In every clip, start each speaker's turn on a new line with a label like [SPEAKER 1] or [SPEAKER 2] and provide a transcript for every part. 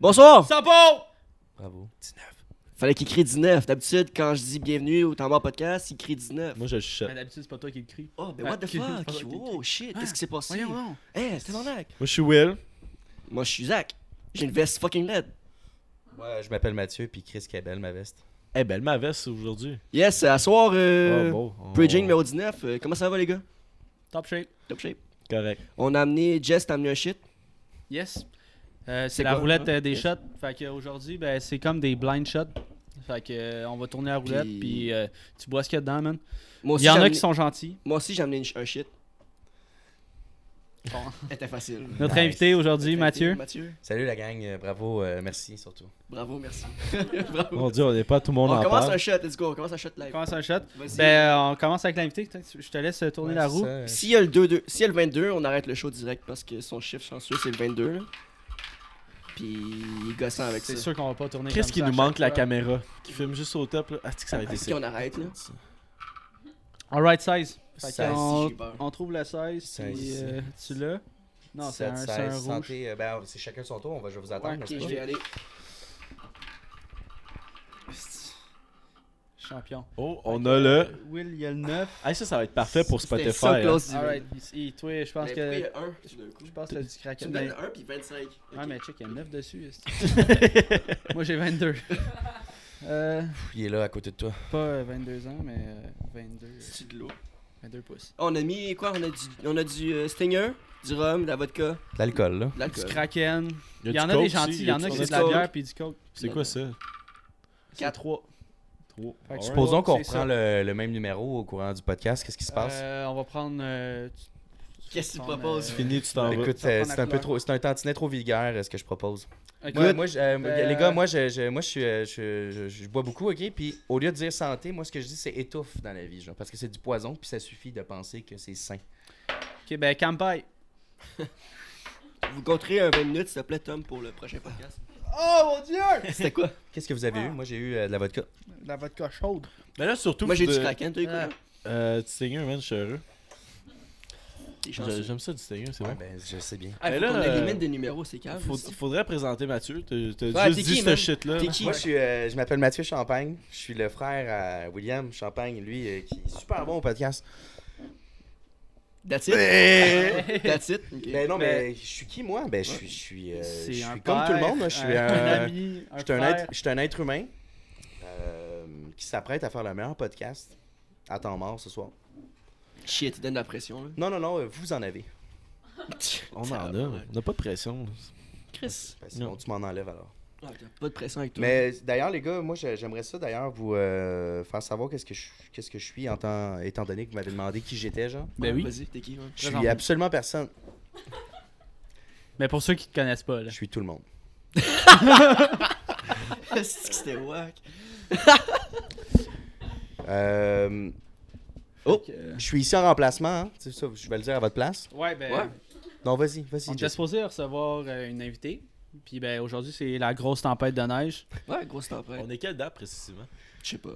[SPEAKER 1] Bonsoir!
[SPEAKER 2] Ça part!
[SPEAKER 3] Bravo. 19.
[SPEAKER 1] Fallait qu'il crie 19. D'habitude, quand je dis bienvenue au temps mort podcast, il crie 19.
[SPEAKER 3] Moi, je le chute.
[SPEAKER 2] Mais Ah, D'habitude, c'est pas toi qui le crie.
[SPEAKER 1] Oh, ben
[SPEAKER 2] Ah,
[SPEAKER 1] what the
[SPEAKER 2] qui-
[SPEAKER 1] fuck?
[SPEAKER 2] qui-
[SPEAKER 1] Oh shit,
[SPEAKER 2] Ah,
[SPEAKER 1] qu'est-ce qui s'est passé?
[SPEAKER 2] Voyons non.
[SPEAKER 1] Eh, c'était mon acte.
[SPEAKER 3] Moi, je suis Will.
[SPEAKER 1] Moi, je suis Zach. J'ai une veste fucking LED.
[SPEAKER 3] Ouais, je m'appelle Mathieu, puis Chris qui est belle ma veste. Eh, belle ma veste aujourd'hui.
[SPEAKER 1] Yes, à soir,
[SPEAKER 4] Ah,
[SPEAKER 1] euh,
[SPEAKER 2] Ah,
[SPEAKER 3] Oh, bon. Oh.
[SPEAKER 1] Bridging numéro 19. euh, comment ça va, les gars?
[SPEAKER 2] Top shape.
[SPEAKER 1] Top shape.
[SPEAKER 3] Correct.
[SPEAKER 1] On a amené Jess, t'as amené un shit.
[SPEAKER 2] Yes. Euh,
[SPEAKER 1] C'est
[SPEAKER 2] c'est la
[SPEAKER 1] quoi,
[SPEAKER 2] roulette
[SPEAKER 1] hein?
[SPEAKER 2] euh, des
[SPEAKER 1] Yes.
[SPEAKER 2] shots. Fait qu'aujourd'hui, ben, c'est comme des blind shots. Fait que, euh, on va tourner la roulette,
[SPEAKER 1] Puis-
[SPEAKER 2] puis, euh, tu bois ce qu'il y a dedans, man.
[SPEAKER 1] Moi
[SPEAKER 2] Il y en
[SPEAKER 1] j'ai
[SPEAKER 2] a
[SPEAKER 1] amené-
[SPEAKER 2] qui sont gentils.
[SPEAKER 1] Moi aussi, j'ai amené une- un shit.
[SPEAKER 2] Bon.
[SPEAKER 1] Oh, Elle était facile.
[SPEAKER 2] Notre
[SPEAKER 3] Nice.
[SPEAKER 2] invité aujourd'hui,
[SPEAKER 1] Notre
[SPEAKER 2] Mathieu.
[SPEAKER 1] invité, Mathieu.
[SPEAKER 3] Salut la gang, euh, bravo, euh, merci surtout.
[SPEAKER 1] Bravo, merci.
[SPEAKER 3] Mon dieu, on n'est pas tout le monde
[SPEAKER 1] On,
[SPEAKER 3] en
[SPEAKER 1] commence
[SPEAKER 3] parle.
[SPEAKER 1] un shot, let's go, on commence un shot
[SPEAKER 2] On
[SPEAKER 1] live.
[SPEAKER 2] commence un shot.
[SPEAKER 1] Vas-y.
[SPEAKER 2] Ben, on commence avec l'invité. Peut-être que Je te laisse euh, tourner
[SPEAKER 3] Ouais,
[SPEAKER 2] la
[SPEAKER 3] c'est
[SPEAKER 2] roue.
[SPEAKER 3] ça.
[SPEAKER 1] S'il y a le 2, 2 s'il y a le 22, on arrête le show direct parce que son chiffre chanceux c'est le 22. Là. Puis il est gossant avec ça.
[SPEAKER 2] C'est sûr qu'on va pas tourner
[SPEAKER 3] Qu'est-ce
[SPEAKER 2] comme
[SPEAKER 3] qui
[SPEAKER 2] ça à
[SPEAKER 3] nous manque,
[SPEAKER 2] chaque
[SPEAKER 3] la
[SPEAKER 2] fois.
[SPEAKER 3] caméra Qui filme juste au top, là. Ah, c'est que ça aurait été
[SPEAKER 1] Est-ce qu'on arrête là
[SPEAKER 2] All right, size. Fait
[SPEAKER 3] Size,
[SPEAKER 2] qu'on-
[SPEAKER 1] si j'ai peur.
[SPEAKER 2] on trouve le size,
[SPEAKER 3] Size,
[SPEAKER 2] puis
[SPEAKER 3] si.
[SPEAKER 2] euh, tu l'as. Non, c'est un,
[SPEAKER 3] 7,
[SPEAKER 2] c'est un
[SPEAKER 3] 16,
[SPEAKER 2] rouge.
[SPEAKER 3] santé, euh, ben, c'est chacun son tour, on va, je vais vous attendre.
[SPEAKER 2] Ouais,
[SPEAKER 3] mais
[SPEAKER 1] Ok,
[SPEAKER 3] c'est
[SPEAKER 1] je
[SPEAKER 3] pas
[SPEAKER 1] vais y aller.
[SPEAKER 2] Champion.
[SPEAKER 3] Oh, on a le.
[SPEAKER 2] Will, il y a le 9.
[SPEAKER 3] Ah, ça, ça va être parfait pour
[SPEAKER 1] C'était
[SPEAKER 3] Spotify.
[SPEAKER 1] ça,
[SPEAKER 3] hein.
[SPEAKER 1] close du-
[SPEAKER 2] All right, ici, toi, je pense
[SPEAKER 1] Mais pourquoi il y
[SPEAKER 2] que...
[SPEAKER 1] a un tout d'un coup?
[SPEAKER 2] Je pense que tu
[SPEAKER 1] Tu
[SPEAKER 2] craquais.
[SPEAKER 1] me
[SPEAKER 2] Mais...
[SPEAKER 1] donnes 1 puis 25. ok.
[SPEAKER 2] Ah, mais check, il y a 9 dessus. esti. Moi, j'ai 22. euh,
[SPEAKER 3] Puis il est là à côté de toi.
[SPEAKER 2] pas euh, 22 ans, mais euh, 22, euh,
[SPEAKER 1] C'est de l'eau. Ah,
[SPEAKER 2] 22 pouces.
[SPEAKER 1] On a mis quoi On a du, on a du euh, Stinger, du rhum, de la vodka,
[SPEAKER 3] De L'alcool, là.
[SPEAKER 1] de
[SPEAKER 2] Du
[SPEAKER 1] l'alcool.
[SPEAKER 2] Kraken. Il y,
[SPEAKER 3] du
[SPEAKER 2] en a
[SPEAKER 3] Coke
[SPEAKER 2] des
[SPEAKER 3] aussi,
[SPEAKER 2] gentils, il y en a qui
[SPEAKER 3] du-
[SPEAKER 2] c'est
[SPEAKER 1] on
[SPEAKER 2] de
[SPEAKER 1] a
[SPEAKER 2] la
[SPEAKER 1] du
[SPEAKER 2] bière puis du coke.
[SPEAKER 3] C'est quoi ça
[SPEAKER 2] C'est
[SPEAKER 1] Quatre.
[SPEAKER 2] 3.
[SPEAKER 3] Trois.
[SPEAKER 2] Fait que
[SPEAKER 3] Alright.
[SPEAKER 2] c'est
[SPEAKER 3] Supposons qu'on
[SPEAKER 2] c'est ça.
[SPEAKER 3] reprend le, le même numéro au courant du podcast, qu'est-ce qui se passe
[SPEAKER 2] Euh, on va prendre. euh, tu- tu-
[SPEAKER 1] Qu'est-ce qu'il
[SPEAKER 2] tu prends,
[SPEAKER 1] propose?
[SPEAKER 2] euh,
[SPEAKER 3] Fini, tu t'en vas. Écoute,
[SPEAKER 2] Ça
[SPEAKER 3] euh,
[SPEAKER 2] prend la
[SPEAKER 3] c'est un peu
[SPEAKER 2] couleur.
[SPEAKER 3] trop, c'est un tantinet trop vulgaire euh, ce que je propose.
[SPEAKER 2] ok.
[SPEAKER 3] Moi, moi, je- euh,
[SPEAKER 2] Ben,
[SPEAKER 3] les gars,
[SPEAKER 2] euh,
[SPEAKER 3] moi, je, je- moi, je, suis, euh, je, je- je bois beaucoup, ok. Puis au lieu de dire santé, moi, ce que je dis, c'est étouffe dans la vie, genre, parce que c'est du poison, puis ça suffit de penser que c'est sain.
[SPEAKER 2] Ok, ben, Campai.
[SPEAKER 1] Vous compterez un 20 minutes, s'il te plaît, Tom, pour le prochain podcast.
[SPEAKER 2] Oh mon dieu!
[SPEAKER 1] C'était quoi
[SPEAKER 3] Qu'est-ce que vous
[SPEAKER 2] Ah.
[SPEAKER 3] avez eu Moi, j'ai eu euh, de la vodka.
[SPEAKER 2] La vodka chaude.
[SPEAKER 3] Mais là, surtout,
[SPEAKER 1] Moi j'ai du Kraken, hein. t'as eu
[SPEAKER 2] Ah.
[SPEAKER 1] quoi
[SPEAKER 4] Euh, du Stinger, man, je suis heureux.
[SPEAKER 1] T'es chanceux.
[SPEAKER 4] Je- J'aime ça du Stinger, c'est bon.
[SPEAKER 3] ben, je sais bien.
[SPEAKER 1] Ah,
[SPEAKER 4] Mais
[SPEAKER 1] faut
[SPEAKER 4] là,
[SPEAKER 1] qu'on
[SPEAKER 4] euh,
[SPEAKER 1] élimine des numéros, c'est calme.
[SPEAKER 4] Faut- faudrait présenter Mathieu, t'as t'as
[SPEAKER 1] Ouais,
[SPEAKER 4] juste
[SPEAKER 1] t'es qui,
[SPEAKER 4] dit
[SPEAKER 1] man?
[SPEAKER 4] ce shit-là.
[SPEAKER 1] T'es qui
[SPEAKER 3] Moi, je, suis, euh, je m'appelle Mathieu Champagne. Je suis le frère à William Champagne, lui, euh, qui est super bon au podcast.
[SPEAKER 1] That's it
[SPEAKER 3] Ben
[SPEAKER 1] That's it Ok.
[SPEAKER 3] non, mais je suis qui, moi Ben, je suis, je suis, euh, je
[SPEAKER 2] C'est
[SPEAKER 3] suis
[SPEAKER 2] un
[SPEAKER 3] comme tout le
[SPEAKER 2] père,
[SPEAKER 3] monde. hein. Je suis
[SPEAKER 2] un,
[SPEAKER 3] euh,
[SPEAKER 2] un ami, un
[SPEAKER 3] Je suis un,
[SPEAKER 2] frère.
[SPEAKER 3] être- je suis un être humain euh, qui s'apprête à faire le meilleur podcast à temps mort ce soir.
[SPEAKER 1] Shit, il donne la pression là.
[SPEAKER 3] Non, non, non, euh, vous en avez.
[SPEAKER 4] On en a, on n'a pas de pression.
[SPEAKER 1] Ah, Chris.
[SPEAKER 3] Ben, sinon,
[SPEAKER 4] Non.
[SPEAKER 3] tu m'en enlèves alors.
[SPEAKER 1] Ah, t'as pas de pression avec toi.
[SPEAKER 3] Mais d'ailleurs, les gars, moi, je- j'aimerais ça d'ailleurs vous euh, faire savoir qu'est-ce que je, qu'est-ce que je suis en temps, étant donné que vous m'avez demandé qui j'étais, genre.
[SPEAKER 1] Ouais,
[SPEAKER 2] Ben oui.
[SPEAKER 1] Vas-y, t'es qui ouais?
[SPEAKER 3] Je suis
[SPEAKER 2] Présente-nous.
[SPEAKER 3] absolument personne.
[SPEAKER 2] Mais pour ceux qui te connaissent pas, là.
[SPEAKER 3] Je suis tout le monde.
[SPEAKER 1] C'est que c'était wack.
[SPEAKER 3] Euh, Oh, je suis ici en remplacement. hein. C'est ça, je vais le dire à votre place.
[SPEAKER 2] Ouais, ben.
[SPEAKER 1] Ouais.
[SPEAKER 3] Non, vas-y, vas-y.
[SPEAKER 2] On était
[SPEAKER 3] Jeff.
[SPEAKER 2] supposé recevoir euh, une invitée. Puis ben aujourd'hui, c'est la grosse tempête de neige.
[SPEAKER 1] Ouais, grosse tempête.
[SPEAKER 4] On est quelle date précisément
[SPEAKER 1] Je sais pas.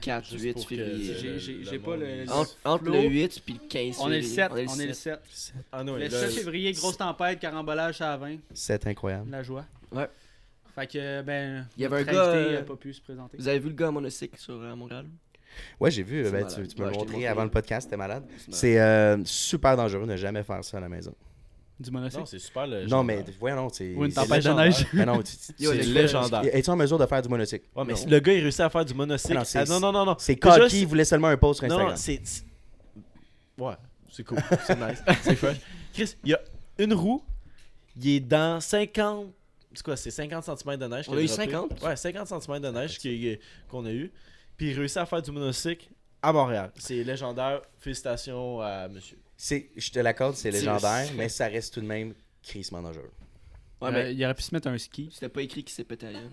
[SPEAKER 1] 4,
[SPEAKER 4] Juste
[SPEAKER 1] 8
[SPEAKER 4] pour que-
[SPEAKER 1] février.
[SPEAKER 2] J'ai-
[SPEAKER 4] le-
[SPEAKER 2] j'ai-
[SPEAKER 4] le
[SPEAKER 2] j'ai pas
[SPEAKER 4] monde
[SPEAKER 2] le-
[SPEAKER 4] est-
[SPEAKER 2] le-
[SPEAKER 1] Entre, entre
[SPEAKER 2] Flo.
[SPEAKER 1] le 8 puis le 15
[SPEAKER 2] On est le
[SPEAKER 1] février.
[SPEAKER 2] 7.
[SPEAKER 1] On est le 7.
[SPEAKER 2] 7.
[SPEAKER 4] Ah non,
[SPEAKER 2] Le
[SPEAKER 4] là,
[SPEAKER 2] 7 février, grosse tempête, carambolage à 20.
[SPEAKER 3] C'est incroyable.
[SPEAKER 2] La joie.
[SPEAKER 1] Ouais.
[SPEAKER 2] Fait que, ben.
[SPEAKER 1] Il y avait
[SPEAKER 2] notre
[SPEAKER 1] un gars,
[SPEAKER 2] invité
[SPEAKER 1] euh,
[SPEAKER 2] a pas pu se présenter.
[SPEAKER 1] Vous avez vu le gars à monocycle sur euh, Montréal
[SPEAKER 3] Ouais, j'ai vu.
[SPEAKER 1] C'est
[SPEAKER 3] ben,
[SPEAKER 1] malade.
[SPEAKER 3] tu tu me
[SPEAKER 1] Ouais, je
[SPEAKER 3] l'as
[SPEAKER 1] t'ai
[SPEAKER 3] montré
[SPEAKER 1] montré.
[SPEAKER 3] avant le podcast, c'était malade. C'est euh, super dangereux de jamais faire ça à la maison.
[SPEAKER 2] Du
[SPEAKER 4] Non,
[SPEAKER 2] monocycle.
[SPEAKER 4] c'est super le.
[SPEAKER 3] non,
[SPEAKER 4] genre-
[SPEAKER 3] mais voyons, non, c'est.
[SPEAKER 2] Ou une
[SPEAKER 3] c'est
[SPEAKER 2] tempête de
[SPEAKER 3] légendaire.
[SPEAKER 2] neige.
[SPEAKER 3] Mais non, tu- tu-
[SPEAKER 1] Yo,
[SPEAKER 4] c'est
[SPEAKER 1] le-
[SPEAKER 4] légendaire.
[SPEAKER 3] es-tu en mesure de faire du monocycle?
[SPEAKER 4] Ouais, mais
[SPEAKER 1] Non.
[SPEAKER 4] si le gars il réussit à faire du monocycle.
[SPEAKER 3] Ah
[SPEAKER 4] Ah non,
[SPEAKER 3] non, c'est-
[SPEAKER 4] non, non, non,
[SPEAKER 3] C'est
[SPEAKER 4] Déjà,
[SPEAKER 3] cocky,
[SPEAKER 4] c'est-
[SPEAKER 3] il voulait seulement un post sur
[SPEAKER 4] Non,
[SPEAKER 3] Instagram.
[SPEAKER 4] non, c'est. c'est- Ouais, c'est cool, c'est nice, c'est fresh. Chris, il y a une roue, il est dans 50. C'est quoi, c'est 50 cm de neige.
[SPEAKER 1] On
[SPEAKER 4] qu'il
[SPEAKER 1] a eu
[SPEAKER 4] droppé.
[SPEAKER 1] 50?
[SPEAKER 4] Ouais, 50 cm de neige qui- qu'on a eu. Puis il réussit à faire du monocycle à Montréal. C'est légendaire. Félicitations à monsieur.
[SPEAKER 3] C'est- je te l'accorde, c'est
[SPEAKER 1] C'est-
[SPEAKER 3] légendaire, mais ça reste tout de même crissement dangereux.
[SPEAKER 1] Ouais, ben,
[SPEAKER 2] Euh,
[SPEAKER 1] mais
[SPEAKER 2] Il aurait pu se mettre un ski.
[SPEAKER 1] c'était pas écrit qu'il s'est pété ailleurs.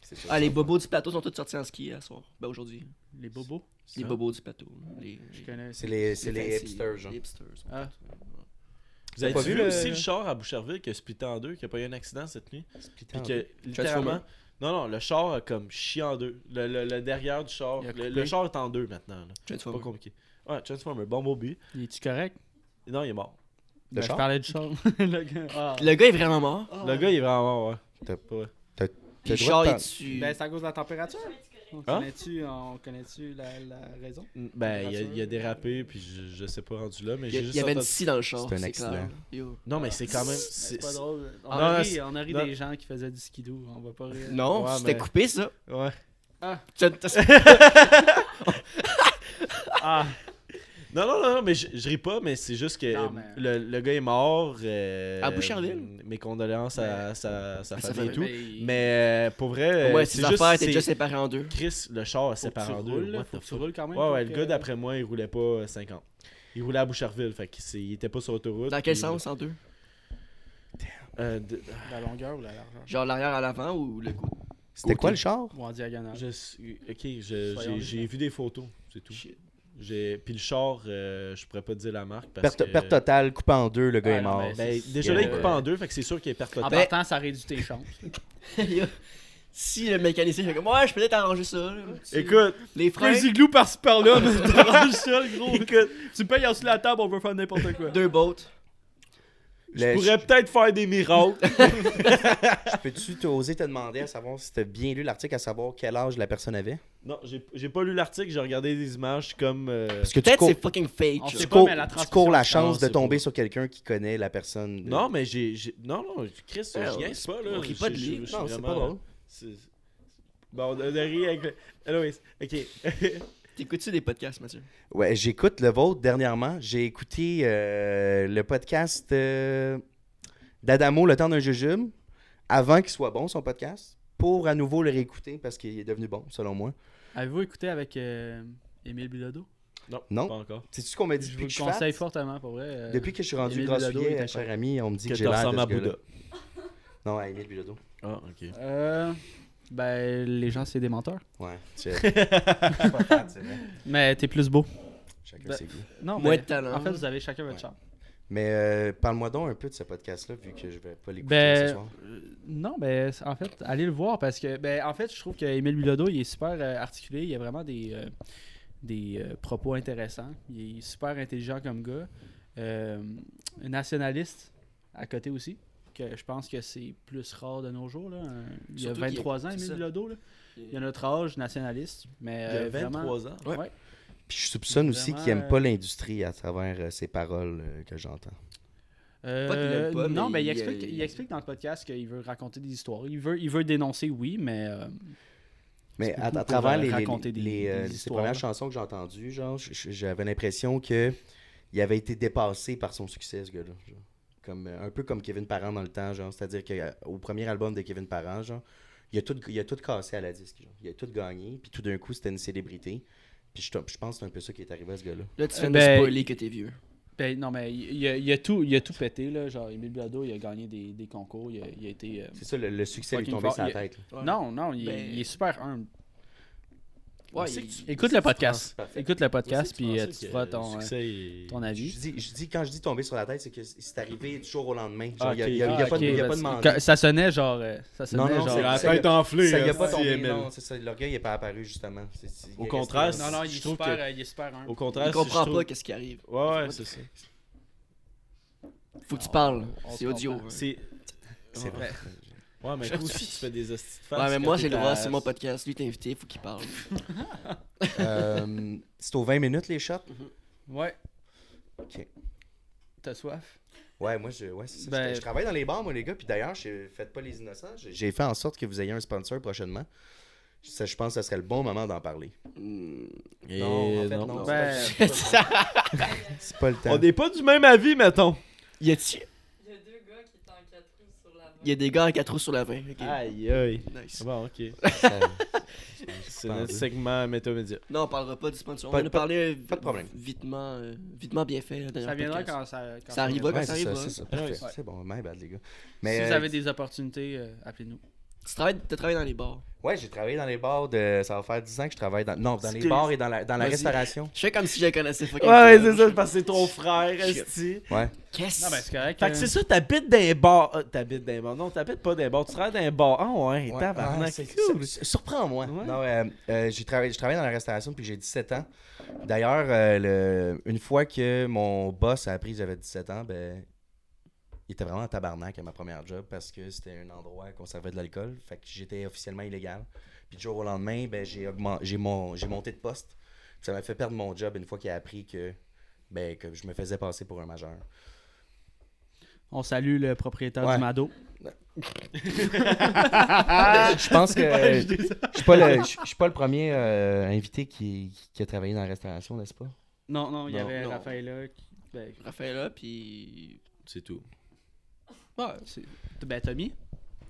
[SPEAKER 3] C'est
[SPEAKER 1] Ah, les bobos du plateau sont tous sortis en ski hier soir. Ben aujourd'hui.
[SPEAKER 2] Les bobos.
[SPEAKER 1] Les
[SPEAKER 4] Ça.
[SPEAKER 1] bobos du plateau. Les,
[SPEAKER 2] Ah. Je connais.
[SPEAKER 3] C'est les, c'est les
[SPEAKER 1] fancy,
[SPEAKER 3] hipsters, genre.
[SPEAKER 1] Les hipsters.
[SPEAKER 2] Ah.
[SPEAKER 4] Vous avez
[SPEAKER 3] pas
[SPEAKER 4] vu,
[SPEAKER 3] vu le-
[SPEAKER 1] Ah,
[SPEAKER 4] aussi le char à Boucherville qui a splitté en deux, qui a pas eu un accident cette nuit? Puis que, littéralement, Non, non, le char a comme chié en deux. Le, le- le derrière du char.
[SPEAKER 2] Il a
[SPEAKER 4] Le,
[SPEAKER 2] coupé.
[SPEAKER 4] le char est en deux maintenant. là. C'est pas
[SPEAKER 1] Transformer.
[SPEAKER 4] compliqué. Ouais, Transformer, Bumblebee.
[SPEAKER 2] Il est-tu correct?
[SPEAKER 4] Non, il est mort.
[SPEAKER 3] Le
[SPEAKER 2] Ben, je
[SPEAKER 3] char?
[SPEAKER 2] parlais du char. le gars. Ah.
[SPEAKER 1] Le gars est vraiment mort.
[SPEAKER 4] Le gars, il est vraiment mort, ouais.
[SPEAKER 1] Puis
[SPEAKER 3] le
[SPEAKER 1] le
[SPEAKER 3] droit
[SPEAKER 1] char
[SPEAKER 3] de
[SPEAKER 1] est
[SPEAKER 3] parler.
[SPEAKER 1] dessus.
[SPEAKER 2] Ben, c'est à cause de la température. On
[SPEAKER 4] Hein?
[SPEAKER 2] connaît-tu on connaît-tu la, la raison?
[SPEAKER 4] Ben, il a, il a dérapé, puis je, je sais pas rendu là, mais
[SPEAKER 1] Il y a-
[SPEAKER 4] j'ai
[SPEAKER 1] il
[SPEAKER 4] juste.
[SPEAKER 1] y avait une
[SPEAKER 4] entendu-
[SPEAKER 1] scie dans le char.
[SPEAKER 3] C'est un
[SPEAKER 1] C'est
[SPEAKER 3] accident.
[SPEAKER 1] clair. Yo.
[SPEAKER 4] Non, mais c'est quand même.
[SPEAKER 2] C'est
[SPEAKER 4] c'est-
[SPEAKER 2] pas drôle. On
[SPEAKER 4] Non,
[SPEAKER 2] a ri,
[SPEAKER 4] c'est-
[SPEAKER 2] on a ri
[SPEAKER 4] non.
[SPEAKER 2] des gens qui faisaient du skidoo. On va pas rire.
[SPEAKER 1] Non,
[SPEAKER 4] Ouais,
[SPEAKER 1] c'était
[SPEAKER 4] mais-
[SPEAKER 1] coupé ça.
[SPEAKER 4] Ouais.
[SPEAKER 1] Tu- tu-
[SPEAKER 4] Ah. Non, non, non, non, mais je, je ris pas, mais c'est juste que
[SPEAKER 2] Non,
[SPEAKER 4] euh,
[SPEAKER 2] mais-
[SPEAKER 4] le, le gars est mort. euh,
[SPEAKER 1] À Boucherville?
[SPEAKER 4] euh, Mes condoléances à sa, sa
[SPEAKER 1] à sa
[SPEAKER 4] famille
[SPEAKER 1] famille.
[SPEAKER 4] et tout.
[SPEAKER 2] ben,
[SPEAKER 4] Mais euh, pour vrai, euh,
[SPEAKER 1] Ouais,
[SPEAKER 4] c'est
[SPEAKER 1] ses
[SPEAKER 4] juste.
[SPEAKER 1] affaires étaient
[SPEAKER 4] c'est-
[SPEAKER 1] déjà séparées en deux.
[SPEAKER 4] Chris, le char est
[SPEAKER 2] c'est
[SPEAKER 4] séparé en deux. what the
[SPEAKER 2] Faut que tu
[SPEAKER 4] fuck.
[SPEAKER 2] roules quand même.
[SPEAKER 4] Ouais,
[SPEAKER 2] pour
[SPEAKER 4] ouais,
[SPEAKER 2] que-
[SPEAKER 4] le gars d'après moi, il roulait pas euh, 50. Il roulait à Boucherville, fait qu'il s'est- il était pas sur autoroute.
[SPEAKER 1] Dans quel
[SPEAKER 4] puis-
[SPEAKER 1] sens en deux
[SPEAKER 4] Euh, de-
[SPEAKER 2] La longueur ou la largeur?
[SPEAKER 1] Genre l'arrière à l'avant ou le coup
[SPEAKER 3] C'était
[SPEAKER 1] Côté.
[SPEAKER 3] quoi le char?
[SPEAKER 2] Ou en diagonale.
[SPEAKER 4] je suis- Ok, je-
[SPEAKER 2] Soyons
[SPEAKER 4] j'ai- j'ai vu des photos, c'est tout.
[SPEAKER 1] Shit.
[SPEAKER 4] J'ai- Puis le char, euh, je pourrais pas te dire la marque. Parce
[SPEAKER 3] Perte,
[SPEAKER 4] que...
[SPEAKER 3] perte totale, coupé en deux, le gars
[SPEAKER 2] Ah,
[SPEAKER 3] est
[SPEAKER 2] non,
[SPEAKER 3] mort.
[SPEAKER 2] mais c'est-
[SPEAKER 4] Ben,
[SPEAKER 2] C'est-
[SPEAKER 4] déjà là, il
[SPEAKER 3] euh,
[SPEAKER 4] coupe en deux, fait que c'est sûr qu'il est perte
[SPEAKER 2] En
[SPEAKER 4] totale.
[SPEAKER 1] Ben-
[SPEAKER 2] partant, ça réduit tes chances.
[SPEAKER 1] Yo. Si le mécanicien fait comme Ouais, je peux peut-être arranger ça. là.
[SPEAKER 4] Écoute,
[SPEAKER 1] Les freins,
[SPEAKER 2] igloo par-ci par-là, mais t'arranges ça, le gros. Tu payes en dessous de la table, on peut faire n'importe quoi.
[SPEAKER 1] deux bottes.
[SPEAKER 4] je
[SPEAKER 3] Le-
[SPEAKER 4] pourrais peut-être faire des miracles.
[SPEAKER 3] je- Peux-tu t'oser te demander à savoir si t'as bien lu l'article, à savoir quel âge la personne avait?
[SPEAKER 4] non, j'ai j'ai pas lu l'article, j'ai regardé des images comme. euh,
[SPEAKER 3] Parce que tu,
[SPEAKER 1] Peut-être
[SPEAKER 3] cours,
[SPEAKER 1] c'est fucking
[SPEAKER 2] On
[SPEAKER 1] fake.
[SPEAKER 3] tu
[SPEAKER 1] là.
[SPEAKER 2] sait
[SPEAKER 3] cours-
[SPEAKER 2] pas, mais la
[SPEAKER 3] tu
[SPEAKER 2] transition,
[SPEAKER 3] cours la
[SPEAKER 2] je
[SPEAKER 3] chance
[SPEAKER 4] pense,
[SPEAKER 3] de
[SPEAKER 4] c'est
[SPEAKER 3] tomber
[SPEAKER 4] pas-
[SPEAKER 3] sur quelqu'un qui connaît la personne. de-
[SPEAKER 4] Non, mais j'ai. j'ai- Non, non, Chris,
[SPEAKER 1] Ouais,
[SPEAKER 4] je gagne pas, là.
[SPEAKER 1] on rit pas de
[SPEAKER 4] J'ai-
[SPEAKER 1] lui.
[SPEAKER 4] je suis
[SPEAKER 3] non c'est
[SPEAKER 4] vraiment-
[SPEAKER 3] pas drôle.
[SPEAKER 4] C'est- Bon, on a on a ri avec le. Anyways, ok.
[SPEAKER 1] T'écoutes-tu des podcasts, Mathieu
[SPEAKER 3] Ouais, j'écoute le vôtre dernièrement. J'ai écouté euh, le podcast euh, d'Adamo, Le temps d'un jujube, avant qu'il soit bon, son podcast, pour à nouveau le réécouter parce qu'il est devenu bon, selon moi.
[SPEAKER 2] Avez-vous écouté avec euh, Émile Bilodeau?
[SPEAKER 4] non,
[SPEAKER 3] Non.
[SPEAKER 4] pas encore.
[SPEAKER 3] C'est-tu ce qu'on m'a dit
[SPEAKER 2] Je vous
[SPEAKER 3] depuis que
[SPEAKER 2] le
[SPEAKER 3] je suis fat?
[SPEAKER 2] conseille fortement, pour vrai. euh,
[SPEAKER 3] Depuis que je suis rendu
[SPEAKER 2] Émile Bilodeau, il
[SPEAKER 3] grassouillet,
[SPEAKER 2] était
[SPEAKER 3] cher
[SPEAKER 2] pas-
[SPEAKER 3] ami, on me dit
[SPEAKER 4] Que
[SPEAKER 3] que j'ai
[SPEAKER 4] tu
[SPEAKER 3] l'air de
[SPEAKER 4] ressembles
[SPEAKER 3] ce
[SPEAKER 4] à
[SPEAKER 3] gars-là.
[SPEAKER 4] Bouddha.
[SPEAKER 3] Non, à Émile Bilodeau.
[SPEAKER 4] Ah, ok.
[SPEAKER 2] euh, ben, les gens, c'est des menteurs.
[SPEAKER 3] Ouais. C'est c'est pas fat, c'est vrai.
[SPEAKER 2] Mais t'es plus beau.
[SPEAKER 3] Chacun
[SPEAKER 2] Ben-
[SPEAKER 3] ses goûts.
[SPEAKER 2] Non,
[SPEAKER 1] Moins
[SPEAKER 2] mais
[SPEAKER 1] de talent.
[SPEAKER 2] en fait, vous avez chacun votre
[SPEAKER 3] Ouais.
[SPEAKER 2] charme.
[SPEAKER 3] Mais euh, parle-moi donc un peu de ce podcast-là, vu que je vais pas l'écouter
[SPEAKER 2] Ben,
[SPEAKER 3] ce soir.
[SPEAKER 2] euh, non, ben, c- en fait, allez le voir parce que, ben, en fait, je trouve que Émile Bilodeau, il est super euh, articulé. Il a vraiment des, euh, des euh, propos intéressants. Il est super intelligent comme gars. Euh, nationaliste à côté aussi, que je pense que c'est plus rare de nos jours. Là. Un- Il y a
[SPEAKER 1] Surtout qu'il est-
[SPEAKER 2] 23 ans,
[SPEAKER 1] c'est
[SPEAKER 2] Émile
[SPEAKER 1] ça.
[SPEAKER 2] Bilodeau. là. Il y a notre âge nationaliste, mais
[SPEAKER 4] Il y a
[SPEAKER 2] euh, vraiment-
[SPEAKER 4] 23 ans.
[SPEAKER 2] Ouais.
[SPEAKER 3] Puis je soupçonne aussi
[SPEAKER 2] vraiment,
[SPEAKER 3] qu'il aime pas
[SPEAKER 2] euh,
[SPEAKER 3] l'industrie à travers euh, ces paroles euh, que j'entends.
[SPEAKER 2] Euh,
[SPEAKER 1] Pas qu'il l'aime pas,
[SPEAKER 2] non,
[SPEAKER 1] mais
[SPEAKER 2] mais il,
[SPEAKER 1] il,
[SPEAKER 2] explique,
[SPEAKER 1] euh,
[SPEAKER 2] il explique dans le podcast qu'il veut raconter des histoires. Il veut, il veut dénoncer, oui, mais euh,
[SPEAKER 3] Mais
[SPEAKER 2] C'est
[SPEAKER 3] à, à
[SPEAKER 2] beaucoup pour,
[SPEAKER 3] travers
[SPEAKER 2] euh,
[SPEAKER 3] les, les-
[SPEAKER 2] raconter des-
[SPEAKER 3] les, euh,
[SPEAKER 2] des
[SPEAKER 3] ces
[SPEAKER 2] histoires,
[SPEAKER 3] premières
[SPEAKER 2] là.
[SPEAKER 3] chansons que j'ai entendues, genre, j- j- j'avais l'impression que il avait été dépassé par son succès, ce gars-là. genre. Comme, euh, un peu comme Kevin Parent dans le temps, genre. C'est-à-dire qu'au premier album de Kevin Parent, genre, il a tout, il a tout cassé à la disque. genre. Il a tout gagné, puis tout d'un coup, c'était une célébrité. Puis je, je pense que c'est un peu ça qui est arrivé à ce gars-là.
[SPEAKER 1] Là, tu
[SPEAKER 2] Euh,
[SPEAKER 1] viens de
[SPEAKER 2] ben-
[SPEAKER 1] spoiler que t'es vieux.
[SPEAKER 2] Ben, non, mais il il a, il a tout, il a tout pété, là. Genre, Émile Bilodeau, il a gagné des, des concours, il a, il a été... euh,
[SPEAKER 3] C'est ça, le, le succès lui est
[SPEAKER 2] Fucking
[SPEAKER 3] tombé
[SPEAKER 2] fort,
[SPEAKER 3] sur la
[SPEAKER 2] il-
[SPEAKER 3] tête. là.
[SPEAKER 1] Ouais.
[SPEAKER 2] Non, non, il,
[SPEAKER 1] Ben-
[SPEAKER 2] il est super humble.
[SPEAKER 1] Ouais,
[SPEAKER 4] C'est
[SPEAKER 1] il-
[SPEAKER 4] que tu-
[SPEAKER 2] Écoute le podcast.
[SPEAKER 3] Ah, Parfait.
[SPEAKER 2] Écoute le podcast,
[SPEAKER 4] Je
[SPEAKER 2] puis euh,
[SPEAKER 4] pensais
[SPEAKER 2] tu
[SPEAKER 4] que
[SPEAKER 2] feras
[SPEAKER 4] le
[SPEAKER 2] ton, euh,
[SPEAKER 4] succès est-
[SPEAKER 2] ton
[SPEAKER 3] Je
[SPEAKER 2] avis.
[SPEAKER 3] dis, je dis, quand je dis tomber sur la tête, c'est que c'est arrivé du jour au lendemain. Genre,
[SPEAKER 4] Ah,
[SPEAKER 3] il y a-
[SPEAKER 4] ok.
[SPEAKER 3] il y a, il y a
[SPEAKER 2] Ah,
[SPEAKER 3] pas de-
[SPEAKER 2] ok,
[SPEAKER 3] il y a pas
[SPEAKER 2] parce
[SPEAKER 3] de
[SPEAKER 2] que
[SPEAKER 3] mandat.
[SPEAKER 2] quand- Ça sonnait genre... euh, Ça sonnait
[SPEAKER 3] non,
[SPEAKER 2] genre...
[SPEAKER 3] c'est-
[SPEAKER 4] La
[SPEAKER 3] Ça y a-
[SPEAKER 4] tête enflée.
[SPEAKER 3] Ça y a
[SPEAKER 4] hein,
[SPEAKER 3] pas
[SPEAKER 4] si,
[SPEAKER 3] tombé,
[SPEAKER 4] Emile.
[SPEAKER 3] non, c'est ça. Le gars, il est pas apparu, justement. C'est- c'est- il
[SPEAKER 4] Au
[SPEAKER 3] est
[SPEAKER 4] contraire,
[SPEAKER 3] resté-
[SPEAKER 4] Non, non, il est Je trouve super, que- Oh.
[SPEAKER 2] il est super humble.
[SPEAKER 4] Au
[SPEAKER 1] il
[SPEAKER 4] contraire, si je
[SPEAKER 1] comprend
[SPEAKER 4] trouve-
[SPEAKER 1] pas qu'est-ce qui arrive.
[SPEAKER 4] Ouais, ouais, c'est ça.
[SPEAKER 1] Faut que tu
[SPEAKER 2] On-
[SPEAKER 1] parles.
[SPEAKER 2] on se
[SPEAKER 1] C'est audio.
[SPEAKER 2] comprend.
[SPEAKER 1] hein.
[SPEAKER 4] C'est.
[SPEAKER 3] C'est vrai.
[SPEAKER 4] Ouais, mais toi aussi, tu fais des hosties de face
[SPEAKER 1] Ouais, mais
[SPEAKER 4] quand
[SPEAKER 1] moi,
[SPEAKER 4] t'es
[SPEAKER 1] j'ai le
[SPEAKER 4] à-
[SPEAKER 1] droit, c'est mon podcast. Lui, t'es invité, faut qu'il parle.
[SPEAKER 3] Euh, c'est aux 20 minutes, les shots?
[SPEAKER 2] Ouais.
[SPEAKER 3] Ok.
[SPEAKER 2] T'as soif?
[SPEAKER 3] Ouais, moi, je, ouais, c'est ça.
[SPEAKER 2] Ben-
[SPEAKER 3] Je travaille dans les bars, moi, les gars. Puis d'ailleurs, je- faites pas les innocents. J'ai- J'ai fait en sorte que vous ayez un sponsor prochainement. Ça, je pense que ce serait le bon moment d'en parler.
[SPEAKER 1] Hmm.
[SPEAKER 4] Et
[SPEAKER 3] non, en fait, non.
[SPEAKER 4] Eh, non.
[SPEAKER 3] c'est pas-
[SPEAKER 2] Ben-
[SPEAKER 3] c'est pas, c'est pas le temps.
[SPEAKER 4] On n'est pas du même avis, mettons.
[SPEAKER 1] Y a-tu.
[SPEAKER 5] Il y a deux gars qui étaient en quatre roues sur la route.
[SPEAKER 1] Y a des gars à 4 roues sur la 20. ok.
[SPEAKER 4] Aïe, aïe.
[SPEAKER 1] Nice.
[SPEAKER 4] Ah Bon, ok. C'est notre
[SPEAKER 3] Attendez.
[SPEAKER 4] segment métamédia.
[SPEAKER 1] Non, on parlera pas du sponsor.
[SPEAKER 3] Pas-
[SPEAKER 1] on en a
[SPEAKER 3] pas-
[SPEAKER 1] parlé euh,
[SPEAKER 3] pas de problème.
[SPEAKER 1] vitement, euh, vitement bien fait. la dernière
[SPEAKER 2] Ça viendra
[SPEAKER 1] podcast.
[SPEAKER 2] quand ça... quand
[SPEAKER 1] Ça arrivera
[SPEAKER 3] Ouais,
[SPEAKER 1] quand ça
[SPEAKER 3] c'est ça,
[SPEAKER 1] arrivera.
[SPEAKER 3] c'est ça.
[SPEAKER 4] Ah, ouais.
[SPEAKER 3] parfait. C'est bon, my bad, les gars.
[SPEAKER 2] Si
[SPEAKER 3] Mais,
[SPEAKER 2] vous
[SPEAKER 3] euh,
[SPEAKER 2] avez des opportunités, euh, appelez-nous.
[SPEAKER 1] Tu travailles, t'as travaillé dans les bars.
[SPEAKER 3] Ouais, j'ai travaillé dans les bars de. Ça va faire 10 ans que je travaille dans. Non, dans les
[SPEAKER 4] Excuse.
[SPEAKER 3] bars et dans la, dans la
[SPEAKER 4] Vas-y.
[SPEAKER 3] restauration.
[SPEAKER 1] Je fais comme si je les connaissais. fucking
[SPEAKER 4] Ouais, ouais,
[SPEAKER 1] pas.
[SPEAKER 4] c'est ça, parce que c'est ton frère,
[SPEAKER 1] Shit.
[SPEAKER 4] esti.
[SPEAKER 3] Ouais.
[SPEAKER 1] Qu'est-ce
[SPEAKER 2] Non, mais c'est correct. euh,
[SPEAKER 4] Fait que c'est ça, t'habites dans un bar. Ah, t'habites dans un bar. Non, t'habites pas dans un bar. Tu travailles dans un bar. Ah ouais,
[SPEAKER 3] Ouais,
[SPEAKER 4] tabarnak.
[SPEAKER 3] ah, c'est-
[SPEAKER 4] cool.
[SPEAKER 3] c'est- Surprends-moi.
[SPEAKER 4] Ouais.
[SPEAKER 3] Non, euh, euh, j'ai travaillé, je travaille dans la restauration depuis que j'ai 17 ans. D'ailleurs, euh, le- une fois que mon boss a appris que j'avais 17 ans, ben, il était vraiment en tabarnak à ma première job parce que c'était un endroit qu'on servait de l'alcool. Fait que j'étais officiellement illégal. Puis du jour au lendemain, ben, j'ai, augment- j'ai, mon- j'ai monté de poste. Ça m'a fait perdre mon job une fois qu'il a appris que, ben, que je me faisais passer pour un majeur.
[SPEAKER 2] On salue le propriétaire
[SPEAKER 3] Ouais.
[SPEAKER 2] du Mado.
[SPEAKER 3] je pense que je suis pas le, je, je suis pas le premier euh, invité qui, qui a travaillé dans la restauration, n'est-ce pas?
[SPEAKER 2] Non, non, il y
[SPEAKER 1] Non,
[SPEAKER 2] avait
[SPEAKER 1] non.
[SPEAKER 2] Raphaël qui. Ben,
[SPEAKER 1] Raphaël, puis.
[SPEAKER 4] C'est tout.
[SPEAKER 1] Ouais, c'est.
[SPEAKER 2] ben, Tommy.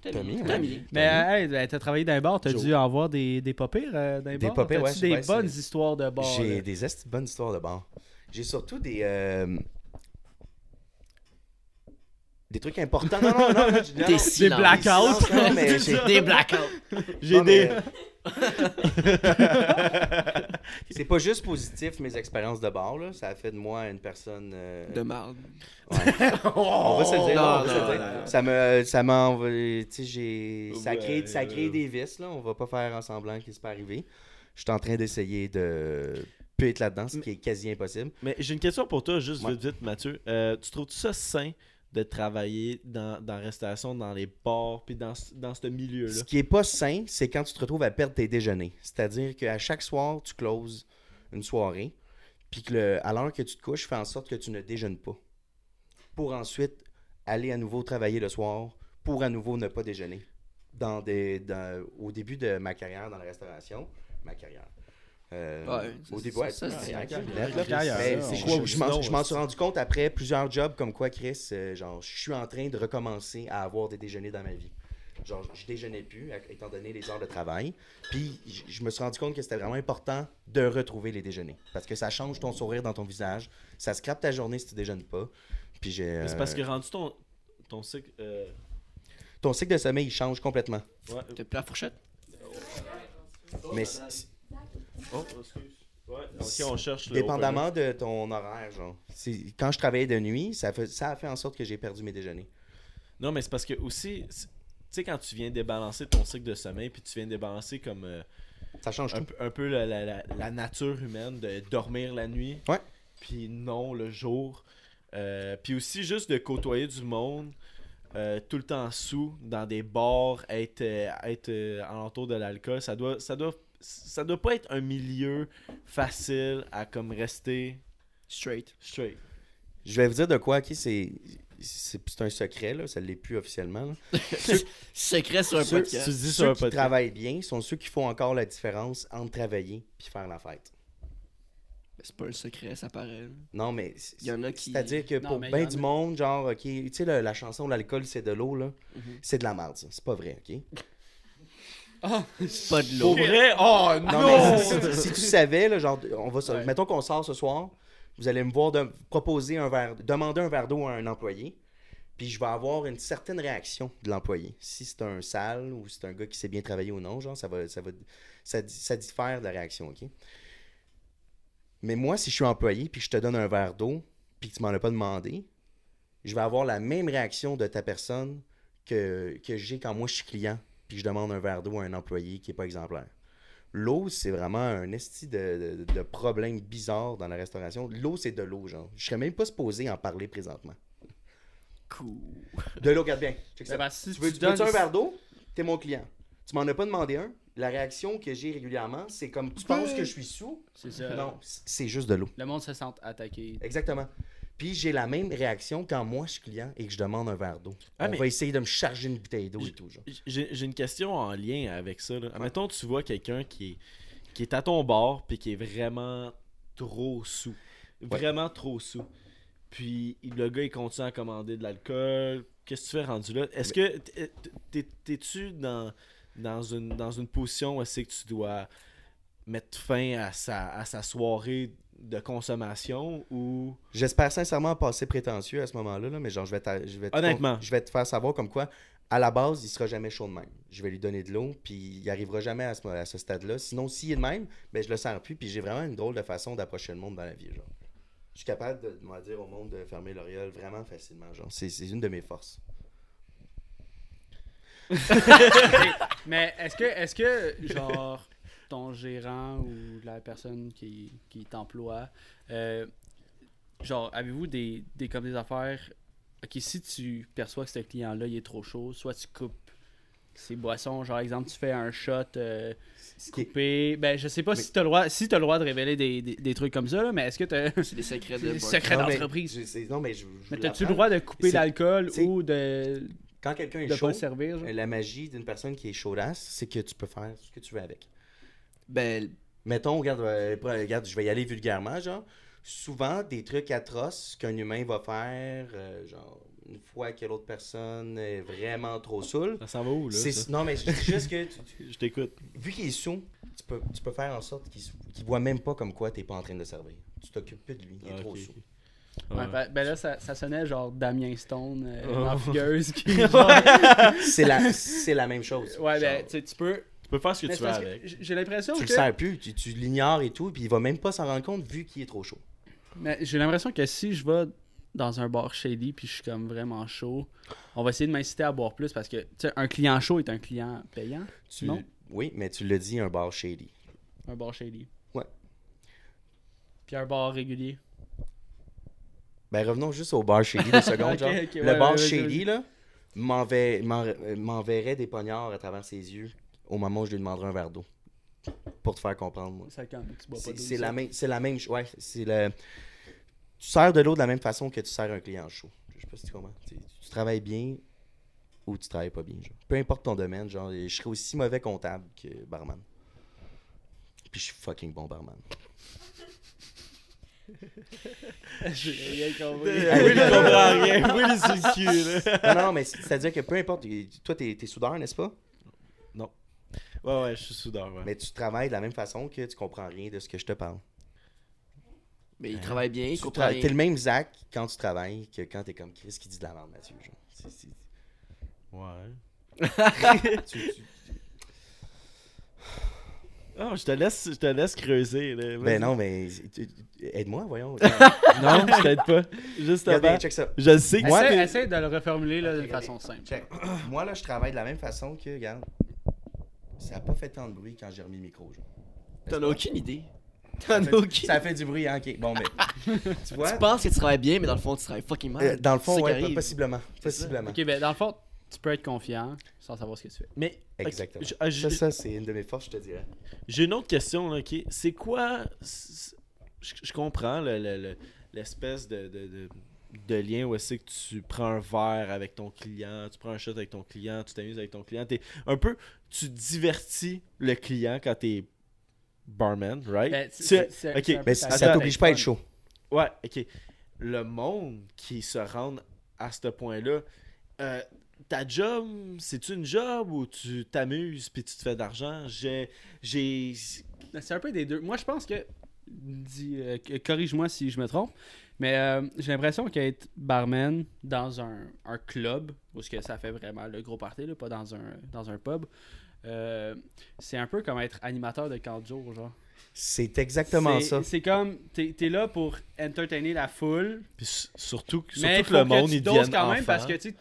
[SPEAKER 3] Tommy, ouais.
[SPEAKER 1] Tommy.
[SPEAKER 2] Mais euh, hey, ben, t'as travaillé dans un bar, t'as
[SPEAKER 3] Joe.
[SPEAKER 2] dû en voir des, des pas pires euh, dans les
[SPEAKER 3] Des
[SPEAKER 2] bars.
[SPEAKER 3] pas pires,
[SPEAKER 2] T'as-tu
[SPEAKER 3] ouais,
[SPEAKER 2] des
[SPEAKER 3] ouais, c'est-
[SPEAKER 2] bonnes histoires de bars.
[SPEAKER 3] J'ai
[SPEAKER 2] là?
[SPEAKER 3] des esti de bonnes histoires de bar. J'ai surtout des. euh, Des trucs importants. Non, non, non. non, je- non,
[SPEAKER 1] Des
[SPEAKER 3] non.
[SPEAKER 1] silences.
[SPEAKER 2] Des blackouts.
[SPEAKER 3] Silence, non, mais j'ai-
[SPEAKER 1] Des blackouts.
[SPEAKER 4] J'ai
[SPEAKER 3] non, mais,
[SPEAKER 4] des.
[SPEAKER 3] euh, C'est pas juste positif mes expériences de bar, là. Ça a fait de moi une personne. euh,
[SPEAKER 1] De marde.
[SPEAKER 4] Oh!
[SPEAKER 3] On va se le dire,
[SPEAKER 1] non,
[SPEAKER 3] on va se
[SPEAKER 1] non,
[SPEAKER 3] le dire. Ça me, ça m'a, envoyé- tu sais, j'ai, ça a créé, ça a créé des vis là. On va pas faire en semblant qu'il s'est pas arrivé. Je suis en train d'essayer de être là-dedans, ce qui est quasi impossible.
[SPEAKER 4] Mais j'ai une question pour toi, juste
[SPEAKER 3] Ouais.
[SPEAKER 4] vite, vite, Mathieu. Euh, tu trouves-tu ça sain de travailler dans, dans la restauration, dans les bars, puis dans, ce- dans ce milieu-là?
[SPEAKER 3] Ce qui est pas sain, c'est quand tu te retrouves à perdre tes déjeuners. C'est-à-dire qu'à chaque soir, tu closes une soirée, puis que le- à l'heure que tu te couches, fais en sorte que tu ne déjeunes pas, pour ensuite aller à nouveau travailler le soir, pour à nouveau ne pas déjeuner. Dans des, dans- au début de ma carrière dans la restauration, ma carrière. euh,
[SPEAKER 1] Ouais,
[SPEAKER 3] au
[SPEAKER 1] ça-
[SPEAKER 3] début,
[SPEAKER 1] ça-
[SPEAKER 3] ouais,
[SPEAKER 1] ça se dit.
[SPEAKER 3] ma
[SPEAKER 4] Ma
[SPEAKER 3] carrière.
[SPEAKER 4] carrière,
[SPEAKER 3] Mais
[SPEAKER 4] ça,
[SPEAKER 3] Ben, c'est
[SPEAKER 4] on-
[SPEAKER 3] quoi, je m'en-
[SPEAKER 4] Ben, sinon,
[SPEAKER 3] je m'en suis rendu compte après plusieurs jobs comme quoi, Chris, euh, genre, je suis en train de recommencer à avoir des déjeuners dans ma vie. Genre, je- je déjeunais plus, à- étant donné les heures de travail. Puis, j- je me suis rendu compte que c'était vraiment important de retrouver les déjeuners. Parce que ça change ton sourire dans ton visage. Ça scrape ta journée si tu déjeunes pas. Puis, j'ai.
[SPEAKER 4] Mais C'est
[SPEAKER 3] euh,
[SPEAKER 4] parce que rendu ton, ton cycle. euh,
[SPEAKER 3] Ton cycle de sommeil, il change complètement.
[SPEAKER 4] ouais,
[SPEAKER 1] T'as plus la fourchette?
[SPEAKER 3] Mais, c-
[SPEAKER 4] Oh, excuse. Ouais, ok, on cherche le.
[SPEAKER 3] dépendamment de ton horaire, genre. c'est- Quand je travaillais de nuit, ça, fait- ça a fait en sorte que j'ai perdu mes déjeuners.
[SPEAKER 4] Non, mais c'est parce que aussi, c'est- tu sais, quand tu viens débalancer ton cycle de sommeil, puis tu viens débalancer comme euh,
[SPEAKER 3] Ça change
[SPEAKER 4] un,
[SPEAKER 3] tout.
[SPEAKER 4] peu- un peu la, la- la- la nature humaine de dormir la nuit,
[SPEAKER 3] Ouais.
[SPEAKER 4] puis non le jour, euh, puis aussi juste de côtoyer du monde. euh, tout le temps sous, dans des bars, être, euh, être euh, alentour de l'alcool, ça doit, ça doit, ça doit pas être un milieu facile à comme rester
[SPEAKER 1] Straight.
[SPEAKER 4] straight.
[SPEAKER 3] Je vais vous dire de quoi, ok, c'est. C'est c'est un secret, là, ça ne l'est plus officiellement. là.
[SPEAKER 1] Secret sur un
[SPEAKER 3] Ceux-
[SPEAKER 1] podcast.
[SPEAKER 4] dis
[SPEAKER 3] Ceux qui travaillent bien sont ceux qui font encore la différence entre travailler et faire la fête.
[SPEAKER 1] Mais C'est pas un secret, ça paraît.
[SPEAKER 3] Non, mais. c'est-
[SPEAKER 1] Il y en a qui.
[SPEAKER 3] C'est-à-dire que
[SPEAKER 2] Non,
[SPEAKER 3] pour
[SPEAKER 2] mais
[SPEAKER 3] bien
[SPEAKER 2] y en
[SPEAKER 3] du
[SPEAKER 2] a-
[SPEAKER 3] monde, genre, ok, tu sais, la, la chanson L'alcool, c'est de l'eau, là,
[SPEAKER 1] Mhm.
[SPEAKER 3] c'est de la merde, ça. C'est pas vrai, ok?
[SPEAKER 1] Pas de
[SPEAKER 4] Pour
[SPEAKER 1] l'eau.
[SPEAKER 4] vrai? Oh
[SPEAKER 3] Non, mais si, si- si tu savais, là, genre, on va se-
[SPEAKER 2] Ouais.
[SPEAKER 3] mettons qu'on sort ce soir, vous allez me voir de- proposer un verre, demander un verre d'eau à un employé, puis je vais avoir une certaine réaction de l'employé. Si c'est un sale ou si c'est un gars qui sait bien travailler ou non, genre, ça va, ça va, ça, di- ça diffère de la réaction, ok? Mais moi, si je suis employé puis que je te donne un verre d'eau puis que tu m'en as pas demandé, je vais avoir la même réaction de ta personne que, que j'ai quand moi je suis client puis que je demande un verre d'eau à un employé qui est pas exemplaire. L'eau, c'est vraiment un esti de, de- de problème bizarre dans la restauration. L'eau, c'est de l'eau, genre. Je serais même pas supposé en parler présentement.
[SPEAKER 1] Cool.
[SPEAKER 3] De l'eau, regarde bien. Check ça.
[SPEAKER 2] Ben, ben, si
[SPEAKER 3] tu veux,
[SPEAKER 2] tu
[SPEAKER 3] tu veux-tu
[SPEAKER 2] donnes-
[SPEAKER 3] un verre d'eau? T'es mon client. Tu m'en as pas demandé un. La réaction que j'ai régulièrement, c'est comme tu penses que je suis sous?
[SPEAKER 2] C'est ça.
[SPEAKER 3] Non, c- c'est juste de l'eau.
[SPEAKER 2] Le monde se sent attaqué.
[SPEAKER 3] Exactement. Puis j'ai la même réaction quand moi je suis client et que je demande un verre d'eau.
[SPEAKER 4] Ah,
[SPEAKER 3] On
[SPEAKER 4] mais-
[SPEAKER 3] va essayer de me charger une bouteille d'eau
[SPEAKER 4] J-
[SPEAKER 3] et tout. Genre.
[SPEAKER 4] J'ai j'ai une question en lien avec ça. Là. Mettons, tu vois quelqu'un qui est, qui est à ton bord puis qui est vraiment trop sous. Vraiment trop sous. Puis il- le gars, il continue à commander de l'alcool. Qu'est-ce que tu fais rendu là? Est-ce que t'es- t'es- t'es-tu dans, dans, une, dans une position où c'est que tu dois mettre fin à sa, à sa soirée de consommation ou.
[SPEAKER 3] J'espère sincèrement passer prétentieux à ce moment-là, là, mais genre je vais, t'a- je, vais te
[SPEAKER 4] Honnêtement.
[SPEAKER 3] je vais te faire savoir comme quoi à la base, il sera jamais chaud de même. Je vais lui donner de l'eau, puis il arrivera jamais à ce, à ce stade-là. Sinon, s'il est de même, ben, je le sens plus, puis j'ai vraiment une drôle de façon d'approcher le monde dans la vie. Genre. Je suis capable de, de m'en dire au monde de fermer l'oriole vraiment facilement. Genre. C'est, c'est une de mes forces.
[SPEAKER 2] Mais est-ce que, est-ce que, genre, ton gérant ou la personne qui, qui t'emploie, euh, genre, avez-vous des, des, comme des affaires. Ok, si tu perçois que ce client-là, il est trop chaud, soit tu coupes ses boissons, genre, exemple, tu fais un shot euh,
[SPEAKER 3] Ce qui est-
[SPEAKER 2] coupé. Ben, je sais pas
[SPEAKER 3] Mais-
[SPEAKER 2] si t'as le droit, si t'as le droit de révéler des, des, des trucs comme ça, là, mais est-ce que t'as.
[SPEAKER 1] C'est des secrets de
[SPEAKER 2] des
[SPEAKER 1] bar.
[SPEAKER 2] secrets
[SPEAKER 3] Non, mais
[SPEAKER 2] d'entreprise.
[SPEAKER 3] je- c'est- non, mais je- je vous
[SPEAKER 2] Mais t'as-tu
[SPEAKER 3] l'apprends.
[SPEAKER 2] le droit de couper
[SPEAKER 3] C'est-
[SPEAKER 2] l'alcool
[SPEAKER 3] c'est-
[SPEAKER 2] ou de,
[SPEAKER 3] Quand quelqu'un est
[SPEAKER 2] de pas
[SPEAKER 3] chaud,
[SPEAKER 2] le servir, genre?
[SPEAKER 3] euh, la magie d'une personne qui est chaudasse, c'est que tu peux faire ce que tu veux avec.
[SPEAKER 1] Ben,
[SPEAKER 3] Mettons, regarde, euh, pre- regarde, je vais y aller vulgairement, genre. Souvent, des trucs atroces qu'un humain va faire, euh, genre, une fois que l'autre personne est vraiment trop saoule.
[SPEAKER 4] Ça s'en va où, là?
[SPEAKER 3] c'est-
[SPEAKER 4] ça?
[SPEAKER 3] Non, mais je dis juste que, tu- tu-
[SPEAKER 4] Je t'écoute.
[SPEAKER 3] vu qu'il est saoul, tu peux, tu peux faire en sorte qu'il ne voit même pas comme quoi tu n'es pas en train de le servir. Tu t'occupes plus de lui, il est
[SPEAKER 4] Ah,
[SPEAKER 3] trop
[SPEAKER 4] ok.
[SPEAKER 3] saoul.
[SPEAKER 4] Ouais.
[SPEAKER 2] Ouais, ben- ben là, ça, ça sonnait genre Damien Stone, euh, dans
[SPEAKER 4] Oh.
[SPEAKER 2] Fugueuse, qui, genre,
[SPEAKER 3] C'est la, c'est la même chose.
[SPEAKER 2] Ouais, ben,
[SPEAKER 3] genre.
[SPEAKER 2] tu sais, tu peux.
[SPEAKER 4] Tu peux faire ce que
[SPEAKER 2] Mais
[SPEAKER 4] tu
[SPEAKER 2] c'est
[SPEAKER 4] veux
[SPEAKER 2] parce que
[SPEAKER 4] avec.
[SPEAKER 2] j- J'ai l'impression
[SPEAKER 3] tu
[SPEAKER 2] que.
[SPEAKER 3] le sers plus, tu, tu l'ignores et tout, puis il va même pas s'en rendre compte vu qu'il est trop chaud.
[SPEAKER 2] mais j'ai l'impression que si je vais dans un bar shady puis je suis comme vraiment chaud, on va essayer de m'inciter à boire plus parce que, tu sais, un client chaud est un client payant.
[SPEAKER 3] Tu-
[SPEAKER 2] Non.
[SPEAKER 3] Oui, mais tu le dis, un bar shady.
[SPEAKER 2] Un bar shady.
[SPEAKER 3] Ouais.
[SPEAKER 2] Puis un bar régulier.
[SPEAKER 3] Ben revenons juste au bar shady deux secondes,
[SPEAKER 2] Ok,
[SPEAKER 3] genre.
[SPEAKER 2] ok, ouais,
[SPEAKER 3] le bar
[SPEAKER 2] ouais,
[SPEAKER 3] shady,
[SPEAKER 2] vas-y.
[SPEAKER 3] là, m'enver- m'en- euh, m'enverrait des poignards à travers ses yeux au moment où je lui demanderais un verre d'eau. Pour te faire comprendre, moi.
[SPEAKER 2] Ça quand tu bois pas
[SPEAKER 3] C'est
[SPEAKER 2] d'eau,
[SPEAKER 3] c'est
[SPEAKER 2] ça.
[SPEAKER 3] la même. C'est la même. ch- Ouais, c'est le. Tu sers de l'eau de la même façon que tu sers un client chaud. Je sais pas si tu comprends. Tu, tu travailles bien ou tu travailles pas bien. genre. Peu importe ton domaine, genre, je serais aussi mauvais comptable que barman. Puis je suis fucking bon barman.
[SPEAKER 2] J'ai rien compris.
[SPEAKER 4] Will, il comprend rien. Will, c'est le cul, là.
[SPEAKER 3] non, non, mais c'est- c'est-à-dire que peu importe. Toi, t'es es soudeur, n'est-ce pas?
[SPEAKER 4] Ouais, ouais, je suis soudeur, ouais.
[SPEAKER 3] Mais tu travailles de la même façon que tu comprends rien de ce que je te parle.
[SPEAKER 1] mais il travaille bien, il
[SPEAKER 3] Tu
[SPEAKER 1] comprend
[SPEAKER 3] tra-
[SPEAKER 1] rien.
[SPEAKER 3] T'es le même Zach quand tu travailles que quand t'es comme Chris qui dit de la merde, Mathieu. genre. C'est- c'est-
[SPEAKER 4] Ouais.
[SPEAKER 3] tu- tu-
[SPEAKER 4] Ah, je te laisse, je te laisse creuser, là. Vas-y.
[SPEAKER 3] Ben non, mais tu- tu- aide-moi, voyons.
[SPEAKER 4] Non, je t'aide pas. Juste avant.
[SPEAKER 3] Regardez, check ça.
[SPEAKER 4] Je le sais que
[SPEAKER 2] Essaie,
[SPEAKER 4] c'est-
[SPEAKER 2] essaie de le reformuler là, de
[SPEAKER 3] Ok,
[SPEAKER 2] façon
[SPEAKER 3] regardez.
[SPEAKER 2] simple.
[SPEAKER 3] Check. Moi, là, je travaille de la même façon que, regarde, ça a pas fait tant de bruit quand j'ai remis le micro. genre.
[SPEAKER 1] T'en as aucune idée.
[SPEAKER 3] Ça
[SPEAKER 1] T'en as
[SPEAKER 3] fait-
[SPEAKER 1] aucune
[SPEAKER 3] Ça fait du bruit, hein, ok. Bon, mais. tu vois?
[SPEAKER 1] Tu penses que tu travailles bien, mais dans le fond, tu travailles fucking mal.
[SPEAKER 3] Euh, dans le
[SPEAKER 1] C'est
[SPEAKER 3] fond,
[SPEAKER 1] ça qui
[SPEAKER 3] ouais,
[SPEAKER 1] arrive.
[SPEAKER 3] possiblement. Possiblement.
[SPEAKER 2] Ok, ben, dans le fond, tu peux être confiant sans savoir ce que tu fais.
[SPEAKER 4] Mais. ok,
[SPEAKER 3] Exactement.
[SPEAKER 4] j- ah,
[SPEAKER 3] Ça,
[SPEAKER 4] j-
[SPEAKER 3] ça c'est une de mes forces, je te dirais.
[SPEAKER 4] J'ai une autre question, là, ok. C'est quoi. c'est- Je je comprends le- le- le- l'espèce de, de, de, de lien où c'est que tu prends un verre avec ton client, tu prends un shot avec ton client, tu t'amuses avec ton client. T'es un peu. Tu divertis le client quand t'es barman, right?
[SPEAKER 2] Ben,
[SPEAKER 4] Tu-
[SPEAKER 2] c'est- c'est- c'est-
[SPEAKER 4] ok,
[SPEAKER 2] c'est un peu
[SPEAKER 3] Mais
[SPEAKER 2] ta-
[SPEAKER 4] attends,
[SPEAKER 3] ça t'oblige pas à être chaud.
[SPEAKER 4] Ouais, ok. Le monde qui se rend à ce point-là, euh, ta job, c'est-tu une job où tu t'amuses puis tu te fais de l'argent? J'ai. J'ai.
[SPEAKER 2] Ben, C'est un peu des deux. Moi, je pense que. dis, euh, que- Corrige-moi si je me trompe, mais euh, j'ai l'impression qu'être barman dans un, un club, où ce que ça fait vraiment le gros party, là, pas dans un, dans un pub, euh, c'est un peu comme être animateur de camp de jour, genre.
[SPEAKER 3] C'est exactement
[SPEAKER 2] C'est-
[SPEAKER 3] ça.
[SPEAKER 2] C'est comme, t'es es là pour entertainer la foule,
[SPEAKER 4] Puis s- surtout, surtout
[SPEAKER 2] mais
[SPEAKER 4] que le
[SPEAKER 2] faut
[SPEAKER 4] monde,
[SPEAKER 2] que tu
[SPEAKER 4] il
[SPEAKER 2] doses
[SPEAKER 4] devient
[SPEAKER 2] quand même parce que, tu sais,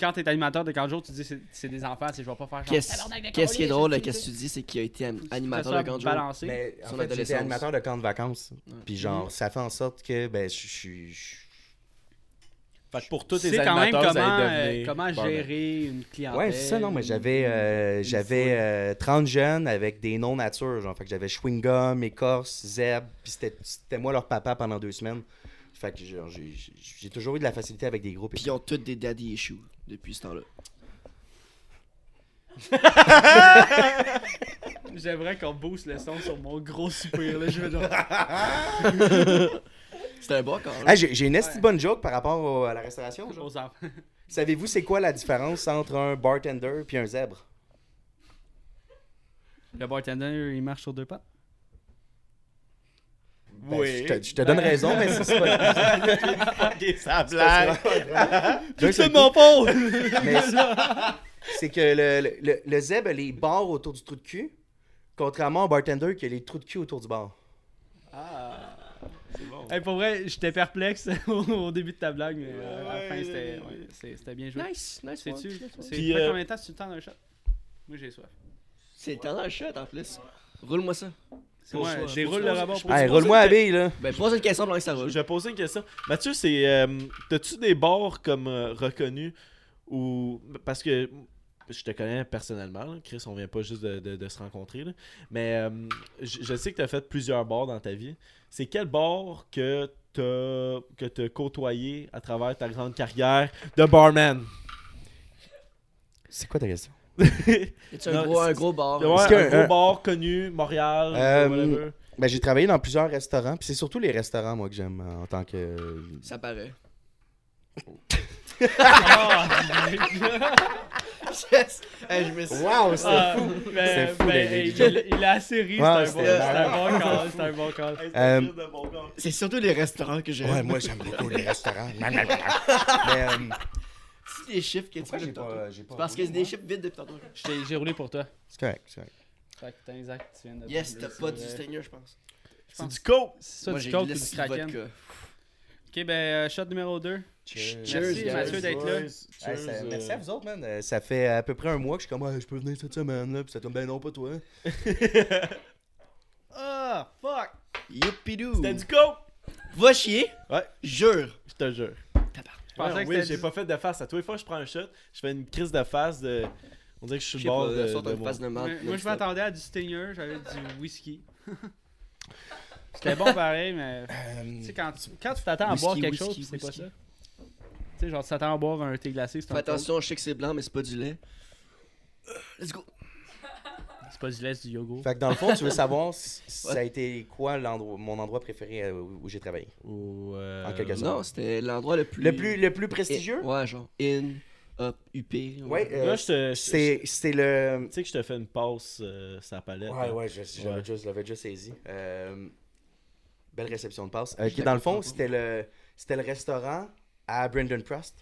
[SPEAKER 2] quand t'es animateur de camp de jour, tu dis c'est- c'est des enfants, tu sais, je vais pas faire genre, Tabarnak de
[SPEAKER 1] Qu'est-ce qu'est-ce qui est
[SPEAKER 2] collier,
[SPEAKER 1] drôle,
[SPEAKER 2] c'est-
[SPEAKER 1] qu'est-ce que tu dis, c'est qu'il a été an- animateur
[SPEAKER 2] Ça
[SPEAKER 1] de Ben,
[SPEAKER 2] soit
[SPEAKER 1] Ganjo.
[SPEAKER 2] balancé.
[SPEAKER 3] Mais en
[SPEAKER 1] Son
[SPEAKER 3] fait, j'étais
[SPEAKER 1] adolescence.
[SPEAKER 3] animateur de camp de vacances. Puis genre, ça fait en sorte que, ben, je suis. je-
[SPEAKER 4] Fait que pour tous
[SPEAKER 2] C'est
[SPEAKER 4] les
[SPEAKER 2] quand même
[SPEAKER 4] animateurs, vous
[SPEAKER 2] comment,
[SPEAKER 4] allez
[SPEAKER 2] euh,
[SPEAKER 4] devenir
[SPEAKER 2] comment
[SPEAKER 4] barman.
[SPEAKER 2] gérer une clientèle.
[SPEAKER 3] Ouais, c'est ça, non, mais j'avais euh, j'avais euh, 30 jeunes avec des noms nature, genre. Fait que j'avais chewing-gum, écorce, zèbre, puis c'était- c'était moi leur papa pendant deux semaines. Fait que genre, j'ai- j'ai j'ai toujours eu de la facilité avec des groupes. et
[SPEAKER 1] Puis ils ont tous des daddy issues depuis ce temps-là.
[SPEAKER 2] J'aimerais qu'on booste le son sur mon gros soupir, là. Je veux dire.
[SPEAKER 1] C'était un bon quand
[SPEAKER 3] tout. Ah, j'ai j'ai une esti de bonne joke par rapport au- à la restauration. genre.
[SPEAKER 2] Aux enfants.
[SPEAKER 3] Savez-vous c'est quoi la différence entre un bartender puis un zèbre?
[SPEAKER 2] Le bartender, il marche sur deux pattes.
[SPEAKER 3] Ben, je te, je te donne raison, mais c'est- c'est pas
[SPEAKER 4] Ok, ça
[SPEAKER 3] c'est pas-
[SPEAKER 4] blague.
[SPEAKER 3] c'est pas-
[SPEAKER 4] Je
[SPEAKER 3] D'un
[SPEAKER 4] sais
[SPEAKER 3] seul
[SPEAKER 4] Ah. mon pauvre.
[SPEAKER 3] coup, mais c'est- C'est que le, le, le- le Zeb a les barres autour du trou de cul, contrairement au bartender qui a les trous de cul autour du bar.
[SPEAKER 2] Ah, Hey, pour vrai, j'étais perplexe au, au début de ta blague, mais euh, à la fin,
[SPEAKER 4] Ouais,
[SPEAKER 2] c'était
[SPEAKER 4] ouais,
[SPEAKER 2] ouais,
[SPEAKER 4] ouais.
[SPEAKER 2] c'est- c'était bien joué.
[SPEAKER 1] Nice, nice. one,
[SPEAKER 2] C'est-tu
[SPEAKER 1] nice one.
[SPEAKER 2] c'est-
[SPEAKER 4] Puis,
[SPEAKER 2] ça fait
[SPEAKER 4] euh,
[SPEAKER 2] combien de temps c'est le temps d'un shot? Moi, j'ai soif.
[SPEAKER 1] C'est t'en as un shot en plus. Roule-moi ça.
[SPEAKER 2] C'est
[SPEAKER 4] Bon
[SPEAKER 2] moi,
[SPEAKER 4] choix.
[SPEAKER 2] je
[SPEAKER 4] Je
[SPEAKER 2] déroule
[SPEAKER 4] pense-
[SPEAKER 2] le
[SPEAKER 4] je
[SPEAKER 2] rebord
[SPEAKER 4] pense-
[SPEAKER 2] pour Ah,
[SPEAKER 3] Hey,
[SPEAKER 4] tu
[SPEAKER 3] roule-moi la
[SPEAKER 4] poses une
[SPEAKER 3] bille, là.
[SPEAKER 1] Ben, pose une question pendant que ça roule.
[SPEAKER 4] Je vais poser une question. Mathieu, c'est. euh, T'as-tu des bars comme euh, reconnus ou. Parce que je te connais personnellement, là. Chris, on vient pas juste de, de- de se rencontrer, là. mais euh, je, je sais que t'as fait plusieurs bars dans ta vie. C'est quel bar que t'as que t'as côtoyé à travers ta grande carrière de barman
[SPEAKER 3] C'est quoi ta question?
[SPEAKER 1] C'est un
[SPEAKER 4] Non,
[SPEAKER 1] gros,
[SPEAKER 4] c'est-
[SPEAKER 1] un gros bar.
[SPEAKER 4] Ouais,
[SPEAKER 3] Est-ce que,
[SPEAKER 4] un gros
[SPEAKER 3] euh,
[SPEAKER 4] bar connu, Montréal,
[SPEAKER 3] Euh,
[SPEAKER 4] whatever.
[SPEAKER 3] Ben, j'ai travaillé dans plusieurs restaurants, puis c'est surtout les restaurants, moi, que j'aime euh, en tant que.
[SPEAKER 1] Ça paraît.
[SPEAKER 2] ah,
[SPEAKER 1] yes! Hey, je me suis.
[SPEAKER 3] Wow,
[SPEAKER 2] Ah, ben,
[SPEAKER 3] C'était fou,
[SPEAKER 2] ben,
[SPEAKER 3] la
[SPEAKER 2] hey,
[SPEAKER 3] vidéo.
[SPEAKER 2] il- il a série, c'est
[SPEAKER 3] Ouais,
[SPEAKER 2] un bon-
[SPEAKER 3] c'était
[SPEAKER 2] c'est un
[SPEAKER 3] marrant.
[SPEAKER 2] bon call, c'est un bon call.
[SPEAKER 3] Euh,
[SPEAKER 1] C'est surtout les restaurants que j'ai.
[SPEAKER 3] Ouais, moi, j'aime beaucoup les restaurants. Mais, euh,
[SPEAKER 1] C'est des chiffres que tu
[SPEAKER 3] Pourquoi
[SPEAKER 1] fais
[SPEAKER 3] j'ai
[SPEAKER 1] depuis
[SPEAKER 3] pas-
[SPEAKER 1] tantôt.
[SPEAKER 3] euh, j'ai pas
[SPEAKER 1] C'est Parce que
[SPEAKER 3] roulé,
[SPEAKER 1] c'est des
[SPEAKER 3] moi?
[SPEAKER 1] chiffres vides depuis tantôt.
[SPEAKER 2] Je t'ai- J'ai roulé pour toi.
[SPEAKER 3] C'est correct, c'est correct.
[SPEAKER 2] Fait que t'as exact, tu viens de-
[SPEAKER 1] Yes, t'as pas du
[SPEAKER 2] C'est, euh,
[SPEAKER 1] stinger, je pense.
[SPEAKER 4] C'est du coke.
[SPEAKER 2] C'est ça
[SPEAKER 1] Moi,
[SPEAKER 2] du
[SPEAKER 1] j'ai
[SPEAKER 2] coke ou
[SPEAKER 1] laissé
[SPEAKER 2] du kraken.
[SPEAKER 1] vodka.
[SPEAKER 2] Ok, ben, euh, shot numéro 2.
[SPEAKER 1] Cheers,
[SPEAKER 2] Merci
[SPEAKER 1] guys.
[SPEAKER 2] Mathieu d'être là.
[SPEAKER 3] Hey, ça- merci à vous autres, man. Euh, ça fait à peu près un mois que je suis comme, Ah, je peux venir cette semaine, là, puis ça tombe ben non, pas toi.
[SPEAKER 2] Ah, fuck!
[SPEAKER 1] Youpidou.
[SPEAKER 4] C'était du coke.
[SPEAKER 1] Va chier.
[SPEAKER 4] Ouais.
[SPEAKER 1] Jure.
[SPEAKER 4] Je te jure.
[SPEAKER 2] Je
[SPEAKER 4] Ouais,
[SPEAKER 2] pensais que
[SPEAKER 4] oui,
[SPEAKER 2] c'était
[SPEAKER 4] j'ai
[SPEAKER 2] du-
[SPEAKER 4] pas fait de face. À tous les fois que je prends un shot, je fais une crise de face de. On dirait que je suis
[SPEAKER 1] Je
[SPEAKER 4] le
[SPEAKER 1] sais
[SPEAKER 4] bord
[SPEAKER 1] pas, euh,
[SPEAKER 4] de.
[SPEAKER 1] sorte
[SPEAKER 4] de
[SPEAKER 1] une
[SPEAKER 4] mon-
[SPEAKER 1] face de menthe.
[SPEAKER 2] Ouais, moi,
[SPEAKER 1] non,
[SPEAKER 2] je
[SPEAKER 1] c'est-
[SPEAKER 2] m'attendais à du stinger, j'avais du whisky. C'était bon pareil, mais tu sais, quand tu quand tu t'attends à
[SPEAKER 1] Whisky,
[SPEAKER 2] boire quelque
[SPEAKER 1] whisky,
[SPEAKER 2] chose, puis c'est pas
[SPEAKER 1] whisky.
[SPEAKER 2] ça. Tu sais, genre, tu t'attends à boire un thé glacé, c'est
[SPEAKER 1] Fais
[SPEAKER 2] un coke.
[SPEAKER 1] attention, je sais que c'est blanc, mais c'est pas du lait.
[SPEAKER 3] Euh,
[SPEAKER 1] Let's go.
[SPEAKER 2] C'est pas du lait, c'est du yogourt.
[SPEAKER 3] Fait que dans le fond, tu veux savoir si ça a été quoi l'endroit, mon endroit préféré euh, où, où j'ai travaillé.
[SPEAKER 4] Ou, euh,
[SPEAKER 3] En quelque sorte.
[SPEAKER 1] Non, c'était l'endroit le plus.
[SPEAKER 3] Le plus, le plus
[SPEAKER 1] Eh,
[SPEAKER 3] prestigieux?
[SPEAKER 1] Ouais, genre in, up, up.
[SPEAKER 3] Ouais, euh,
[SPEAKER 4] Là, je te. je-
[SPEAKER 3] c'est c'est le...
[SPEAKER 4] Tu sais que je te fais une passe euh, sur la palette.
[SPEAKER 3] Ouais,
[SPEAKER 4] là.
[SPEAKER 3] ouais, je, je
[SPEAKER 4] Ouais.
[SPEAKER 3] l'avais Juste, je l'avais déjà saisi. Euh, belle réception de passe. Euh, qui, dans le fond, c'était le, c'était le restaurant à Brendan Prost.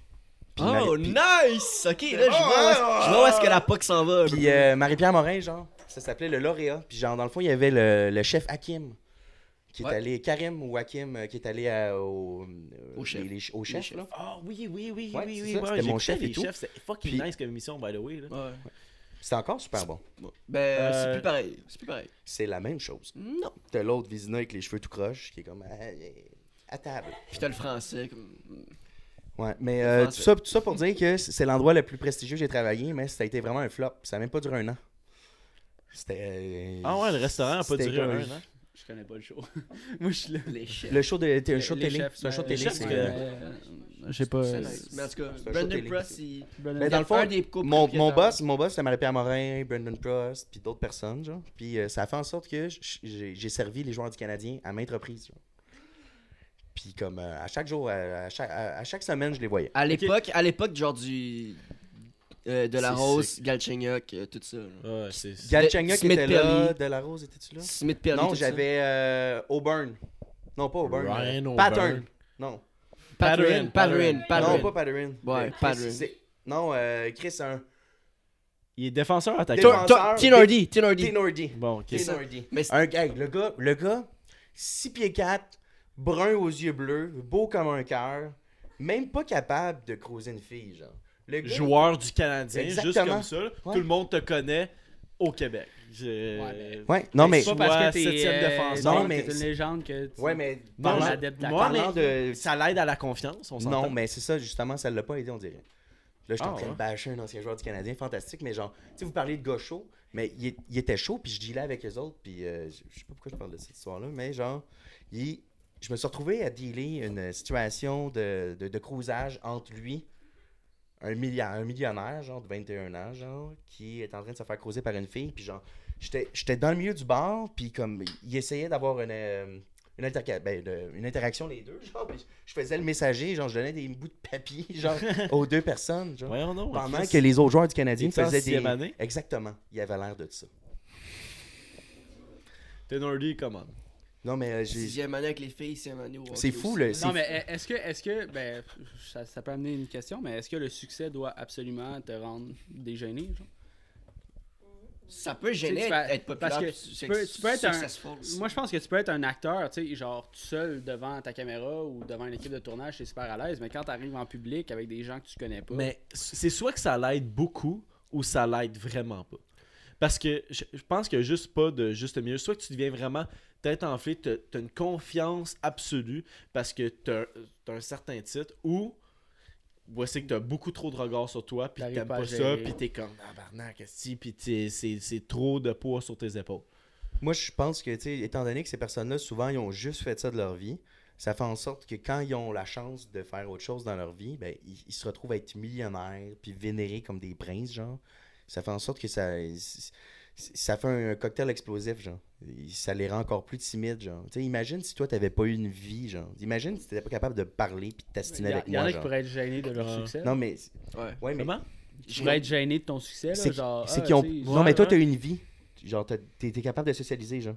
[SPEAKER 3] Puis
[SPEAKER 1] Oh,
[SPEAKER 3] Marie- puis-
[SPEAKER 1] nice! Ok, là, je
[SPEAKER 3] Oh,
[SPEAKER 1] vois où est-ce-
[SPEAKER 3] ouais,
[SPEAKER 1] je vois où est-ce que la POC s'en va.
[SPEAKER 3] Puis euh, Marie-Pierre Morin, genre, ça s'appelait le lauréat. Puis genre, dans le fond, il y avait le, le chef Hakim, qui est
[SPEAKER 1] Ouais.
[SPEAKER 3] allé, Karim ou Hakim, euh, qui est allé à- au, euh,
[SPEAKER 1] Au chef.
[SPEAKER 3] les- les- au
[SPEAKER 1] Les
[SPEAKER 3] chef,
[SPEAKER 1] chefs.
[SPEAKER 3] là.
[SPEAKER 4] Ah oui, oui, oui,
[SPEAKER 3] Ouais,
[SPEAKER 4] oui,
[SPEAKER 3] c'est
[SPEAKER 4] oui.
[SPEAKER 3] ça,
[SPEAKER 4] ouais,
[SPEAKER 3] c'était
[SPEAKER 4] j'écoutais
[SPEAKER 3] mon chef et
[SPEAKER 4] les
[SPEAKER 3] tout.
[SPEAKER 4] chefs, C'est fucking
[SPEAKER 3] Puis-
[SPEAKER 4] nice comme émission, by the way. Là.
[SPEAKER 1] Ouais.
[SPEAKER 3] C'est encore super bon.
[SPEAKER 1] Ben, c'est
[SPEAKER 4] Euh,
[SPEAKER 1] plus pareil. C'est plus pareil.
[SPEAKER 3] C'est la même chose.
[SPEAKER 1] Non.
[SPEAKER 3] T'as l'autre Vizina avec les cheveux tout croches, qui est comme à, à table.
[SPEAKER 1] Puis t'as le français. Comme...
[SPEAKER 3] Ouais, mais euh,
[SPEAKER 1] Français.
[SPEAKER 3] tout, ça, tout ça pour dire que c- c'est l'endroit le plus prestigieux que j'ai travaillé, mais ça a été vraiment un flop. Ça n'a même pas duré un an. C'était. euh,
[SPEAKER 4] Ah ouais, le restaurant a pas
[SPEAKER 3] c'était
[SPEAKER 4] duré un
[SPEAKER 3] comme-
[SPEAKER 4] an.
[SPEAKER 2] Je connais pas le show. moi, je suis là.
[SPEAKER 1] Les chefs.
[SPEAKER 3] Le show de, t'es un show de
[SPEAKER 2] Les
[SPEAKER 3] télé.
[SPEAKER 2] chefs,
[SPEAKER 3] C'est un show de
[SPEAKER 2] mais-
[SPEAKER 3] télé.
[SPEAKER 4] les
[SPEAKER 3] c'est
[SPEAKER 4] chefs
[SPEAKER 3] que-
[SPEAKER 4] que-
[SPEAKER 2] Euh, J'ai pas. euh,
[SPEAKER 1] C'est nice. Mais en tout cas,
[SPEAKER 3] C'est un show
[SPEAKER 1] Brandon
[SPEAKER 3] télé.
[SPEAKER 1] Press, il.
[SPEAKER 3] Mais dans le fond,
[SPEAKER 1] un des
[SPEAKER 3] mon,
[SPEAKER 1] copropriétaires.
[SPEAKER 3] mon boss, mon boss, c'était Marie-Pierre Morin, Brendan Prost, puis d'autres personnes, genre. Puis euh, ça a fait en sorte que j- j'ai j'ai servi les joueurs du Canadien à maintes reprises, genre. Puis comme euh, à chaque jour, à, à chaque, à- à chaque semaine, je les voyais.
[SPEAKER 1] À l'époque, à l'époque, genre du. euh, de la
[SPEAKER 4] C'est
[SPEAKER 1] Rose,
[SPEAKER 4] sick.
[SPEAKER 1] Galchenyuk, euh, tout ça. là.
[SPEAKER 4] Ouais, c'est. c'est-
[SPEAKER 3] Galchenyuk
[SPEAKER 1] Smith
[SPEAKER 3] était là,
[SPEAKER 1] Perry.
[SPEAKER 3] De La Rose, étais-tu là?
[SPEAKER 1] Smith Perry.
[SPEAKER 3] non,
[SPEAKER 1] tout ça.
[SPEAKER 3] j'avais euh, Auburn. Non, pas Auburn.
[SPEAKER 4] Ryan
[SPEAKER 3] euh,
[SPEAKER 4] Auburn.
[SPEAKER 3] Pattern. Non.
[SPEAKER 1] Patterson. Patterson.
[SPEAKER 4] Patterson.
[SPEAKER 1] Patterson.
[SPEAKER 3] Non, pas Patterson.
[SPEAKER 1] Ouais,
[SPEAKER 3] Euh, Chris,
[SPEAKER 1] Patterson.
[SPEAKER 3] c'est- Non, euh, Chris, un.
[SPEAKER 4] Il est défenseur
[SPEAKER 3] Défenseur.
[SPEAKER 1] Tor-
[SPEAKER 4] attaquant.
[SPEAKER 1] Tor- Tinordi. Tinordi.
[SPEAKER 3] Tinordi.
[SPEAKER 4] Bon, ok.
[SPEAKER 1] ça.
[SPEAKER 3] Tinordi.
[SPEAKER 1] Mais c'est-
[SPEAKER 3] Un gars, le gars, le gars, 6 pieds 4, brun aux yeux bleus, beau comme un cœur, même pas capable de croiser une fille, genre. Le gars,
[SPEAKER 4] Joueur du Canadien, juste
[SPEAKER 3] Exactement.
[SPEAKER 4] comme ça. là.
[SPEAKER 3] Ouais.
[SPEAKER 4] Tout le monde te connaît au Québec. Je-
[SPEAKER 2] Ouais,
[SPEAKER 3] Ouais, non mais,
[SPEAKER 2] C'est pas
[SPEAKER 4] Soit
[SPEAKER 2] parce que t'es.
[SPEAKER 4] septième
[SPEAKER 2] euh,
[SPEAKER 4] défenseur.
[SPEAKER 2] non,
[SPEAKER 3] Non, mais
[SPEAKER 2] T'es une
[SPEAKER 3] c'est-
[SPEAKER 2] légende que. tu-
[SPEAKER 3] ouais mais,
[SPEAKER 4] Non,
[SPEAKER 3] parlant-
[SPEAKER 2] la dette de la
[SPEAKER 4] moi,
[SPEAKER 3] parlant de,
[SPEAKER 4] Ça l'aide à la confiance, on s'entend.
[SPEAKER 3] non mais c'est ça justement, ça l'a pas aidé on dirait. Là, je suis
[SPEAKER 4] Ah,
[SPEAKER 3] en train
[SPEAKER 4] ouais.
[SPEAKER 3] de bâcher un ancien joueur du Canadien, fantastique, mais genre, tu sais, vous parlez de gars chaud, mais il, est- il était chaud, puis je dealais avec les autres, puis euh, je je sais pas pourquoi je parle de cette histoire-là, mais genre, il- je me suis retrouvé à dealer une situation de, de, de crousage entre lui, un, milliard, un millionnaire, genre, de 21 ans, genre, qui est en train de se faire croiser par une fille, puis genre, j'étais j'étais dans le milieu du bar, puis comme, il essayait d'avoir une... euh, une, alterca- ben, de- une interaction les deux, genre, puis je faisais le messager, genre, je donnais des bouts de papier, genre, aux deux personnes, genre.
[SPEAKER 4] Voyons donc.
[SPEAKER 3] Pendant
[SPEAKER 4] Chris.
[SPEAKER 3] que les autres joueurs du Canadien
[SPEAKER 4] Il était en
[SPEAKER 3] faisaient
[SPEAKER 4] sixième
[SPEAKER 3] des.
[SPEAKER 4] année?
[SPEAKER 3] Exactement. Il avait l'air de ça.
[SPEAKER 4] Tenordi commande.
[SPEAKER 3] Non, mais euh, j'ai.
[SPEAKER 1] Sixième année avec les filles, sixième année au
[SPEAKER 3] C'est
[SPEAKER 1] hockey
[SPEAKER 3] fou,
[SPEAKER 1] aussi.
[SPEAKER 3] là. c'est
[SPEAKER 2] Non,
[SPEAKER 3] fou.
[SPEAKER 2] mais est-ce que, est-ce que, ben, ça, ça peut amener une question, mais est-ce que le succès doit absolument te rendre dégêné? genre?
[SPEAKER 1] Ça peut
[SPEAKER 2] Tu sais,
[SPEAKER 1] gêner
[SPEAKER 2] tu vas-
[SPEAKER 1] être populaire.
[SPEAKER 2] parce que
[SPEAKER 1] puis
[SPEAKER 2] tu peux- tu peux être un-
[SPEAKER 1] successful.
[SPEAKER 2] Moi, je pense que tu peux être un acteur, tu sais, genre tout seul devant ta caméra ou devant une équipe de tournage, c'est super à l'aise, mais quand t'arrives en public avec des gens que tu connais pas,
[SPEAKER 4] Mais c'est soit que ça l'aide beaucoup ou ça l'aide vraiment pas. Parce que je, je pense qu'il y a juste pas de juste milieu. Soit que tu deviens vraiment tête enflée, t'as t'as une confiance absolue parce que t'as t'as un certain titre ou voici que t'as beaucoup trop de regards sur toi puis
[SPEAKER 2] T'arrives
[SPEAKER 4] t'aimes
[SPEAKER 2] pas à
[SPEAKER 4] pas, ça
[SPEAKER 2] gérer.
[SPEAKER 4] puis t'es comme ah barnac esti, puis t'es- c'est c'est trop de poids sur tes épaules.
[SPEAKER 3] Moi, je pense que, tu sais, étant donné que ces personnes-là, souvent, ils ont juste fait ça de leur vie, ça fait en sorte que quand ils ont la chance de faire autre chose dans leur vie, ben, ils, ils se retrouvent à être millionnaires, puis vénérés comme des princes, genre. Ça fait en sorte que ça. c- Ça fait un cocktail explosif, genre. Et Ça les rend encore plus timides, genre. Tu sais, imagine si toi, t'avais pas eu une vie, genre. Imagine si t'étais pas capable de parler puis de
[SPEAKER 2] il
[SPEAKER 3] t'astiner
[SPEAKER 2] y, a-
[SPEAKER 3] avec
[SPEAKER 2] il y en
[SPEAKER 3] moi,
[SPEAKER 2] a qui
[SPEAKER 3] genre.
[SPEAKER 2] pourraient être gênés de leur
[SPEAKER 4] Ouais.
[SPEAKER 2] succès.
[SPEAKER 3] Non, mais.
[SPEAKER 1] Ouais.
[SPEAKER 3] Ouais, mais.
[SPEAKER 4] Comment?
[SPEAKER 2] tu pourrais être gêné de ton succès, là,
[SPEAKER 3] C'est
[SPEAKER 2] genre.
[SPEAKER 3] c'est
[SPEAKER 2] ah,
[SPEAKER 3] qu'ils ont.
[SPEAKER 2] tu sais,
[SPEAKER 3] Non, mais toi,
[SPEAKER 4] ouais.
[SPEAKER 3] t'as une vie. Genre, t'as- t'es t'es capable de socialiser, genre.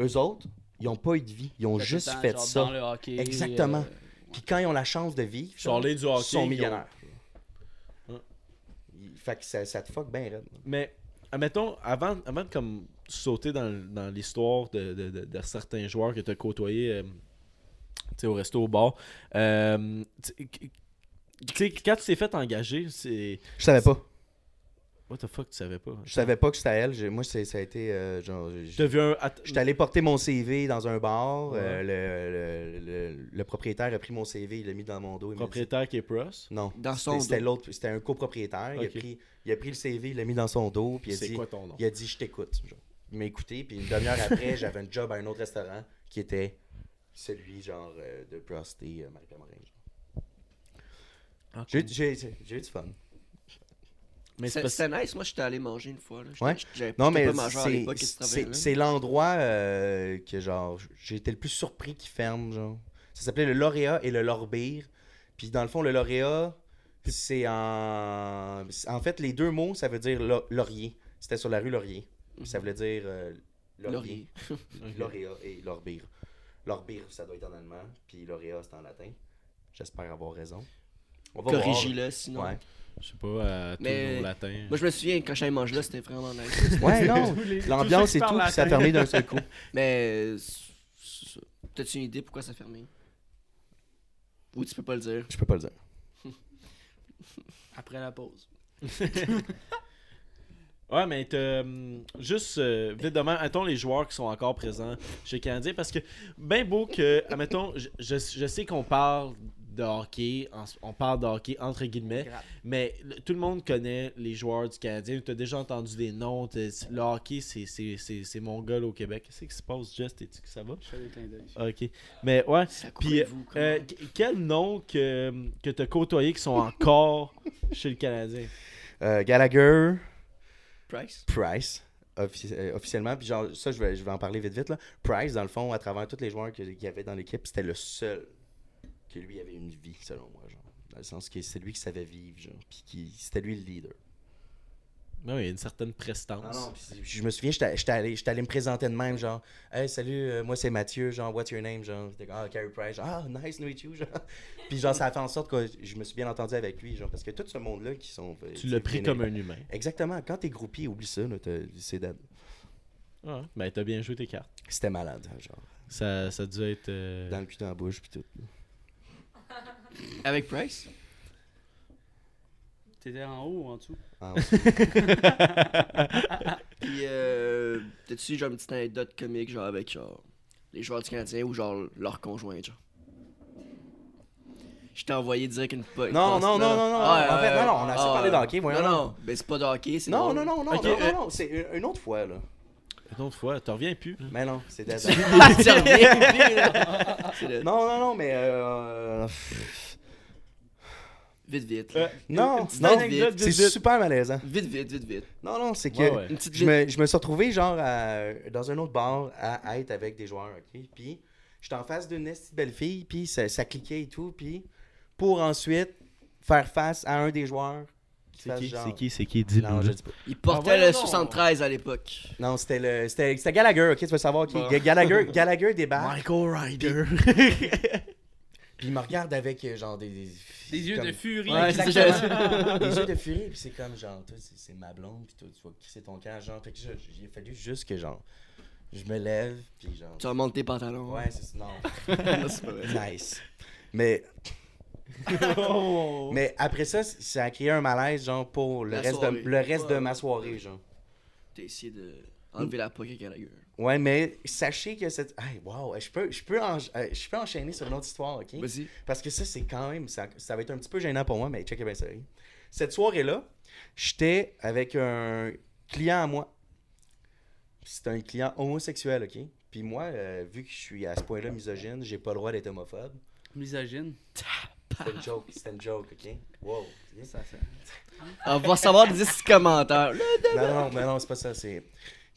[SPEAKER 3] Eux autres, ils ont pas eu de vie. Ils ont
[SPEAKER 2] tout le
[SPEAKER 3] juste
[SPEAKER 2] temps,
[SPEAKER 3] fait
[SPEAKER 2] genre,
[SPEAKER 3] ça.
[SPEAKER 2] dans le hockey,
[SPEAKER 3] Exactement.
[SPEAKER 2] euh,
[SPEAKER 3] Puis quand ils ont la chance de vivre, genre,
[SPEAKER 4] Charlie du
[SPEAKER 3] ils
[SPEAKER 4] hockey.
[SPEAKER 3] sont
[SPEAKER 4] qui ont-
[SPEAKER 3] millionnaires.
[SPEAKER 4] Hein.
[SPEAKER 3] Il- Fait que ça, ça te fuck bien raide.
[SPEAKER 4] Mais, admettons, avant, avant de comme, sauter dans, l- dans l'histoire de, de- de- de certains joueurs que tu as côtoyés euh, tu sais, au resto, au bar, euh, tu- tu sais, quand tu t'es fait engager, c'est.
[SPEAKER 3] Je savais pas.
[SPEAKER 4] What the fuck, tu savais pas?
[SPEAKER 3] Je savais pas que c'était elle. J'ai- Moi, c'est- ça a été. euh, genre, j'ai-
[SPEAKER 4] T'as vu un. att-
[SPEAKER 3] J'étais allé porter mon CV dans un bar.
[SPEAKER 4] Ouais.
[SPEAKER 3] euh, le, le- le- le propriétaire a pris mon CV, il l'a mis dans mon dos. il m'a dit-
[SPEAKER 4] propriétaire qui est pros.
[SPEAKER 3] Non.
[SPEAKER 1] Dans son
[SPEAKER 3] C'était- C'était
[SPEAKER 1] dos.
[SPEAKER 3] l'autre. C'était un copropriétaire. Il, a
[SPEAKER 4] Ok.
[SPEAKER 3] pris, il a pris le CV, il l'a mis dans son dos. Puis il a
[SPEAKER 4] C'est
[SPEAKER 3] dit
[SPEAKER 4] quoi ton nom?
[SPEAKER 3] Il a dit, je t'écoute. genre. Il m'a écouté, puis une demi-heure après, j'avais un job à un autre restaurant qui était celui, genre, euh, de Prosté, euh, Marie-Pierre Morin.
[SPEAKER 4] Ah,
[SPEAKER 1] Ah,
[SPEAKER 3] J'ai eu- J'ai j'ai- j'ai eu du fun.
[SPEAKER 4] Mais c'est
[SPEAKER 1] C'est-
[SPEAKER 4] parce que.
[SPEAKER 1] C'était nice, moi j'étais allé manger une fois. Là. J'étais-
[SPEAKER 3] Ouais.
[SPEAKER 1] J'avais
[SPEAKER 3] Non,
[SPEAKER 1] j'étais
[SPEAKER 3] mais
[SPEAKER 1] pas majeur à
[SPEAKER 3] c'est-
[SPEAKER 1] l'époque,
[SPEAKER 3] c'est-
[SPEAKER 1] travaillait
[SPEAKER 3] c'est
[SPEAKER 1] là.
[SPEAKER 3] c'est l'endroit euh, que, genre, j'ai été le plus surpris qui ferme, genre. Ça s'appelait le Lauréat et le Lorbir. Puis, dans le fond, le Lauréat, c'est en... En fait, les deux mots, ça veut dire lau- laurier. C'était sur la rue Laurier. Puis Ça voulait dire euh, laurier.
[SPEAKER 1] Mhm. Laurier.
[SPEAKER 3] Lauréat et Lorbir. Lorbir, ça doit être en allemand, puis Lauréat, c'est en latin. J'espère avoir raison. On va voir.
[SPEAKER 1] Corrigez-le sinon.
[SPEAKER 3] Ouais.
[SPEAKER 4] Je sais pas, euh,
[SPEAKER 1] Mais-
[SPEAKER 4] tout au latin.
[SPEAKER 1] Moi je me souviens quand j'allais manger là, c'était vraiment nice.
[SPEAKER 3] ouais, non.
[SPEAKER 2] tous les- tous
[SPEAKER 3] L'ambiance
[SPEAKER 2] ceux
[SPEAKER 3] et
[SPEAKER 2] qui
[SPEAKER 3] tout,
[SPEAKER 2] parlent
[SPEAKER 3] puis ça a
[SPEAKER 2] latin.
[SPEAKER 3] fermé d'un seul coup.
[SPEAKER 1] Mais. c'est- c'est ça. T'as-tu une idée pourquoi ça a fermé Ou tu peux pas le dire
[SPEAKER 3] Je peux pas le dire.
[SPEAKER 2] Après la pause.
[SPEAKER 4] Ouais, mais t'as, hum, juste euh, vite demain, mettons les joueurs qui sont encore présents chez Canadien, parce que ben beau que, admettons, je, je, je sais qu'on parle de hockey, en- on parle de hockey entre guillemets,
[SPEAKER 2] Gratte.
[SPEAKER 4] mais le- tout le monde connaît les joueurs du Canadien, t'as déjà entendu des noms, t'es- le hockey c'est, c'est, c'est, c'est mongol au Québec. Qu'est-ce qui se passe, Jess, t'es-tu que ça va?
[SPEAKER 2] Je fais des clins d'œil.
[SPEAKER 4] Ok, mais ouais,
[SPEAKER 1] Ça coupe
[SPEAKER 4] puis
[SPEAKER 1] avec vous, comment?
[SPEAKER 4] euh, qu- quel nom que, que t'as côtoyé qui sont encore chez le Canadien?
[SPEAKER 3] Euh, Gallagher,
[SPEAKER 1] Price
[SPEAKER 3] Price, offici- euh, officiellement, puis genre, ça, je vais, je vais en parler vite, vite. Là. Price, dans le fond, à travers tous les joueurs que- qu'il y avait dans l'équipe, c'était le seul que lui avait une vie, selon moi. Genre. Dans le sens que c'est lui qui savait vivre, genre, puis qui- c'était lui le leader.
[SPEAKER 4] Non, Ben il y a une certaine prestance.
[SPEAKER 3] Non, Ah
[SPEAKER 1] Ah
[SPEAKER 3] non, puis je me souviens, j'étais j'étais allé, j'étais allé me présenter de même, genre, hey, salut, euh, moi c'est Mathieu, genre, what's your name, genre, J'étais comme, ah, Carey Price, ah, nice, to meet you, genre. Puis genre, ça a fait en sorte que je me suis bien entendu avec lui, genre, parce que tout ce monde-là qui sont. euh,
[SPEAKER 4] Tu l'as pris
[SPEAKER 3] vénérés-
[SPEAKER 4] comme un humain.
[SPEAKER 3] Exactement, quand t'es groupie, oublie ça, là, t'as- c'est dead.
[SPEAKER 4] Ouais, ben t'as bien joué tes cartes.
[SPEAKER 3] C'était malade, hein, genre,
[SPEAKER 4] Ça, ça devait être. euh,
[SPEAKER 3] dans le cul, dans la bouche, puis tout. là.
[SPEAKER 1] Avec Price
[SPEAKER 2] T'étais en haut ou en dessous?
[SPEAKER 3] Ah, ouais.
[SPEAKER 1] Puis euh, t'as-tu genre une petite anecdote comique genre avec genre les joueurs du Canadien ou genre leur conjoint genre Je t'ai envoyé dire qu'une po-
[SPEAKER 3] non,
[SPEAKER 1] pense-
[SPEAKER 3] non, non, non, non,
[SPEAKER 1] Ah,
[SPEAKER 3] en
[SPEAKER 1] euh,
[SPEAKER 3] fait, non, non, on a assez
[SPEAKER 1] ah,
[SPEAKER 3] parlé
[SPEAKER 1] euh,
[SPEAKER 3] d'hockey, voyons.
[SPEAKER 1] Non, non, mais c'est pas de hockey, c'est
[SPEAKER 3] Non,
[SPEAKER 1] drôle.
[SPEAKER 3] non, non, non,
[SPEAKER 4] Ok,
[SPEAKER 3] non,
[SPEAKER 4] euh,
[SPEAKER 3] non, non, c'est une- une autre fois, là.
[SPEAKER 4] Une autre fois, t'en reviens plus. là.
[SPEAKER 3] Mais non, c'est dead.
[SPEAKER 1] Ça revient, c'est le-
[SPEAKER 3] non, non, non, mais. euh, euh,
[SPEAKER 1] Vite, vite.
[SPEAKER 4] Euh,
[SPEAKER 3] Non,
[SPEAKER 4] une petite
[SPEAKER 3] non,
[SPEAKER 4] anecdote,
[SPEAKER 3] c'est
[SPEAKER 4] vite, vite.
[SPEAKER 3] super malaisant.
[SPEAKER 1] Vite, vite, vite, vite.
[SPEAKER 3] Non, non, c'est que
[SPEAKER 4] Ouais, ouais.
[SPEAKER 1] Une petite
[SPEAKER 3] Je,
[SPEAKER 1] vite.
[SPEAKER 3] me, je me suis retrouvé genre à- dans un autre bar à être avec des joueurs, ok? Puis j'étais en face d'une esti de belle fille, puis ça, ça cliquait et tout, puis pour ensuite faire face à un des joueurs qui
[SPEAKER 4] C'est
[SPEAKER 3] fasse
[SPEAKER 4] qui
[SPEAKER 3] genre-
[SPEAKER 4] C'est qui C'est qui Dis-le.
[SPEAKER 3] Non, je dis pas.
[SPEAKER 1] Il portait
[SPEAKER 4] Ah, voyons
[SPEAKER 1] le
[SPEAKER 4] donc.
[SPEAKER 1] 73 à l'époque.
[SPEAKER 3] Non, c'était le. C'était c'était Gallagher, ok, tu vas savoir qui.
[SPEAKER 1] Bon.
[SPEAKER 3] Gallagher, Gallagher débarque,
[SPEAKER 4] Michael Ryder.
[SPEAKER 3] puis il me regarde avec euh, genre des. Des,
[SPEAKER 2] Des yeux
[SPEAKER 3] comme-
[SPEAKER 2] de furie.
[SPEAKER 1] Ouais, c'est ça.
[SPEAKER 3] des yeux de furie, puis c'est comme genre, toi, c'est c'est ma blonde, puis toi, tu vas crisser ton camp, genre. Fait que je- je- il a fallu juste que genre. Je me lève, puis genre.
[SPEAKER 1] Tu remontes tes pantalons.
[SPEAKER 3] Ouais, c'est ça. Non.
[SPEAKER 1] c'est pas vrai.
[SPEAKER 3] Nice. Mais. Mais après ça, c- ça a créé un malaise, genre, pour le
[SPEAKER 1] La
[SPEAKER 3] reste, de,
[SPEAKER 1] soirée.
[SPEAKER 3] le reste de
[SPEAKER 1] Ouais.
[SPEAKER 3] ma soirée, genre.
[SPEAKER 1] T'as essayé de enlever la poque à Gallagher.
[SPEAKER 3] Ouais, mais sachez que cette. Hey, wow, je peux, je, peux en- euh, je peux enchaîner sur une autre histoire, ok?
[SPEAKER 1] Vas-y.
[SPEAKER 3] Parce que ça, c'est quand même. Ça, ça va être un petit peu gênant pour moi, mais check bien ça. Cette soirée-là, j'étais avec un client à moi. C'était un client homosexuel, OK? Puis moi, euh, vu que je suis à ce point-là misogyne, j'ai pas le droit d'être homophobe.
[SPEAKER 2] Misogyne.
[SPEAKER 3] C'était une joke, c'était une joke, OK? Wow.
[SPEAKER 2] Ça, ça.
[SPEAKER 1] On va savoir des commentaires. Là,
[SPEAKER 3] Non, non, mais non, c'est pas ça, c'est...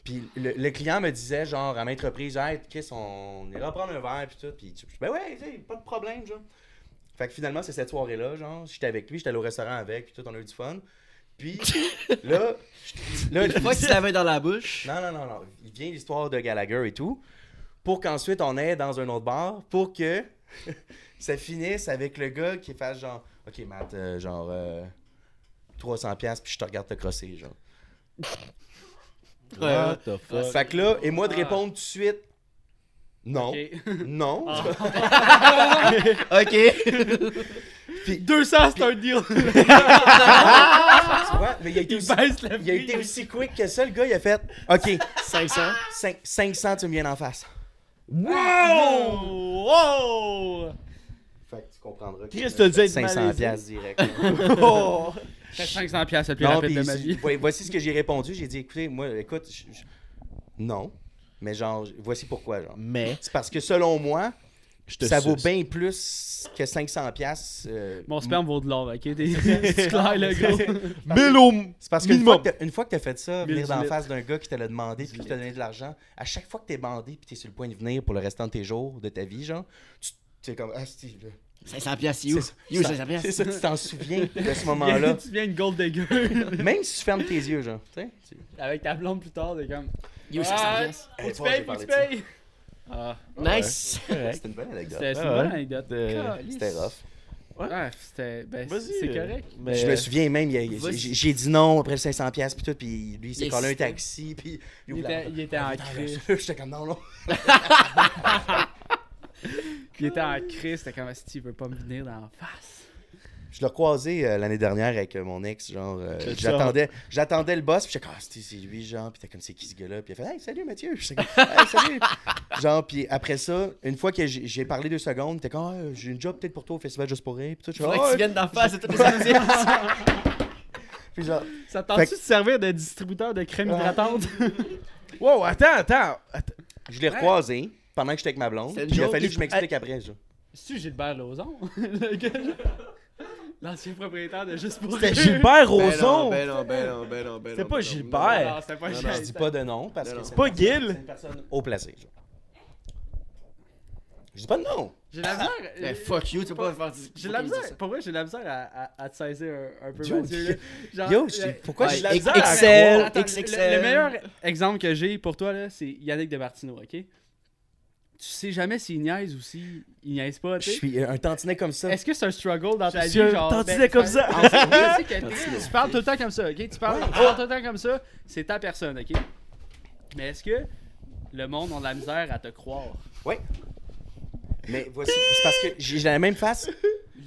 [SPEAKER 3] Puis le, le client me disait, genre, à maintes reprises, « Hey, Chris, on ira prendre un verre, puis tout. » Puis tu- ben ouais, tu sais, pas de problème, genre. » Fait que finalement, c'est cette soirée-là, genre, j'étais avec lui, j'étais allé au restaurant avec, puis tout, on a eu du fun. Puis là, je- là,
[SPEAKER 1] Une fois qu'il se l'avait dans la bouche.
[SPEAKER 3] non, non, non, non, il vient l'histoire de Gallagher et tout, pour qu'ensuite on aille dans un autre bar, pour que ça finisse avec le gars qui fasse genre, ok Matt, euh, genre euh, 300 pièces puis je te regarde te crosser, genre.
[SPEAKER 4] What the fuck
[SPEAKER 3] Fait que là, et moi de
[SPEAKER 4] Ah.
[SPEAKER 3] répondre tout de suite. Non,
[SPEAKER 2] Ok.
[SPEAKER 3] non.
[SPEAKER 4] Ah.
[SPEAKER 1] Ok.
[SPEAKER 2] 200, c'est un deal.
[SPEAKER 3] Tu vois, mais il a été
[SPEAKER 2] Il
[SPEAKER 3] aussi,
[SPEAKER 2] baisse la
[SPEAKER 3] il a été aussi quick que ça, le gars, il a fait OK,
[SPEAKER 1] 500.
[SPEAKER 3] cinq- 500, tu me viens en face.
[SPEAKER 2] Wow! Wow!
[SPEAKER 3] Fait que tu comprendras.
[SPEAKER 4] Chris, t'as dû être
[SPEAKER 3] 500
[SPEAKER 4] malaisé.
[SPEAKER 3] pièces direct.
[SPEAKER 4] Oh.
[SPEAKER 2] Fait 500 pièces le plus
[SPEAKER 3] Non,
[SPEAKER 2] rapide de
[SPEAKER 3] puis
[SPEAKER 2] ma vie.
[SPEAKER 3] vo- voici ce que j'ai répondu. J'ai dit, écoutez, moi, écoute, je- je- non, mais genre, j- voici pourquoi, genre.
[SPEAKER 4] Mais
[SPEAKER 3] C'est parce que selon moi,
[SPEAKER 4] je te
[SPEAKER 3] ça vaut
[SPEAKER 4] suce.
[SPEAKER 3] bien plus que 500 pièces. euh,
[SPEAKER 2] Mon sperme vaut de l'or, ok? T'es- C'est clair, le gros.
[SPEAKER 4] Mille au
[SPEAKER 3] C'est parce qu'une
[SPEAKER 4] minimum.
[SPEAKER 3] fois que t'as- une fois que t'as fait ça,
[SPEAKER 2] Mille
[SPEAKER 3] venir d'en
[SPEAKER 2] litres.
[SPEAKER 3] face d'un gars qui te l'a demandé puis qui t'a donné de l'argent, à chaque fois que t'es bandé puis t'es sur le point de venir pour le restant de tes jours, de ta vie, genre, tu t'es comme ah c'est là.
[SPEAKER 1] 500 piastres, you.
[SPEAKER 3] ça,
[SPEAKER 1] You,
[SPEAKER 3] ça-
[SPEAKER 1] 500 piastres.
[SPEAKER 3] C'est ça, tu t'en souviens de ce moment-là.
[SPEAKER 2] Tu viens une gold de gueule.
[SPEAKER 3] Même si tu fermes tes yeux, genre, tu sais, tu-
[SPEAKER 2] Avec ta blonde plus tard, t'es comme.
[SPEAKER 1] You, 500 piastres.
[SPEAKER 2] Faut que
[SPEAKER 3] Hey,
[SPEAKER 2] tu
[SPEAKER 3] Eh, bon, j'ai
[SPEAKER 2] payes, faut que tu
[SPEAKER 3] parlé de ça.
[SPEAKER 2] payes. Ah,
[SPEAKER 1] Nice.
[SPEAKER 2] correct.
[SPEAKER 3] C'était une bonne anecdote.
[SPEAKER 2] C'était c'est une
[SPEAKER 4] Ah
[SPEAKER 2] bonne
[SPEAKER 4] ouais.
[SPEAKER 2] anecdote.
[SPEAKER 4] Euh,
[SPEAKER 2] Calice.
[SPEAKER 3] C'était rough.
[SPEAKER 2] Ouais, c'était. Ben, c'est
[SPEAKER 4] Vas-y.
[SPEAKER 2] c'est
[SPEAKER 4] euh,
[SPEAKER 2] correct.
[SPEAKER 4] Mais...
[SPEAKER 3] Je me souviens même, il y a- il-
[SPEAKER 1] Vas-y.
[SPEAKER 3] j'ai j'ai dit non après le 500 pièces puis tout, puis lui il s'est
[SPEAKER 1] Il
[SPEAKER 3] collé un
[SPEAKER 1] hésitait.
[SPEAKER 3] taxi puis
[SPEAKER 2] Il était, il était en crise.
[SPEAKER 3] Ah, J'étais comme non non.
[SPEAKER 2] Il était en crise. C'était comme si tu veux pas me venir dans la face.
[SPEAKER 3] Je l'ai croisé euh, l'année dernière avec euh, mon ex, genre euh,
[SPEAKER 4] Quel
[SPEAKER 3] j'attendais j'attendais le boss puis j'étais comme ah, c'est c'est lui genre puis t'es comme c'est qui ce gars-là puis il a fait hey salut Mathieu. J'étais comme hey salut. genre puis après ça, une fois que j'ai j'ai parlé deux secondes, t'es comme Ah, j'ai une job peut-être pour toi au festival juste pour rire puis tout. Je fais,
[SPEAKER 1] Faudrait
[SPEAKER 3] Ah,
[SPEAKER 1] que tu
[SPEAKER 3] ouais.
[SPEAKER 1] viennes d'en face c'est toutes les activités.
[SPEAKER 3] Puis genre
[SPEAKER 2] Ça tente-tu
[SPEAKER 3] Fait
[SPEAKER 2] de servir de distributeur de crème hydratante?
[SPEAKER 4] Wow, attends, attends. attends.
[SPEAKER 3] je l'ai recroisé pendant que j'étais avec ma blonde.
[SPEAKER 1] C'est une
[SPEAKER 3] puis Il a
[SPEAKER 1] joke.
[SPEAKER 3] fallu que je m'explique après genre.
[SPEAKER 2] C'est-tu Gilbert Lozon? Le gars- L'ancien propriétaire de Juste pour
[SPEAKER 3] Ben,
[SPEAKER 4] C'était
[SPEAKER 2] rire.
[SPEAKER 4] Gilbert Rozon.
[SPEAKER 1] Ben non, ben non, ben non, ben non.
[SPEAKER 4] C'est
[SPEAKER 1] ben
[SPEAKER 4] pas
[SPEAKER 1] non,
[SPEAKER 4] Gilbert.
[SPEAKER 2] Non, c'était pas
[SPEAKER 1] Non, non,
[SPEAKER 2] Gilbert.
[SPEAKER 3] Je dis pas de nom parce
[SPEAKER 1] Non,
[SPEAKER 3] que
[SPEAKER 1] non.
[SPEAKER 3] c'est
[SPEAKER 4] Pas
[SPEAKER 3] une personne-
[SPEAKER 4] Gil.
[SPEAKER 3] c'est une personne haut placée genre. Je dis pas de nom.
[SPEAKER 2] J'ai la misère. euh,
[SPEAKER 1] Ben fuck you, tu peux pas faire dire-
[SPEAKER 2] J'ai la
[SPEAKER 1] faut pas dire
[SPEAKER 2] misère. Pour vrai, j'ai la misère à, à, à te saisir un, un peu,
[SPEAKER 3] Yo,
[SPEAKER 2] Mathieu. là. Genre, euh,
[SPEAKER 3] Yo,
[SPEAKER 2] le-
[SPEAKER 3] je sais- pourquoi
[SPEAKER 1] Ouais,
[SPEAKER 3] j'ai de la
[SPEAKER 1] et-
[SPEAKER 3] misère à-
[SPEAKER 1] excel-
[SPEAKER 2] Attends, attends,
[SPEAKER 1] XXL.
[SPEAKER 2] Le, le meilleur exemple que j'ai pour toi, là, c'est Yannick Demartino, ok? Tu sais jamais s'il niaise ou s'il il niaise pas,
[SPEAKER 3] Je
[SPEAKER 2] tu sais.
[SPEAKER 3] suis un tantinet comme ça.
[SPEAKER 2] Est-ce que c'est un struggle dans ta vie?
[SPEAKER 4] suis un
[SPEAKER 2] genre, ben,
[SPEAKER 4] tantinet comme ça.
[SPEAKER 2] en- je sais que t'es- tu parles tout le temps comme ça, ok? Tu parles, tu parles tout le temps comme ça, c'est ta personne, ok? Mais est-ce que le monde a de la misère à te croire?
[SPEAKER 3] Mais voici, c'est parce que j'ai la même face.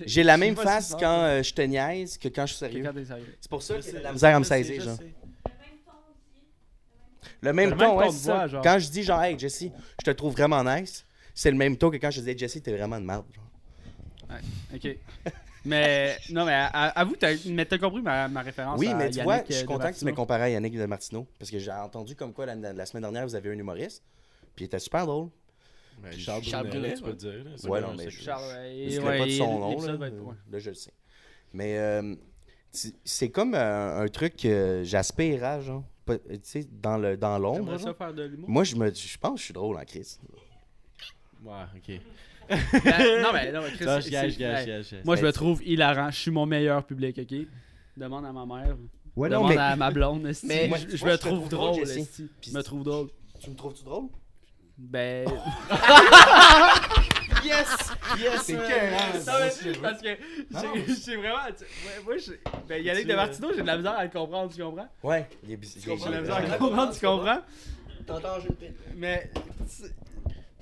[SPEAKER 3] J'ai la
[SPEAKER 2] Je sais
[SPEAKER 3] même
[SPEAKER 2] pas si
[SPEAKER 3] face
[SPEAKER 2] ça-
[SPEAKER 3] quand euh, je te niaise que quand je suis sérieux.
[SPEAKER 2] Regarde, t'es sérieux.
[SPEAKER 3] C'est pour ça que j'ai la
[SPEAKER 4] Je
[SPEAKER 3] misère à me
[SPEAKER 4] sais,
[SPEAKER 3] saisir,
[SPEAKER 4] je
[SPEAKER 3] genre.
[SPEAKER 4] sais.
[SPEAKER 5] Le même temps aussi.
[SPEAKER 3] Le même
[SPEAKER 2] Le
[SPEAKER 3] ton,
[SPEAKER 2] même
[SPEAKER 3] ouais,
[SPEAKER 2] ton de
[SPEAKER 3] c'est ça.
[SPEAKER 2] voix, genre.
[SPEAKER 3] Quand je dis genre, hey Jesse, je te trouve vraiment nice, c'est le même ton que quand je te dis hey, Jesse, t'es vraiment de merde. genre.
[SPEAKER 2] Ok. Mais non, mais à- à- avoue, t'as mais t'as compris ma, ma référence.
[SPEAKER 3] Oui,
[SPEAKER 2] à
[SPEAKER 3] mais tu
[SPEAKER 2] Yannick,
[SPEAKER 3] vois,
[SPEAKER 2] euh,
[SPEAKER 3] je suis content que tu
[SPEAKER 2] Demartino.
[SPEAKER 3] m'aies comparé à Yannick de Martino parce que j'ai entendu comme quoi la, la semaine dernière vous avez un humoriste, puis il était super drôle.
[SPEAKER 4] Ben,
[SPEAKER 3] Puis
[SPEAKER 4] Charles
[SPEAKER 1] Charles
[SPEAKER 4] Brunet,
[SPEAKER 1] Brunet,
[SPEAKER 4] tu peux le dire. là. C'est
[SPEAKER 3] Ouais,
[SPEAKER 4] bien,
[SPEAKER 3] non, mais
[SPEAKER 4] c'est-
[SPEAKER 3] je-
[SPEAKER 2] Charles, ouais,
[SPEAKER 3] Je ne
[SPEAKER 2] ouais,
[SPEAKER 3] pas de son
[SPEAKER 2] et
[SPEAKER 3] nom. Là,
[SPEAKER 2] l'épisode va être- ouais.
[SPEAKER 3] Là, je le sais. Mais euh, tu- c'est comme euh, un truc que j'aspire à, genre. Pas- Tu sais, dans le- dans l'ombre.
[SPEAKER 2] J'aimerais
[SPEAKER 3] genre.
[SPEAKER 2] ça faire de l'humour.
[SPEAKER 3] Moi, je me je pense que je suis drôle en crise.
[SPEAKER 4] Ouais, ok.
[SPEAKER 2] Ben, non, mais non, mais Chris,
[SPEAKER 4] Non,
[SPEAKER 2] c'est-
[SPEAKER 4] je gage,
[SPEAKER 2] c'est-
[SPEAKER 4] je gage,
[SPEAKER 2] hey,
[SPEAKER 4] je gage.
[SPEAKER 2] Moi, je me trouve hilarant. Je suis mon meilleur public, ok? Demande à ma mère.
[SPEAKER 3] Ouais, non,
[SPEAKER 2] demande
[SPEAKER 3] mais.
[SPEAKER 2] à ma blonde. esti.
[SPEAKER 1] Mais-
[SPEAKER 2] je,
[SPEAKER 1] Moi,
[SPEAKER 2] je
[SPEAKER 3] moi,
[SPEAKER 2] me
[SPEAKER 3] je te
[SPEAKER 2] trouve
[SPEAKER 3] trouve drôle,
[SPEAKER 2] drôle.
[SPEAKER 3] Jessie.
[SPEAKER 2] esti.
[SPEAKER 3] Puis-
[SPEAKER 2] Je me trouve drôle.
[SPEAKER 3] Tu me trouves-tu drôle? Ah,
[SPEAKER 2] Ben.
[SPEAKER 1] Yes! Yes!
[SPEAKER 3] Ah, C'est
[SPEAKER 1] man.
[SPEAKER 3] que,
[SPEAKER 2] Non, mais c'est parce que
[SPEAKER 3] Non, non,
[SPEAKER 2] j'ai- j'ai vraiment. tu- ouais, Moi, je- ben, Yannick
[SPEAKER 4] Tu,
[SPEAKER 2] de
[SPEAKER 4] euh,
[SPEAKER 2] Martino, j'ai de la misère à le comprendre, tu comprends?
[SPEAKER 3] Ouais, il est bis- il est-
[SPEAKER 1] comprends
[SPEAKER 2] J'ai de la
[SPEAKER 1] Ouais,
[SPEAKER 2] misère à
[SPEAKER 1] ouais.
[SPEAKER 2] le comprendre, tu comprends?
[SPEAKER 1] T'entends, j'ai une pile.
[SPEAKER 2] Mais. tu-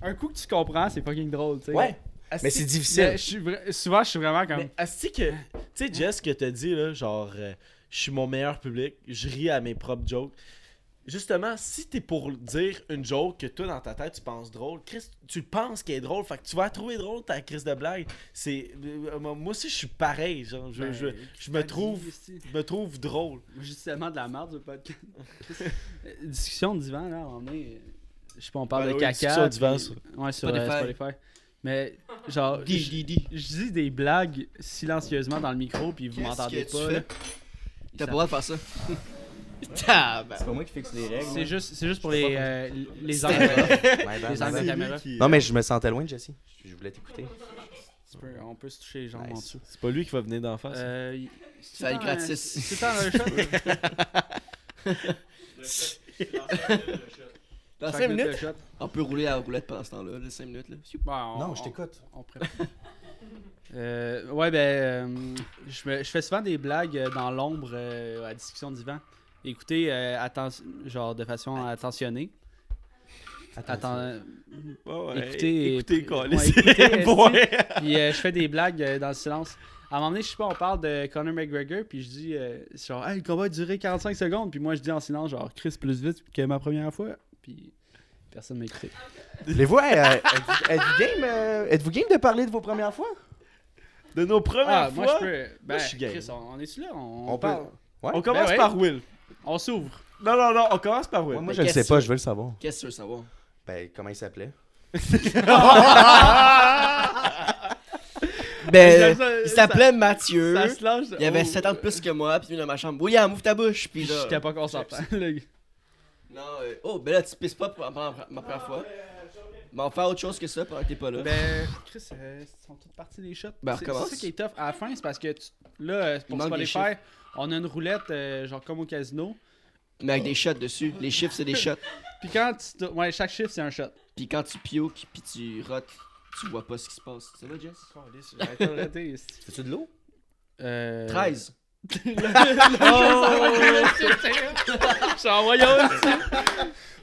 [SPEAKER 2] Un coup que tu comprends, c'est fucking drôle, tu sais.
[SPEAKER 3] Ouais, mais c'est difficile.
[SPEAKER 2] Mais je suis vra- Souvent, je suis vraiment comme.
[SPEAKER 4] Mais asti que. Tu sais, Jess, que t'as dit, là, genre, euh, je suis mon meilleur public, je ris à mes propres jokes. Justement, si t'es pour dire une joke que toi, dans ta tête, tu penses drôle, Chris, tu le penses qu'elle est drôle, fait que tu vas la trouver drôle ta crise de blague. C'est. euh, Moi aussi, je suis pareil, genre, je,
[SPEAKER 2] Ben,
[SPEAKER 4] je, je me
[SPEAKER 2] t'as
[SPEAKER 4] trouve.
[SPEAKER 2] dit, esti.
[SPEAKER 4] je me trouve drôle.
[SPEAKER 2] Moi, j'ai tellement de la merde, le podcast. Euh, discussion de divan, là, on est. Je sais pas, on parle
[SPEAKER 4] Ben
[SPEAKER 2] de
[SPEAKER 4] oui,
[SPEAKER 2] caca.
[SPEAKER 4] discussion de divan,
[SPEAKER 2] puis-
[SPEAKER 4] sur-
[SPEAKER 2] Ouais, sur
[SPEAKER 1] Spotify.
[SPEAKER 2] euh, Spotify. Mais, genre. je- Je dis des blagues silencieusement dans le micro, puis vous
[SPEAKER 1] Qu'est-ce
[SPEAKER 2] m'entendez
[SPEAKER 1] que
[SPEAKER 2] pas.
[SPEAKER 1] tu
[SPEAKER 2] là.
[SPEAKER 1] T'as pas le droit de faire ça. Tabarnak.
[SPEAKER 6] pas moi qui fixe les règles.
[SPEAKER 2] C'est juste, c'est juste pour les, euh, les angles.
[SPEAKER 3] Ouais, ben,
[SPEAKER 2] les
[SPEAKER 3] ben,
[SPEAKER 2] angles de
[SPEAKER 3] ben.
[SPEAKER 2] caméra.
[SPEAKER 3] Non, mais je me sentais loin, Jesse. Je je voulais t'écouter.
[SPEAKER 2] Tu peux- on peut se toucher les jambes
[SPEAKER 3] Nice.
[SPEAKER 2] en dessous.
[SPEAKER 4] C'est pas lui qui va venir d'en face.
[SPEAKER 2] Euh, y-
[SPEAKER 1] Ça va être
[SPEAKER 2] c'est
[SPEAKER 1] gratis.
[SPEAKER 2] un- C'est dans un shot.
[SPEAKER 1] Dans 5
[SPEAKER 2] Cinq minutes de
[SPEAKER 1] minutes,
[SPEAKER 2] shot.
[SPEAKER 1] on peut rouler à la roulette pendant ce temps-là, les 5 minutes. Là. Sioup.
[SPEAKER 2] Bon, on-
[SPEAKER 3] Non, je
[SPEAKER 2] on-
[SPEAKER 3] t'écoute.
[SPEAKER 2] On prépare. Euh, ouais, ben, euh, je, me- je fais souvent des blagues euh, dans l'ombre euh, à discussion divan. Écoutez, euh, atten- genre de façon attentionnée. Atten- écoutez,
[SPEAKER 4] écoutez,
[SPEAKER 2] et-
[SPEAKER 4] quoi,
[SPEAKER 2] ouais,
[SPEAKER 4] laissez-
[SPEAKER 2] écoutez,
[SPEAKER 4] Ouais.
[SPEAKER 2] Puis euh, je fais des blagues euh, dans le silence. À un moment donné, je sais pas, on parle de Conor McGregor, puis je dis, euh, genre, hey, le combat a duré 45 secondes, puis moi je dis en silence, genre, Chris plus vite que ma première fois, puis personne m'écoutait.
[SPEAKER 3] Les voix, euh, êtes-vous êtes-vous game, euh, êtes-vous game de parler de vos premières fois?
[SPEAKER 4] De nos premières
[SPEAKER 2] Ah,
[SPEAKER 4] fois.
[SPEAKER 2] moi je peux. Ben,
[SPEAKER 4] je suis game.
[SPEAKER 2] Chris, on, on est-tu là On,
[SPEAKER 3] On peut-
[SPEAKER 2] parle.
[SPEAKER 3] Ouais.
[SPEAKER 4] On commence
[SPEAKER 2] Ben ouais.
[SPEAKER 4] par Will.
[SPEAKER 2] On s'ouvre.
[SPEAKER 4] Non, non, non, on commence par Will.
[SPEAKER 3] Moi,
[SPEAKER 1] mais
[SPEAKER 3] je le sais
[SPEAKER 1] qu'est-ce
[SPEAKER 3] pas,
[SPEAKER 1] que-
[SPEAKER 3] je veux le savoir.
[SPEAKER 1] Qu'est-ce que tu veux savoir?
[SPEAKER 3] Ben, comment il s'appelait?
[SPEAKER 1] Ben,
[SPEAKER 3] Euh,
[SPEAKER 2] J'aime ça,
[SPEAKER 1] euh, il
[SPEAKER 2] ça-
[SPEAKER 1] s'appelait Mathieu.
[SPEAKER 2] Ça se lâche.
[SPEAKER 1] Il avait 7 ans de plus que moi, puis il est venu dans ma chambre. William, ouvre ta bouche! Puis
[SPEAKER 2] Puis
[SPEAKER 1] là.
[SPEAKER 2] j'étais pas hein. consentant. le-
[SPEAKER 1] Non, euh, oh, ben là, tu pisses pas pour pendant ma première fois. Mais on va faire autre chose que ça pendant que t'es pas là.
[SPEAKER 2] Ben, Chris, euh, ils sont toutes parties les shots.
[SPEAKER 1] Ben,
[SPEAKER 2] c'est c'est
[SPEAKER 1] recommence.
[SPEAKER 2] ça qui est tough. À la fin, c'est parce que tu- là, euh,
[SPEAKER 1] Il
[SPEAKER 2] pour
[SPEAKER 1] manque des
[SPEAKER 2] Spotify, on a une roulette, euh, genre comme au casino.
[SPEAKER 1] Mais avec des shots dessus. Les chiffres, c'est des shots.
[SPEAKER 2] Puis quand tu. te- Ouais, chaque chiffre, c'est un shot.
[SPEAKER 1] Puis quand tu pioques, puis tu rotes, tu vois pas ce qui se passe. Ça va, Jess?
[SPEAKER 2] J'arrête pas de rater, esti.
[SPEAKER 3] C'est-tu de l'eau?
[SPEAKER 2] Euh, Oh!
[SPEAKER 1] 13.
[SPEAKER 2] J'en envoyais un.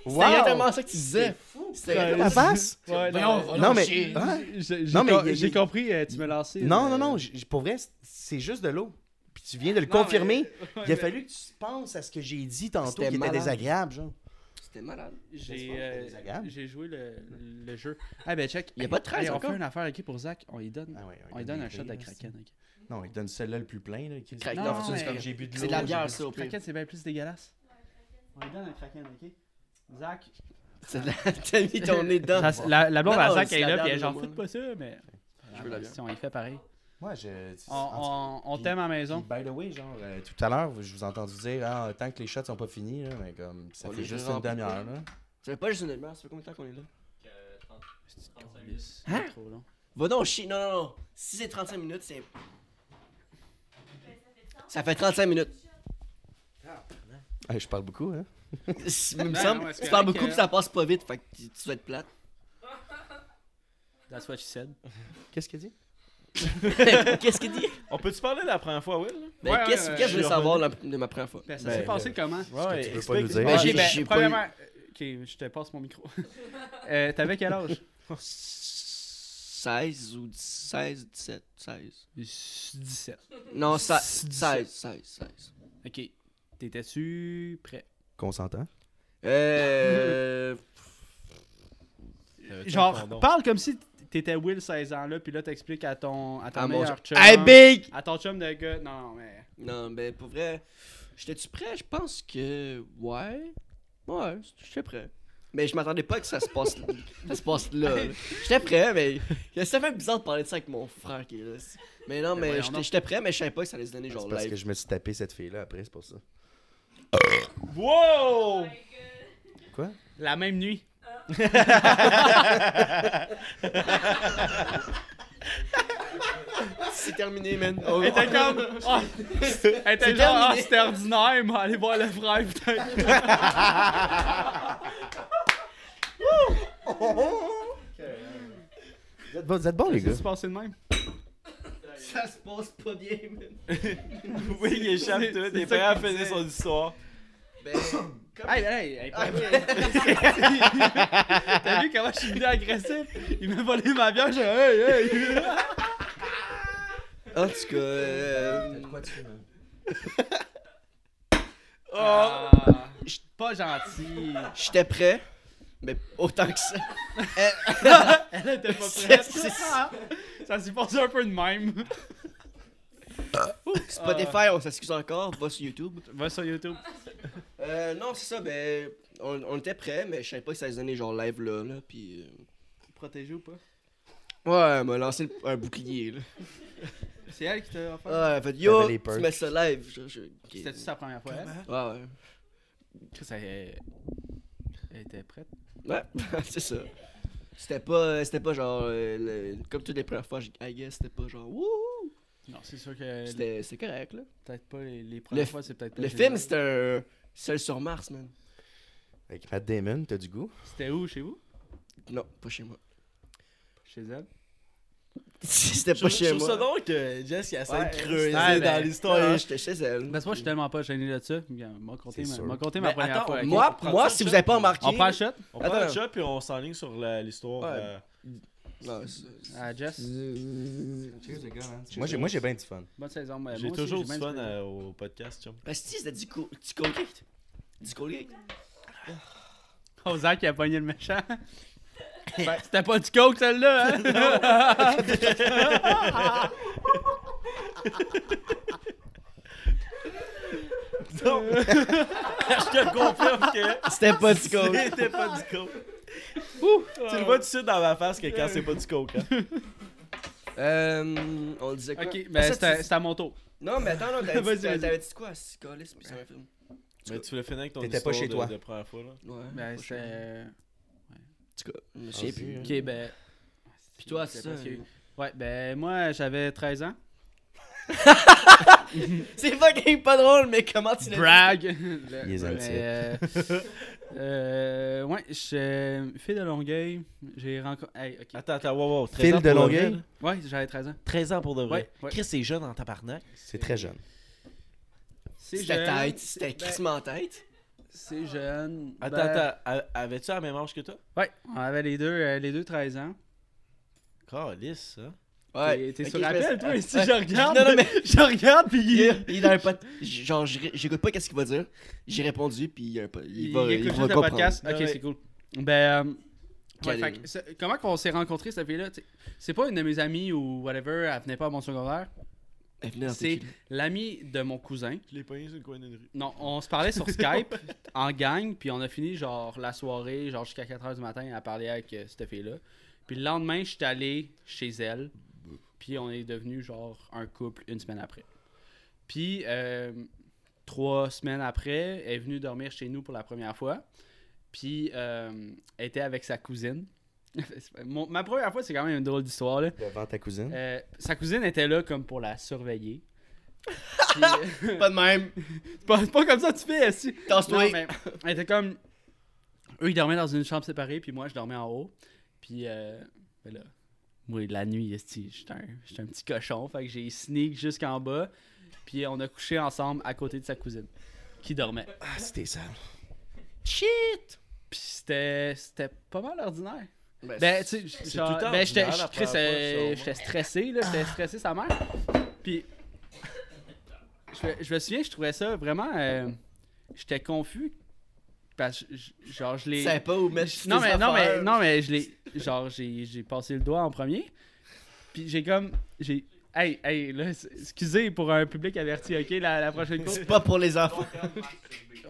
[SPEAKER 3] Wow!
[SPEAKER 1] C'est exactement ça que tu disais. C'était
[SPEAKER 3] La face?
[SPEAKER 2] Ouais,
[SPEAKER 1] va
[SPEAKER 3] Non, mais.
[SPEAKER 1] lâcher.
[SPEAKER 3] hein?
[SPEAKER 2] Oh, J'ai
[SPEAKER 3] Non, mais
[SPEAKER 2] com-
[SPEAKER 3] il y a-
[SPEAKER 2] j'ai compris, euh, tu me lançais.
[SPEAKER 3] Non,
[SPEAKER 2] euh,
[SPEAKER 3] non, non, j- pour vrai, c- c'est juste de l'eau. Puis tu viens de le
[SPEAKER 2] Non, mais-
[SPEAKER 3] confirmer.
[SPEAKER 2] ouais,
[SPEAKER 3] Il a
[SPEAKER 2] mais
[SPEAKER 3] fallu que tu penses à ce que j'ai dit tantôt qui
[SPEAKER 1] C'était
[SPEAKER 3] était
[SPEAKER 1] malade.
[SPEAKER 3] désagréable, genre.
[SPEAKER 1] C'était malade.
[SPEAKER 3] Je
[SPEAKER 2] J'ai
[SPEAKER 3] pense que
[SPEAKER 2] euh,
[SPEAKER 3] c'est désagréable.
[SPEAKER 2] j'ai joué le, le jeu. Ah ben check.
[SPEAKER 1] Il y a pas de 13
[SPEAKER 2] Hey, On
[SPEAKER 1] encore.
[SPEAKER 2] fait une affaire équipe pour Zach. On lui donne,
[SPEAKER 3] Ah ouais,
[SPEAKER 2] on lui donne un
[SPEAKER 3] des
[SPEAKER 2] shot de
[SPEAKER 3] prix,
[SPEAKER 2] Kraken.
[SPEAKER 1] hein.
[SPEAKER 2] ok.
[SPEAKER 3] là. Non, il donne celle-là le plus plein. Là, qui-
[SPEAKER 1] Crac-
[SPEAKER 2] Non,
[SPEAKER 1] non,
[SPEAKER 2] mais-
[SPEAKER 1] c'est comme j'ai bu de l'eau. C'est de la
[SPEAKER 2] j'ai
[SPEAKER 1] bière,
[SPEAKER 2] bu-
[SPEAKER 1] ça, au pire.
[SPEAKER 2] Kraken, c'est bien plus dégueulasse. On lui donne un Kraken, ok? Zach.
[SPEAKER 1] C'est de la... T'as mis ton nez dedans.
[SPEAKER 2] Ça- la, la blonde
[SPEAKER 1] Non,
[SPEAKER 2] à
[SPEAKER 1] non,
[SPEAKER 2] Zach
[SPEAKER 1] c'est
[SPEAKER 2] elle est
[SPEAKER 1] la
[SPEAKER 2] là, puis elle est
[SPEAKER 1] bière,
[SPEAKER 2] genre,
[SPEAKER 1] moi.
[SPEAKER 2] faites pas ça, mais. Ah,
[SPEAKER 1] Je veux la bière.
[SPEAKER 2] Si on y fait pareil.
[SPEAKER 3] Moi, je.
[SPEAKER 2] On,
[SPEAKER 3] en
[SPEAKER 2] on- on
[SPEAKER 3] puis-
[SPEAKER 2] t'aime à la
[SPEAKER 3] tout cas,
[SPEAKER 2] maison.
[SPEAKER 3] By the way, genre, euh, tout à l'heure, je vous ai entendu dire, ah, tant que les shots sont pas finis, là, mais comme, ça
[SPEAKER 1] On
[SPEAKER 3] fait
[SPEAKER 1] les
[SPEAKER 3] juste une
[SPEAKER 1] remplit.
[SPEAKER 3] demi-heure, là.
[SPEAKER 1] Ça fait pas juste une demi-heure, ça fait combien de temps qu'on est là?
[SPEAKER 2] C'est trop long.
[SPEAKER 1] Va donc chier. Non, non, non. Si c'est 35 minutes, c'est. Ça fait 35 minutes.
[SPEAKER 3] Ah, je parle beaucoup, hein.
[SPEAKER 1] Il me
[SPEAKER 2] Non,
[SPEAKER 1] semble.
[SPEAKER 2] ouais, c'est
[SPEAKER 1] Tu parles
[SPEAKER 2] correct,
[SPEAKER 1] beaucoup,
[SPEAKER 2] euh,
[SPEAKER 1] puis ça passe pas vite. Fait que tu tu dois être plate.
[SPEAKER 2] That's what she said.
[SPEAKER 3] Qu'est-ce qu'il dit?
[SPEAKER 1] Qu'est-ce qu'il dit?
[SPEAKER 4] On peut-tu parler de la première fois, Will? là?
[SPEAKER 1] Ben,
[SPEAKER 2] Ouais,
[SPEAKER 1] qu'est-ce qu'est-ce
[SPEAKER 2] ouais,
[SPEAKER 1] que je voulais
[SPEAKER 4] ouais.
[SPEAKER 1] savoir la- de ma première fois?
[SPEAKER 2] Ben, ça
[SPEAKER 4] Ben,
[SPEAKER 2] s'est passé comment?
[SPEAKER 4] Ouais,
[SPEAKER 3] tu veux
[SPEAKER 4] explique-
[SPEAKER 3] pas nous dire?
[SPEAKER 2] Ben,
[SPEAKER 1] Ouais,
[SPEAKER 2] j'ai-
[SPEAKER 1] j'ai-
[SPEAKER 2] ben,
[SPEAKER 1] j'ai pas
[SPEAKER 2] premièrement, ok, je te passe mon micro. euh, T'avais quel âge?
[SPEAKER 1] 16 ou 16, 17, 16.
[SPEAKER 2] 17.
[SPEAKER 1] Non, ça-
[SPEAKER 2] 17.
[SPEAKER 1] 16, 16, 16.
[SPEAKER 2] Ok. T'étais-tu prêt?
[SPEAKER 3] Qu'on s'entend.
[SPEAKER 1] Euh.
[SPEAKER 4] T'avais-tu un condom?
[SPEAKER 2] Genre, parle comme si t'étais Will 16 ans là, puis là t'expliques à ton, à ton
[SPEAKER 1] Ah, mon
[SPEAKER 2] meilleur chum.
[SPEAKER 1] Hey, Big!
[SPEAKER 2] à ton chum de gars. Non, mais.
[SPEAKER 1] Non, ben, pour vrai, j'étais-tu prêt? Je pense que. Ouais. Ouais, j'étais prêt. Mais je m'attendais pas que ça se passe, ça se passe là. là. J'étais prêt, mais. Ça fait bizarre de parler de ça avec mon frère qui est là. Mais non,
[SPEAKER 2] Mais
[SPEAKER 1] mais
[SPEAKER 2] voyons
[SPEAKER 1] j'étais-
[SPEAKER 2] donc.
[SPEAKER 1] j'étais prêt, mais je savais pas que ça allait se donner genre
[SPEAKER 3] C'est parce que
[SPEAKER 1] live.
[SPEAKER 3] je me suis tapé cette fille-là après, c'est pour ça.
[SPEAKER 4] Wow!
[SPEAKER 3] Quoi?
[SPEAKER 2] La même nuit.
[SPEAKER 1] c'est terminé, man.
[SPEAKER 2] Elle était comme. Ah, elle était
[SPEAKER 1] C'est
[SPEAKER 2] genre, ah,
[SPEAKER 1] terminé. Ah,
[SPEAKER 2] c'était ordinaire, mais allez voir le frère, putain.
[SPEAKER 3] Vous êtes bons, vous êtes bons, les gars.
[SPEAKER 2] Ça s'est passé de même.
[SPEAKER 1] Ça se passe pas bien, man.
[SPEAKER 4] Oui, il échappe
[SPEAKER 2] c'est-
[SPEAKER 4] tout.
[SPEAKER 2] c'est
[SPEAKER 4] Il est
[SPEAKER 2] ça
[SPEAKER 4] prêt à
[SPEAKER 2] qu'il
[SPEAKER 4] finir
[SPEAKER 2] disait.
[SPEAKER 4] son histoire.
[SPEAKER 1] Ben, comme...
[SPEAKER 2] Hey, hey, hey,
[SPEAKER 1] Ah,
[SPEAKER 2] hey,
[SPEAKER 1] ben,
[SPEAKER 2] T'as vu comment je suis venu agressif? Il m'a volé ma bière, j'ai hey, hey!
[SPEAKER 1] En tout cas, euh,
[SPEAKER 3] hein?
[SPEAKER 2] Ah, je suis pas gentil.
[SPEAKER 1] j'étais prêt, mais autant que ça.
[SPEAKER 2] Elle était pas
[SPEAKER 1] C'est-
[SPEAKER 2] prête.
[SPEAKER 1] c'est-
[SPEAKER 2] Ça hein? s'est passé un peu de même.
[SPEAKER 1] Spotify, on s'excuse encore, va sur YouTube.
[SPEAKER 2] Va sur YouTube.
[SPEAKER 1] Euh, non, c'est ça, ben, on, on était prêt, mais je savais pas que ça se donnait genre live là, là, euh, pis.
[SPEAKER 2] Protégé ou pas?
[SPEAKER 1] euh, Ouais, elle m'a lancé le- un bouclier, là.
[SPEAKER 2] C'est elle qui t'a offert?
[SPEAKER 1] Ah, elle fait yo,
[SPEAKER 3] T'avais les perks.
[SPEAKER 1] tu mets ça live. Je, je- ok.
[SPEAKER 2] C'était-tu sa première fois, elle?
[SPEAKER 1] Ouais, ouais.
[SPEAKER 2] Chris, elle, elle était prête.
[SPEAKER 1] Ouais, c'est ça. C'était pas, c'était pas genre. euh, le- comme toutes les premières fois, j'ai- I guess, c'était pas genre. Wouhou!
[SPEAKER 2] Non, c'est sûr que
[SPEAKER 1] C'était c'était correct, là.
[SPEAKER 2] peut-être pas les, les premières
[SPEAKER 1] Le-
[SPEAKER 2] fois, c'est peut-être pas
[SPEAKER 1] Le
[SPEAKER 2] génial.
[SPEAKER 1] film, c'était un. Seul sur Mars, man.
[SPEAKER 3] Avec Matt Damon, t'as du goût.
[SPEAKER 2] C'était où, chez vous?
[SPEAKER 1] Non, pas chez moi.
[SPEAKER 2] Chez elle?
[SPEAKER 1] C'était
[SPEAKER 4] Je
[SPEAKER 1] pas
[SPEAKER 4] je
[SPEAKER 1] chez
[SPEAKER 4] trouve ça
[SPEAKER 1] moi.
[SPEAKER 4] donc que Jess il essaie
[SPEAKER 1] Ouais,
[SPEAKER 4] de creuser
[SPEAKER 2] ouais, ben,
[SPEAKER 4] dans l'histoire.
[SPEAKER 1] Non, j'étais chez elle.
[SPEAKER 2] Parce que moi, je suis tellement pas gêné de ça. M'a compté
[SPEAKER 3] C'est
[SPEAKER 2] ma,
[SPEAKER 3] sûr.
[SPEAKER 2] m'a compté ma
[SPEAKER 4] Ben,
[SPEAKER 2] première
[SPEAKER 4] attends,
[SPEAKER 2] fois. ok?
[SPEAKER 1] Moi,
[SPEAKER 4] on prend
[SPEAKER 1] moi
[SPEAKER 4] ça,
[SPEAKER 1] si
[SPEAKER 4] ça.
[SPEAKER 1] vous avez pas remarqué.
[SPEAKER 2] On prend le shot
[SPEAKER 4] On prend le
[SPEAKER 1] Attends.
[SPEAKER 4] chat puis on s'enligne sur la- l'histoire.
[SPEAKER 1] Ouais.
[SPEAKER 4] euh,
[SPEAKER 1] Non, c'est-
[SPEAKER 2] à Jess.
[SPEAKER 3] Cheers,
[SPEAKER 2] hein.
[SPEAKER 3] les gars, Moi, j'ai, moi, j'ai bien du fun.
[SPEAKER 2] Bonne saison. moi-
[SPEAKER 4] J'ai
[SPEAKER 2] moi aussi,
[SPEAKER 4] toujours
[SPEAKER 2] bien
[SPEAKER 4] du fun
[SPEAKER 2] plaisir.
[SPEAKER 4] euh, au podcast, chum.
[SPEAKER 1] Ah, si, c'était du, co- du Colgate. Du Colgate.
[SPEAKER 2] Oh, Zach, il a pogné le méchant. Ben, C'était pas du coke, celle-là. Hein?
[SPEAKER 4] Donc, je te confirme que
[SPEAKER 1] C'était pas du Colgate.
[SPEAKER 4] c'était pas du coke. Tu le vois tout de suite dans ma face que quand c'est pas du coke. Hein.
[SPEAKER 1] Euh, on le disait quoi?
[SPEAKER 2] ok,
[SPEAKER 1] Ah,
[SPEAKER 2] ben
[SPEAKER 1] ça,
[SPEAKER 2] c'était
[SPEAKER 1] tu-
[SPEAKER 2] c'était à mon tour.
[SPEAKER 1] Non, mais attends, non, t'avais
[SPEAKER 2] Vas-y,
[SPEAKER 1] dit, t'avais-
[SPEAKER 2] vas-y.
[SPEAKER 1] t'avais dit quoi? C'est Collis, puis c'est un film.
[SPEAKER 4] Mais tu voulais finir avec ton
[SPEAKER 3] T'étais
[SPEAKER 4] histoire
[SPEAKER 3] pas chez
[SPEAKER 4] de,
[SPEAKER 3] toi.
[SPEAKER 4] de première fois. Là.
[SPEAKER 1] Ouais.
[SPEAKER 2] Ben,
[SPEAKER 1] pas
[SPEAKER 2] c'était.
[SPEAKER 1] chez-
[SPEAKER 2] euh,
[SPEAKER 1] En tout cas, je sais plus. hein.
[SPEAKER 2] Ok, ben.
[SPEAKER 1] Puis toi, c'est
[SPEAKER 2] parce
[SPEAKER 1] ça,
[SPEAKER 2] que-
[SPEAKER 1] euh.
[SPEAKER 2] Ouais, ben, moi, j'avais 13 ans.
[SPEAKER 1] C'est fucking pas drôle, mais comment tu l'as
[SPEAKER 2] Brag! Le-
[SPEAKER 3] Yes, I'm
[SPEAKER 2] mais, euh, euh, ouais, je suis euh, fille de Longueuil. J'ai rencontré. Hey, ok.
[SPEAKER 4] Attends, attends, wow, wow. 13
[SPEAKER 3] Phil
[SPEAKER 4] ans
[SPEAKER 3] de
[SPEAKER 4] pour
[SPEAKER 3] Longueuil?
[SPEAKER 4] de vrai, là.
[SPEAKER 2] Ouais, j'avais 13 ans.
[SPEAKER 4] 13 ans pour de vrai.
[SPEAKER 2] Ouais, ouais.
[SPEAKER 4] Chris, c'est jeune en tabarnak.
[SPEAKER 3] C'est très jeune.
[SPEAKER 2] C'est
[SPEAKER 1] C'était
[SPEAKER 2] jeune,
[SPEAKER 1] tête, c'était
[SPEAKER 2] ben,
[SPEAKER 1] crissement tête.
[SPEAKER 2] C'est jeune.
[SPEAKER 4] Attends,
[SPEAKER 2] ben-
[SPEAKER 4] attends. a- Avais-tu la même âge que toi?
[SPEAKER 2] Ouais, on avait les deux, euh, les deux 13 ans.
[SPEAKER 4] Calice, hein?
[SPEAKER 2] T'es- T'es
[SPEAKER 1] Ok,
[SPEAKER 2] sur
[SPEAKER 1] je
[SPEAKER 2] la
[SPEAKER 1] fais ça.
[SPEAKER 2] pelle, toi, si
[SPEAKER 1] Ouais.
[SPEAKER 2] je regarde.
[SPEAKER 1] Non, non, mais
[SPEAKER 2] Je regarde, puis
[SPEAKER 1] il
[SPEAKER 2] il.
[SPEAKER 1] est, il est dans un pot. Genre, je- j'écoute pas qu'est-ce qu'il va dire. J'ai répondu, puis il, y a un po- il, va, il
[SPEAKER 2] écoute
[SPEAKER 1] va
[SPEAKER 2] juste le
[SPEAKER 1] comprendre.
[SPEAKER 2] podcast.
[SPEAKER 4] Ah
[SPEAKER 2] Ok,
[SPEAKER 4] ouais.
[SPEAKER 2] c'est cool. Ben. euh, ouais,
[SPEAKER 1] Quel-
[SPEAKER 2] fait que c'est- comment qu'on s'est rencontrés, cette fille-là? t'sais, C'est pas une de mes amies ou whatever, elle venait pas à mon secondaire.
[SPEAKER 1] Elle venait dans tes
[SPEAKER 2] C'est
[SPEAKER 1] culottes.
[SPEAKER 2] l'ami de mon cousin.
[SPEAKER 4] Je l'ai pogné sur le coin d'une rue.
[SPEAKER 2] Non, on se parlait sur Skype en gang, puis on a fini genre la soirée, genre jusqu'à 4h du matin à parler avec euh, cette fille-là. Puis le lendemain, j'étais allé chez elle, puis on est devenu genre un couple une semaine après. Puis euh, trois semaines après, elle est venue dormir chez nous pour la première fois, puis euh, elle était avec sa cousine. Mon- ma première fois, c'est quand même une drôle d'histoire, là.
[SPEAKER 3] Devant ta cousine.
[SPEAKER 2] Euh, sa cousine était là comme pour la surveiller. Puis-
[SPEAKER 1] Pas de même.
[SPEAKER 2] c'est pas, c'est pas comme ça que tu fais, si. Non,
[SPEAKER 1] Tasse-toi.
[SPEAKER 2] mais elle était comme. Eux, ils dormaient dans une chambre séparée, puis moi, je dormais en haut. Puis, euh, ben là, moi, la nuit, esti, j'étais un, j'étais un petit cochon. Fait que j'ai sneak jusqu'en bas. Puis, on a couché ensemble à côté de sa cousine, qui dormait.
[SPEAKER 3] Ah, c'était sale.
[SPEAKER 1] Shit.
[SPEAKER 2] Puis, c'était c'était pas mal ordinaire.
[SPEAKER 1] Ben,
[SPEAKER 2] Ben, tu sais,
[SPEAKER 4] c'est
[SPEAKER 2] genre,
[SPEAKER 4] tout le temps
[SPEAKER 2] ben, j'étais,
[SPEAKER 4] ordinaire, la
[SPEAKER 2] Chris,
[SPEAKER 4] première fois,
[SPEAKER 2] euh,
[SPEAKER 4] sûrement.
[SPEAKER 2] j'étais stressé, là, j'étais stressé, sa mère. Puis, je, me- je me souviens, je trouvais ça vraiment, euh, j'étais confus, parce que, j- genre, je
[SPEAKER 1] tu
[SPEAKER 2] l'ai...
[SPEAKER 1] savais pas où mettre
[SPEAKER 2] Non,
[SPEAKER 1] tes
[SPEAKER 2] mais, non, mais,
[SPEAKER 1] affaires.
[SPEAKER 2] non, mais, je l'ai, genre, j'ai, j'ai passé le doigt en premier, puis j'ai comme, j'ai... Hey, hey, là, c- excusez pour un public averti, ok, la, la prochaine course.
[SPEAKER 1] C'est pas pour les enfants.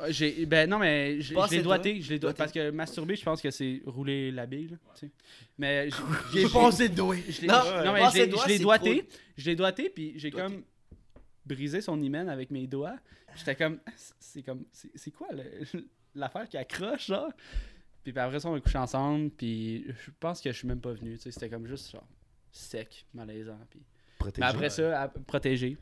[SPEAKER 2] J'ai, ben non, mais je je
[SPEAKER 1] Passez
[SPEAKER 2] l'ai
[SPEAKER 1] le
[SPEAKER 2] doigté, je l'ai
[SPEAKER 1] Doigté.
[SPEAKER 2] doigté, parce que masturber, je pense que c'est rouler la bille, là, tu sais. Mais j'ai- j'ai-
[SPEAKER 4] passé de doigt.
[SPEAKER 2] je l'ai-
[SPEAKER 1] Non,
[SPEAKER 2] non, mais
[SPEAKER 1] passer
[SPEAKER 2] je l'ai-
[SPEAKER 1] doigt,
[SPEAKER 2] je l'ai
[SPEAKER 1] c'est
[SPEAKER 2] doigté. Je l'ai doigté, puis j'ai
[SPEAKER 1] Doigté.
[SPEAKER 2] comme brisé son hymen avec mes doigts. J'étais comme, c'est comme, c'est c'est quoi le- l'affaire qui accroche, genre? Puis ben, après ça, on a couché ensemble, puis je pense que je suis même pas venu, tu sais, c'était comme juste, genre, sec, malaisant, puis...
[SPEAKER 3] protéger.
[SPEAKER 2] Mais après ça, à- protéger.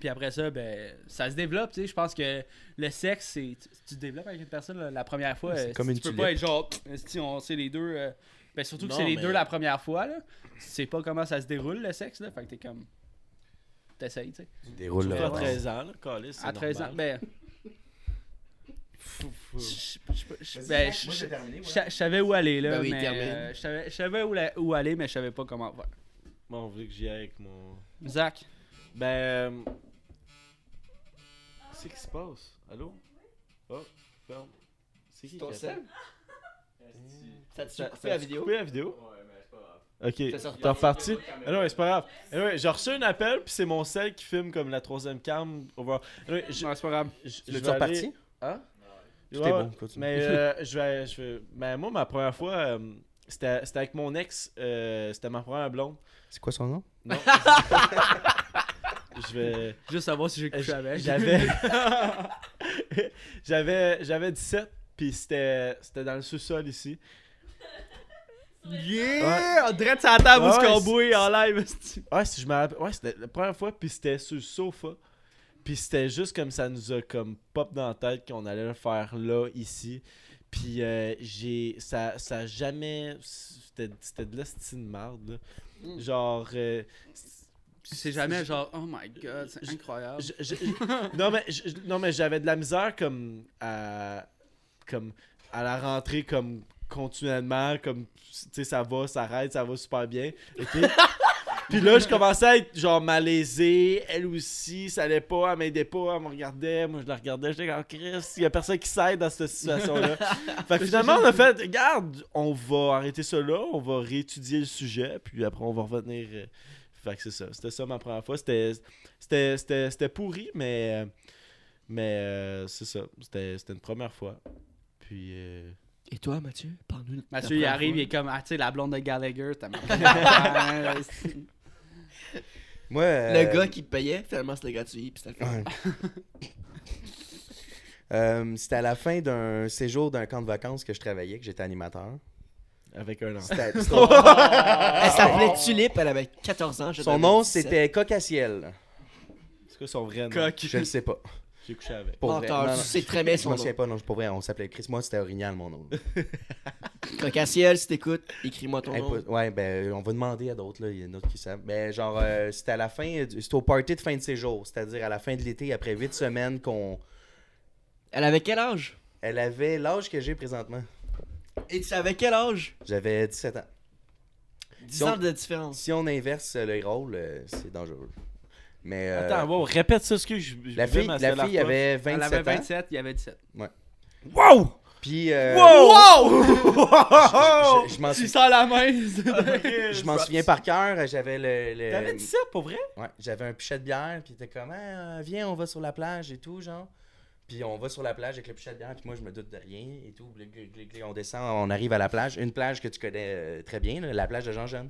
[SPEAKER 2] Puis après ça, ben, ça se développe, tu sais. Je pense que le sexe, c'est, tu, tu te développes avec une personne là, la première fois.
[SPEAKER 3] C'est
[SPEAKER 2] euh,
[SPEAKER 3] comme
[SPEAKER 2] si
[SPEAKER 3] une
[SPEAKER 2] tu peux
[SPEAKER 3] tulipe.
[SPEAKER 2] pas être genre, si on sait les deux. euh, ben, surtout que
[SPEAKER 4] Non,
[SPEAKER 2] c'est les
[SPEAKER 4] mais-
[SPEAKER 2] deux la première fois, là. Tu sais pas comment ça se déroule, le sexe, là. Fait que t'es comme. T'essayes, tu sais.
[SPEAKER 3] déroule le
[SPEAKER 4] Surtout à
[SPEAKER 3] roman.
[SPEAKER 4] 13 ans, là, câlisse, c'est
[SPEAKER 2] À 13 ans,
[SPEAKER 4] normal.
[SPEAKER 2] ben. je- je- je- je- ben, je- je- Je sa- je savais où aller, là.
[SPEAKER 1] Ben oui,
[SPEAKER 2] mais,
[SPEAKER 1] termine.
[SPEAKER 2] euh, je savais- je savais où, la- où aller, mais je savais pas comment faire.
[SPEAKER 4] Moi, on veut que j'y aille avec mon.
[SPEAKER 2] Zach,
[SPEAKER 4] Ben. euh, Qu'est-ce qui se passe? Allô? Oh, ferme. C'est qui
[SPEAKER 1] Ton
[SPEAKER 4] qui
[SPEAKER 1] sel? Ça
[SPEAKER 4] Mmh. Ça,
[SPEAKER 1] t'a
[SPEAKER 4] ça
[SPEAKER 1] coupé la
[SPEAKER 4] a-tu
[SPEAKER 1] vidéo?
[SPEAKER 4] coupé la vidéo? Ok,
[SPEAKER 1] Ça sort
[SPEAKER 4] t'es reparti? Ah non, mais c'est pas grave. Anyway, j'ai reçu un appel, puis c'est mon sel qui filme comme la troisième cam. Over. Anyway, je,
[SPEAKER 2] non, c'est pas grave.
[SPEAKER 4] je- je
[SPEAKER 3] Le
[SPEAKER 4] vais
[SPEAKER 3] temps
[SPEAKER 4] aller-
[SPEAKER 3] parti?
[SPEAKER 4] Hein?
[SPEAKER 3] Tout
[SPEAKER 4] Ouais,
[SPEAKER 3] est
[SPEAKER 4] ouais.
[SPEAKER 3] bon, continue.
[SPEAKER 4] Mais euh, je vais, je vais- ben, moi, ma première fois, euh, c'était c'était avec mon ex, euh, c'était ma première blonde.
[SPEAKER 3] C'est quoi son nom?
[SPEAKER 4] Non. je vais.
[SPEAKER 2] Juste savoir si j'ai couché
[SPEAKER 4] J-
[SPEAKER 2] avec.
[SPEAKER 4] J'avais. j'avais, j'avais 17, puis c'était, c'était dans le sous-sol ici.
[SPEAKER 2] Yeah! On dirait que ça table
[SPEAKER 4] Ouais,
[SPEAKER 2] où ce qu'on
[SPEAKER 4] c'est-
[SPEAKER 2] bouille en live. esti.
[SPEAKER 4] Ouais, si je me rappelle. Ouais, c'était la première fois, puis c'était sur le sofa. Puis c'était juste comme ça nous a comme pop dans la tête qu'on allait le faire là, ici. Puis euh, j'ai. Ça, ça a jamais. C'était, c'était de la de marde, là. Genre. euh,
[SPEAKER 2] C'est jamais genre, oh my god, c'est
[SPEAKER 4] Je-
[SPEAKER 2] incroyable.
[SPEAKER 4] Je- je- je- non, mais, je- non, mais j'avais de la misère comme à, comme à la rentrée, comme continuellement, comme tu sais, ça va, ça arrête, ça va super bien. ok? Puis là, je commençais à être genre malaisé, elle aussi, ça allait pas, elle m'aidait pas, elle me regardait, moi je la regardais, j'étais comme Chris, il y a personne qui s'aide dans cette situation-là. fait que finalement, on a fait, regarde, on va arrêter ça là, on va réétudier le sujet, puis après on va revenir. euh. Fait que c'est ça, c'était ça ma première fois, c'était c'était- C'était c'était pourri, mais, mais euh, c'est ça. C'était c'était une première fois. Puis. euh,
[SPEAKER 1] Et toi, Mathieu, parle-nous. de ta
[SPEAKER 2] Mathieu, il
[SPEAKER 1] première
[SPEAKER 2] arrive,
[SPEAKER 1] fois.
[SPEAKER 2] il est comme, ah, tu sais, la blonde de Gallagher, t'as marqué.
[SPEAKER 3] Moi, euh,
[SPEAKER 1] Ah, Le gars qui payait, finalement, c'était gratuit. Puis c'était le fun.
[SPEAKER 3] Ouais. Euh, c'était à la fin d'un séjour d'un camp de vacances que je travaillais, que j'étais animateur.
[SPEAKER 4] avec un enfant.
[SPEAKER 3] C'était- c'était-
[SPEAKER 1] Elle s'appelait Tulipe, elle avait 14 ans. je
[SPEAKER 3] son
[SPEAKER 1] devais
[SPEAKER 3] nom,
[SPEAKER 1] 17.
[SPEAKER 3] c'était Cocaciel.
[SPEAKER 4] C'est quoi son vrai nom
[SPEAKER 3] Je le sais pas.
[SPEAKER 4] J'ai couché avec.
[SPEAKER 3] Pour vrai.
[SPEAKER 1] Menteur,
[SPEAKER 3] Non,
[SPEAKER 1] tu
[SPEAKER 3] non.
[SPEAKER 1] sais très bien
[SPEAKER 3] Je
[SPEAKER 1] son
[SPEAKER 3] me
[SPEAKER 1] nom.
[SPEAKER 3] souviens pas, non, pour vrai, on s'appelait Chris. Moi, c'était Orignal, mon nom.
[SPEAKER 1] Cocassiel, si t'écoutes, écris-moi ton
[SPEAKER 3] Hey,
[SPEAKER 1] nom.
[SPEAKER 3] pas- ouais, ben, on va demander à d'autres, là. Il y en a d'autres qui savent. Ben, genre, euh, c'était à la fin, du- c'était au party de fin de séjour, c'est-à-dire à la fin de l'été, après huit semaines qu'on.
[SPEAKER 1] Elle avait quel âge
[SPEAKER 3] Elle avait l'âge que j'ai présentement.
[SPEAKER 1] Et tu savais quel âge
[SPEAKER 3] J'avais 17 ans.
[SPEAKER 1] 10
[SPEAKER 3] Donc-
[SPEAKER 1] ans de différence.
[SPEAKER 3] Si on inverse euh, les rôles, euh, c'est dangereux. Mais. euh,
[SPEAKER 4] Attends, wow, répète ça, ce que je. je
[SPEAKER 3] La
[SPEAKER 4] voulais
[SPEAKER 3] fille,
[SPEAKER 4] ma
[SPEAKER 3] la
[SPEAKER 4] seule
[SPEAKER 3] fille
[SPEAKER 4] affaire.
[SPEAKER 3] avait 27
[SPEAKER 2] Elle avait
[SPEAKER 3] ans.
[SPEAKER 2] 27, il y avait 17.
[SPEAKER 4] Wow!
[SPEAKER 3] Puis, euh,
[SPEAKER 4] Wow!
[SPEAKER 3] je, je m'en
[SPEAKER 2] Tu
[SPEAKER 3] sou-
[SPEAKER 2] sens la main.
[SPEAKER 3] je m'en souviens par cœur. J'avais le. le-
[SPEAKER 2] Euh,
[SPEAKER 4] T'avais dit ça pour vrai?
[SPEAKER 3] Ouais, j'avais un pichet de bière, puis t'es comme, Ah, viens, on va sur la plage et tout, genre. Puis on va sur la plage avec le pichet de bière, puis moi, je me doute de rien et tout. Glic, glic, glic, glic. On descend, on arrive à la plage. Une plage que tu connais euh, très bien, là, la plage de Jean-Jean.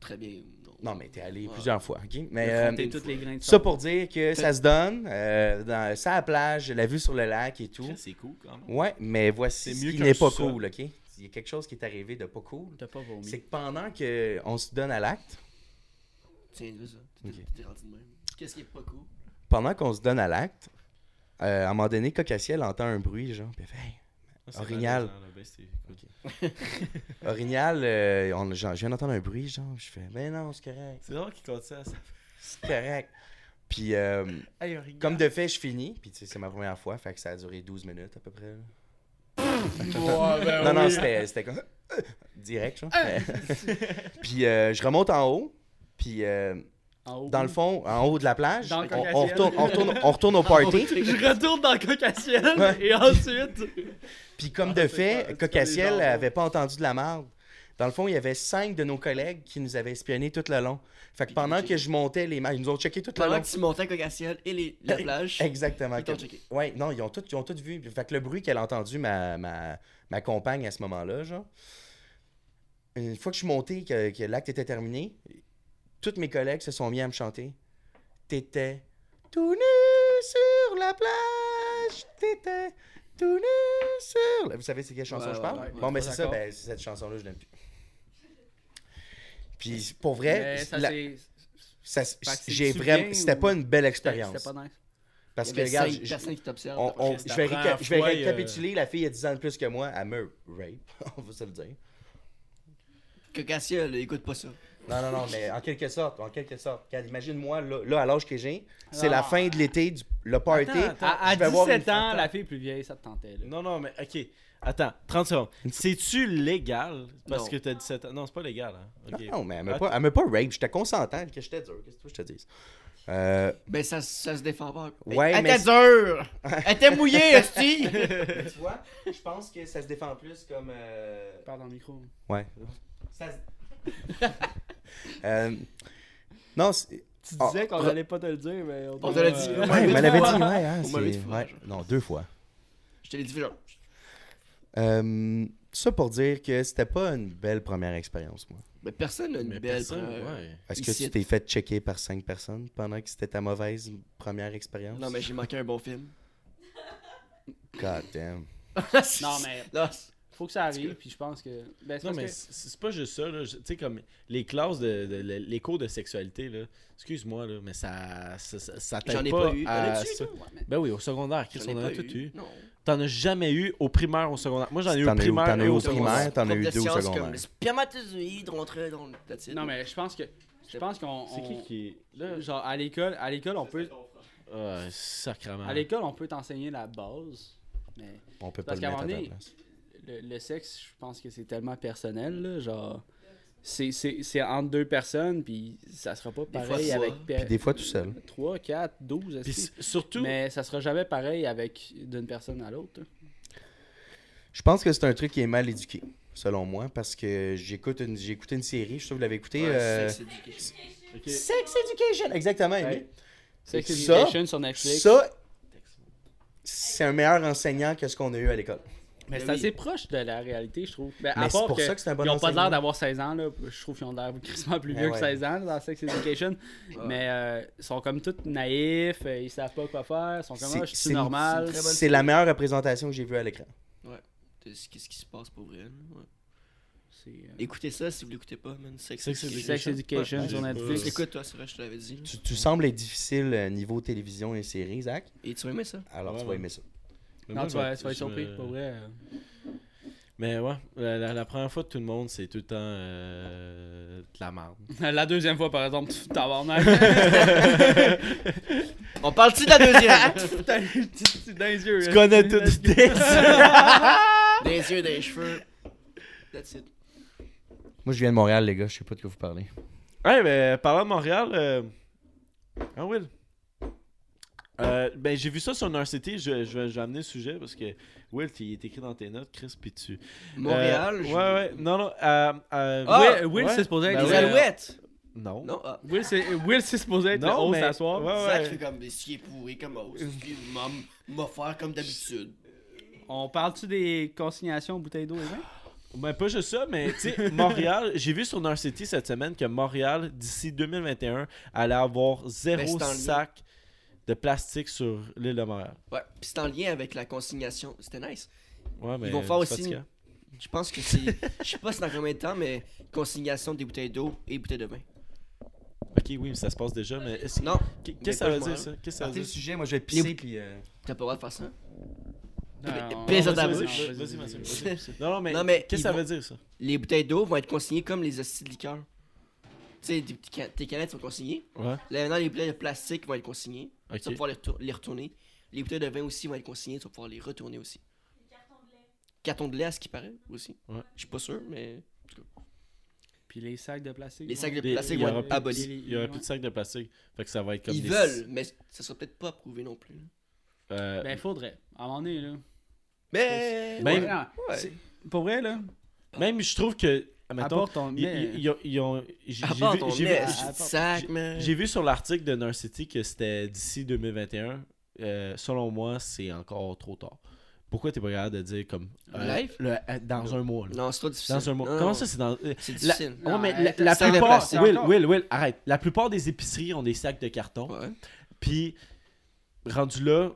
[SPEAKER 1] Très bien.
[SPEAKER 3] Non, mais t'es allé
[SPEAKER 1] Ouais.
[SPEAKER 3] plusieurs fois, OK? Mais, euh,
[SPEAKER 2] T'es toutes les grains de
[SPEAKER 3] ça
[SPEAKER 2] sable.
[SPEAKER 3] pour dire que ça se donne. euh, dans, ça à la plage, la vue sur le lac et tout.
[SPEAKER 4] C'est cool quand même.
[SPEAKER 3] Ouais, mais
[SPEAKER 4] C'est
[SPEAKER 3] voici ce
[SPEAKER 4] mieux
[SPEAKER 3] qui
[SPEAKER 4] qu'un
[SPEAKER 3] n'est pas
[SPEAKER 4] sous-sol.
[SPEAKER 3] cool, OK? Il y a quelque chose qui est arrivé de pas cool.
[SPEAKER 2] T'as pas vomi.
[SPEAKER 3] C'est que pendant que on se donne à l'acte,
[SPEAKER 1] Tiens, là, ça. T'es-
[SPEAKER 3] Ok.
[SPEAKER 1] T'es rendu de même. Qu'est-ce qui est pas cool
[SPEAKER 3] pendant qu'on se donne à l'acte, euh, à un moment donné, Cocassiel entend un bruit, genre, puis elle fait, Hey. Orignal.
[SPEAKER 4] ben,
[SPEAKER 3] Orignal, euh, on- genre, je viens d'entendre un bruit, genre, je fais, mais non, c'est correct,
[SPEAKER 4] C'est drôle qu'il compte ça. ça.
[SPEAKER 3] c'est correct. Puis, euh,
[SPEAKER 4] Hey, Orignal.
[SPEAKER 3] comme de fait, je finis, puis tu sais, c'est ma première fois, fait que ça a duré 12 minutes à peu près. là.
[SPEAKER 4] ben
[SPEAKER 3] non, non, c'était c'était comme direct, genre.
[SPEAKER 2] Ah.
[SPEAKER 3] puis, euh, je remonte en haut, puis, euh,
[SPEAKER 2] En haut.
[SPEAKER 3] dans le fond, en haut de la plage,
[SPEAKER 2] Dans
[SPEAKER 3] on,
[SPEAKER 2] le
[SPEAKER 3] on
[SPEAKER 2] Cocassiel.
[SPEAKER 3] retourne, on, retourne, on retourne au party.
[SPEAKER 2] Je
[SPEAKER 1] Oh,
[SPEAKER 2] retourne dans le cocassiel
[SPEAKER 3] Ouais.
[SPEAKER 2] et ensuite.
[SPEAKER 3] Puis comme de
[SPEAKER 2] Ah, c'est
[SPEAKER 3] fait,
[SPEAKER 2] pas- hein. c'est pas
[SPEAKER 3] Cocassiel
[SPEAKER 2] les gens,
[SPEAKER 3] avait pas entendu de la marde. Dans le fond, il y avait cinq de nos collègues qui nous avaient espionnés tout le long. Fait que pendant que je montais les marches, ils nous ont checké tout le
[SPEAKER 1] Pendant
[SPEAKER 3] long.
[SPEAKER 1] que tu montais à Cocassiel et les- la plage.
[SPEAKER 3] Exactement.
[SPEAKER 1] Ils t'ont checké.
[SPEAKER 3] Ouais, non, ils ont tout, ils ont tout vu. Fait que le bruit qu'elle a entendu, ma, ma, ma compagne à ce moment-là, genre. Une fois que je suis monté, que, que l'acte était terminé, tous mes collègues se sont mis à me chanter. T'étais tout nu sur la plage. T'étais tout nu sur. la- Vous savez c'est quelle chanson
[SPEAKER 1] Ouais,
[SPEAKER 3] je
[SPEAKER 1] ouais,
[SPEAKER 3] parle
[SPEAKER 1] ouais,
[SPEAKER 3] Bon,
[SPEAKER 2] ouais,
[SPEAKER 3] mais c'est ça.
[SPEAKER 2] d'accord.
[SPEAKER 3] Ben, cette chanson-là, je l'aime plus. Puis pour vrai,
[SPEAKER 2] Mais ça,
[SPEAKER 3] la-
[SPEAKER 2] c'est-
[SPEAKER 3] Ça s-
[SPEAKER 2] Fait que c'est-
[SPEAKER 3] j'ai
[SPEAKER 2] tu
[SPEAKER 3] vraiment.
[SPEAKER 2] viens
[SPEAKER 3] C'était
[SPEAKER 2] ou-
[SPEAKER 3] pas une belle
[SPEAKER 2] C'était
[SPEAKER 3] expérience.
[SPEAKER 2] c'était pas nice.
[SPEAKER 3] Parce
[SPEAKER 1] Il
[SPEAKER 3] que,
[SPEAKER 1] y avait
[SPEAKER 3] regarde,
[SPEAKER 1] cinq
[SPEAKER 3] je-
[SPEAKER 1] personnes qui t'observent.
[SPEAKER 3] on- on-
[SPEAKER 4] c'est
[SPEAKER 3] je
[SPEAKER 4] la
[SPEAKER 3] vais,
[SPEAKER 4] première
[SPEAKER 3] réca- je vais
[SPEAKER 4] fois,
[SPEAKER 3] récapituler. La fille a 10 ans de plus que moi. Elle me rape. On va se le dire.
[SPEAKER 1] Que Cassia, là, écoute pas ça.
[SPEAKER 3] Non, non, non, mais en quelque sorte. En quelque sorte. Regarde, Imagine-moi, là, là, à l'âge que j'ai, c'est la fin de l'été, du- le party.
[SPEAKER 4] Attends,
[SPEAKER 2] À, à
[SPEAKER 3] je vais voir
[SPEAKER 2] 17
[SPEAKER 3] une-
[SPEAKER 2] ans, la fille plus vieille, ça te tentait. Là.
[SPEAKER 4] Non, non, mais ok. Attends, 30 secondes. C'est-tu légal parce
[SPEAKER 1] Non.
[SPEAKER 4] que t'as 17 ans Non, c'est pas légal. Hein? Ok.
[SPEAKER 3] Non, mais elle m'a pas, elle m'a pas rape. J'étais consentant. Que j'étais dur. Qu'est-ce que tu veux que je te dise? Euh,
[SPEAKER 1] Ben, ça, ça se défend pas.
[SPEAKER 3] Ouais,
[SPEAKER 1] Elle
[SPEAKER 3] mais
[SPEAKER 1] était dure! Elle était mouillée, hostie!
[SPEAKER 3] Mais tu vois, je pense que ça se défend plus comme. euh,
[SPEAKER 2] Parle dans le micro.
[SPEAKER 3] Ouais.
[SPEAKER 1] Ça se-
[SPEAKER 3] Euh, Non, c'est.
[SPEAKER 2] Tu
[SPEAKER 3] disais Ah, qu'on re-
[SPEAKER 2] pas te le dire, mais euh,
[SPEAKER 1] On te l'a dit.
[SPEAKER 3] Ouais,
[SPEAKER 1] Ouais,
[SPEAKER 3] elle me l'avait dit,
[SPEAKER 1] fois.
[SPEAKER 3] ouais. hein,
[SPEAKER 1] On m'avait
[SPEAKER 3] c'est-
[SPEAKER 1] dit,
[SPEAKER 3] ouais. Non, deux fois.
[SPEAKER 1] Je te l'ai dit, genre.
[SPEAKER 3] Euh, ça pour dire que c'était pas une belle première expérience, moi.
[SPEAKER 1] Mais personne n'a une
[SPEAKER 4] Mais
[SPEAKER 1] belle.
[SPEAKER 4] personne,
[SPEAKER 1] euh,
[SPEAKER 4] ouais.
[SPEAKER 3] Est-ce que
[SPEAKER 1] Ici.
[SPEAKER 3] tu t'es fait checker par cinq personnes pendant que c'était ta mauvaise première expérience?
[SPEAKER 1] Non, mais j'ai manqué un bon film.
[SPEAKER 3] God damn.
[SPEAKER 2] Non, mais
[SPEAKER 1] Là, c'est-
[SPEAKER 2] faut que ça arrive, puis je pense que. Ben, c'est
[SPEAKER 4] Non,
[SPEAKER 2] parce
[SPEAKER 4] mais
[SPEAKER 2] que-
[SPEAKER 4] c'est c'est pas juste ça. là. Je- Tu sais, comme les classes, de, de- le- les cours de sexualité, là, excuse-moi, là, mais ça, ça, ça, ça
[SPEAKER 1] J'en
[SPEAKER 4] t'aide
[SPEAKER 1] ai
[SPEAKER 4] pas,
[SPEAKER 1] pas eu.
[SPEAKER 4] à
[SPEAKER 1] T'en as-tu,
[SPEAKER 4] ça.
[SPEAKER 1] toi?
[SPEAKER 2] Ouais, mais-
[SPEAKER 4] Ben oui, au secondaire, Chris,
[SPEAKER 1] j'en ai
[SPEAKER 4] on en a
[SPEAKER 1] pas
[SPEAKER 4] tout eu.
[SPEAKER 1] Non.
[SPEAKER 4] T'en as jamais eu au primaire, au secondaire. Moi, j'en ai eu au
[SPEAKER 3] T'en as eu-
[SPEAKER 4] primaire.
[SPEAKER 3] t'en as
[SPEAKER 4] et
[SPEAKER 3] eu au
[SPEAKER 4] secondaire.
[SPEAKER 3] primaire, t'en as
[SPEAKER 1] Prof
[SPEAKER 3] eu
[SPEAKER 1] de
[SPEAKER 3] deux au
[SPEAKER 1] sciences
[SPEAKER 3] secondaire.
[SPEAKER 1] comme le spermatozoïde rentrait dans le. That's it.
[SPEAKER 2] Non, mais je pense que. Je pense qu'on.
[SPEAKER 4] C'est qui
[SPEAKER 2] on-
[SPEAKER 4] qui est. Là,
[SPEAKER 2] Genre, à l'école, à l'école, on peut.
[SPEAKER 4] Ah, sacrement.
[SPEAKER 2] À l'école, on peut t'enseigner la base, mais
[SPEAKER 3] On peut
[SPEAKER 2] Parce
[SPEAKER 3] pas
[SPEAKER 2] qu'à
[SPEAKER 3] le
[SPEAKER 2] un
[SPEAKER 3] mettre à
[SPEAKER 2] moment
[SPEAKER 3] ta
[SPEAKER 2] donné-
[SPEAKER 3] place.
[SPEAKER 2] le, le sexe, je pense que c'est tellement personnel, là, genre. C'est, c'est, c'est entre deux personnes, puis ça sera pas
[SPEAKER 1] fois,
[SPEAKER 2] pareil
[SPEAKER 1] ça.
[SPEAKER 2] avec
[SPEAKER 3] Puis des fois tout seul.
[SPEAKER 2] 3, 4, 12,
[SPEAKER 4] Puis s- surtout,
[SPEAKER 2] mais ça sera jamais pareil avec d'une personne à l'autre. hein.
[SPEAKER 3] Je pense que c'est un truc qui est mal éduqué, selon moi, parce que j'écoute une, j'ai écouté une série, je suis sûr que vous l'avez écouté.
[SPEAKER 1] Ouais,
[SPEAKER 3] euh,
[SPEAKER 1] c'est- c'est du-
[SPEAKER 4] ok.
[SPEAKER 3] Sex Education! Exactement, Émilie.
[SPEAKER 2] Ouais. Sex
[SPEAKER 3] Ça-
[SPEAKER 2] Education sur Netflix.
[SPEAKER 3] Ça, c'est un meilleur enseignant que ce qu'on a eu à l'école.
[SPEAKER 2] mais
[SPEAKER 4] Ben
[SPEAKER 2] c'est
[SPEAKER 1] oui.
[SPEAKER 2] assez proche de la réalité, je trouve. Ben, à
[SPEAKER 3] Mais c'est
[SPEAKER 2] part
[SPEAKER 3] pour
[SPEAKER 2] que
[SPEAKER 3] ça que c'est un bon
[SPEAKER 2] Ils ont pas
[SPEAKER 3] enseignant.
[SPEAKER 2] l'air d'avoir 16 ans, là. Je trouve qu'ils ont l'air crissement plus
[SPEAKER 3] Ah
[SPEAKER 2] vieux
[SPEAKER 3] ouais.
[SPEAKER 2] que 16 ans là, dans Sex Education.
[SPEAKER 1] Ah.
[SPEAKER 2] Mais euh, ils sont comme tous naïfs, euh, ils savent pas quoi faire, ils sont comme
[SPEAKER 3] C'est-
[SPEAKER 2] ah, je
[SPEAKER 3] c'est
[SPEAKER 2] suis
[SPEAKER 3] une-
[SPEAKER 2] normal.
[SPEAKER 1] très bonne
[SPEAKER 3] C'est la meilleure représentation que j'ai vue à l'écran.
[SPEAKER 1] Qu'est-ce qu'est-ce qui se passe pour vrai? là? Ouais.
[SPEAKER 2] C'est euh,
[SPEAKER 1] Écoutez ça si vous l'écoutez pas, man. Sex
[SPEAKER 4] Sex
[SPEAKER 1] Education.
[SPEAKER 2] Sex Education
[SPEAKER 4] Ouais,
[SPEAKER 2] sur
[SPEAKER 4] j'ai
[SPEAKER 2] Netflix.
[SPEAKER 4] pas-
[SPEAKER 1] Écoute, toi, c'est vrai, je te l'avais dit.
[SPEAKER 3] Tu, tu sembles être difficile euh, niveau télévision et série, Zach.
[SPEAKER 1] Et tu aimais ça?
[SPEAKER 3] Alors
[SPEAKER 4] Ouais,
[SPEAKER 3] tu vas
[SPEAKER 4] ouais.
[SPEAKER 3] aimer ça.
[SPEAKER 4] Mais
[SPEAKER 2] Non,
[SPEAKER 4] moi,
[SPEAKER 2] tu
[SPEAKER 4] je
[SPEAKER 2] vas,
[SPEAKER 4] me-
[SPEAKER 2] tu vas être
[SPEAKER 4] je
[SPEAKER 2] surpris,
[SPEAKER 4] me-
[SPEAKER 2] pour vrai. euh.
[SPEAKER 4] Mais ouais, la, la- la première fois de tout le monde, c'est tout le temps euh, de la merde.
[SPEAKER 2] La deuxième fois, par exemple, pff, tabarnak.
[SPEAKER 1] On parle-tu de la
[SPEAKER 4] Ah,
[SPEAKER 1] deuxième?
[SPEAKER 2] T'as les petites dans les yeux.
[SPEAKER 4] Tu
[SPEAKER 2] hein.
[SPEAKER 4] connais tout le
[SPEAKER 1] des yeux, des cheveux. That's it.
[SPEAKER 3] Moi, je viens de Montréal, les gars. Je sais pas de quoi vous parlez.
[SPEAKER 4] Ouais, mais parlant de Montréal, euh... hein, Will? Euh, ben, j'ai vu ça sur Narcity, je, je, vais- je vais amener le sujet parce que Will, il est écrit dans tes notes, Chris, puis tu.
[SPEAKER 1] Montréal.
[SPEAKER 4] Euh,
[SPEAKER 1] je-
[SPEAKER 4] Ouais, ouais, non, non. Euh, euh,
[SPEAKER 1] Ah!
[SPEAKER 2] Will, Will,
[SPEAKER 4] ouais.
[SPEAKER 2] c'est supposé
[SPEAKER 4] Ben
[SPEAKER 2] être.
[SPEAKER 1] Les
[SPEAKER 4] ouais.
[SPEAKER 1] alouettes.
[SPEAKER 4] Non.
[SPEAKER 1] Non, ah.
[SPEAKER 2] Will, c'est, Will, c'est supposé être
[SPEAKER 4] Non,
[SPEAKER 2] le haut
[SPEAKER 4] mais-
[SPEAKER 2] s'asseoir.
[SPEAKER 4] Ouais, Ah, ouais.
[SPEAKER 1] Zach fait comme des sciés pourris comme os. Puis m'a- m'a faire comme d'habitude.
[SPEAKER 2] On parle-tu des consignations bouteilles d'eau et vin?
[SPEAKER 4] Ben, pas juste ça, mais tu sais, Montréal, j'ai vu sur Narcity cette semaine que Montréal, d'ici 2021, allait avoir
[SPEAKER 1] Ben,
[SPEAKER 4] zéro
[SPEAKER 1] c'est en lien.
[SPEAKER 4] sac de plastique sur l'île de Montréal.
[SPEAKER 1] Ouais, pis c'est en lien avec la consignation. C'était nice.
[SPEAKER 4] Ouais, mais
[SPEAKER 1] vont faire
[SPEAKER 4] c'est
[SPEAKER 1] aussi-
[SPEAKER 4] fatigant.
[SPEAKER 1] Je pense que c'est. Je sais pas c'est dans combien de temps, mais consignation des bouteilles d'eau et bouteilles de vin.
[SPEAKER 4] Ok, oui, mais ça se passe déjà, mais. est-ce-
[SPEAKER 1] Non,
[SPEAKER 4] Qu'est-
[SPEAKER 1] Mais
[SPEAKER 4] Qu'est-ce que
[SPEAKER 1] pas
[SPEAKER 4] ça veut
[SPEAKER 1] chez
[SPEAKER 4] dire,
[SPEAKER 1] moi,
[SPEAKER 4] ça? Qu'est-ce que ça veut dire?
[SPEAKER 3] sujet, moi je vais
[SPEAKER 1] pisser,
[SPEAKER 3] puis.
[SPEAKER 1] t'as pas le droit de faire ça.
[SPEAKER 2] Non,
[SPEAKER 1] pisse
[SPEAKER 2] non,
[SPEAKER 1] dans ta
[SPEAKER 2] vas-y,
[SPEAKER 1] bouche.
[SPEAKER 2] vas-y,
[SPEAKER 4] Vas-y,
[SPEAKER 2] vas-y,
[SPEAKER 4] vas-y,
[SPEAKER 2] vas-y.
[SPEAKER 4] Non, non, mais,
[SPEAKER 1] Non, mais ils
[SPEAKER 4] qu'est-ce que ça
[SPEAKER 1] vont-
[SPEAKER 4] veut dire, ça?
[SPEAKER 1] Les bouteilles d'eau vont être consignées comme les hosties de liqueur. Tu sais, des petits can- tes canettes sont consignées.
[SPEAKER 4] Ouais,
[SPEAKER 1] Là, maintenant, les bouteilles de plastique vont être consignées. Tu vas
[SPEAKER 4] ok.
[SPEAKER 1] pouvoir les, retour- les retourner. Les bouteilles de vin aussi vont être consignées. Tu vas pouvoir les retourner aussi. Carton de lait, à ce qui paraît aussi.
[SPEAKER 4] Ouais.
[SPEAKER 1] Je suis pas sûr, mais.
[SPEAKER 2] Puis les sacs de plastique.
[SPEAKER 1] Les
[SPEAKER 2] ouais.
[SPEAKER 1] sacs de
[SPEAKER 4] Des-
[SPEAKER 1] plastique
[SPEAKER 4] il y
[SPEAKER 1] vont
[SPEAKER 4] aura
[SPEAKER 1] être
[SPEAKER 4] plus-
[SPEAKER 1] abolis.
[SPEAKER 4] Il y aurait plus de sacs de plastique. Fait que ça va être comme
[SPEAKER 1] Ils
[SPEAKER 4] des-
[SPEAKER 1] veulent, mais ça sera peut-être pas approuvé non plus.
[SPEAKER 4] Euh,
[SPEAKER 2] Ben, faudrait. À un moment donné, là.
[SPEAKER 1] Mais.
[SPEAKER 4] Ben,
[SPEAKER 2] Ouais, non,
[SPEAKER 1] Ouais.
[SPEAKER 2] c'est- Pour vrai, là.
[SPEAKER 4] Même, je trouve que. Mettons,
[SPEAKER 2] Apporte ton
[SPEAKER 4] ils-
[SPEAKER 2] nez.
[SPEAKER 4] ils- ils ont- ils ont- j'ai-
[SPEAKER 1] À
[SPEAKER 4] j'ai
[SPEAKER 1] part
[SPEAKER 4] vu-
[SPEAKER 1] ton
[SPEAKER 4] j'ai vu-
[SPEAKER 1] lait,
[SPEAKER 4] j'ai-
[SPEAKER 1] petit sac, man.
[SPEAKER 4] J'ai vu sur l'article de Narcity que c'était d'ici 2021. Euh, selon moi, c'est encore trop tard. Pourquoi t'es pas capable de dire comme.
[SPEAKER 1] Live?
[SPEAKER 4] le- euh, dans un mois. là.
[SPEAKER 1] Non, c'est trop difficile.
[SPEAKER 4] Dans un mois.
[SPEAKER 1] Non,
[SPEAKER 4] Comment
[SPEAKER 1] non,
[SPEAKER 4] ça, c'est dans. euh,
[SPEAKER 1] C'est
[SPEAKER 4] la-
[SPEAKER 1] difficile.
[SPEAKER 4] Ouais, mais
[SPEAKER 2] Non,
[SPEAKER 4] la,
[SPEAKER 2] euh,
[SPEAKER 4] la
[SPEAKER 1] sac de
[SPEAKER 4] plupart.
[SPEAKER 1] plastique.
[SPEAKER 4] Will,
[SPEAKER 2] Encore.
[SPEAKER 4] Will, Will, arrête. La plupart des épiceries ont des sacs de carton.
[SPEAKER 1] Ouais.
[SPEAKER 4] Puis, rendu là,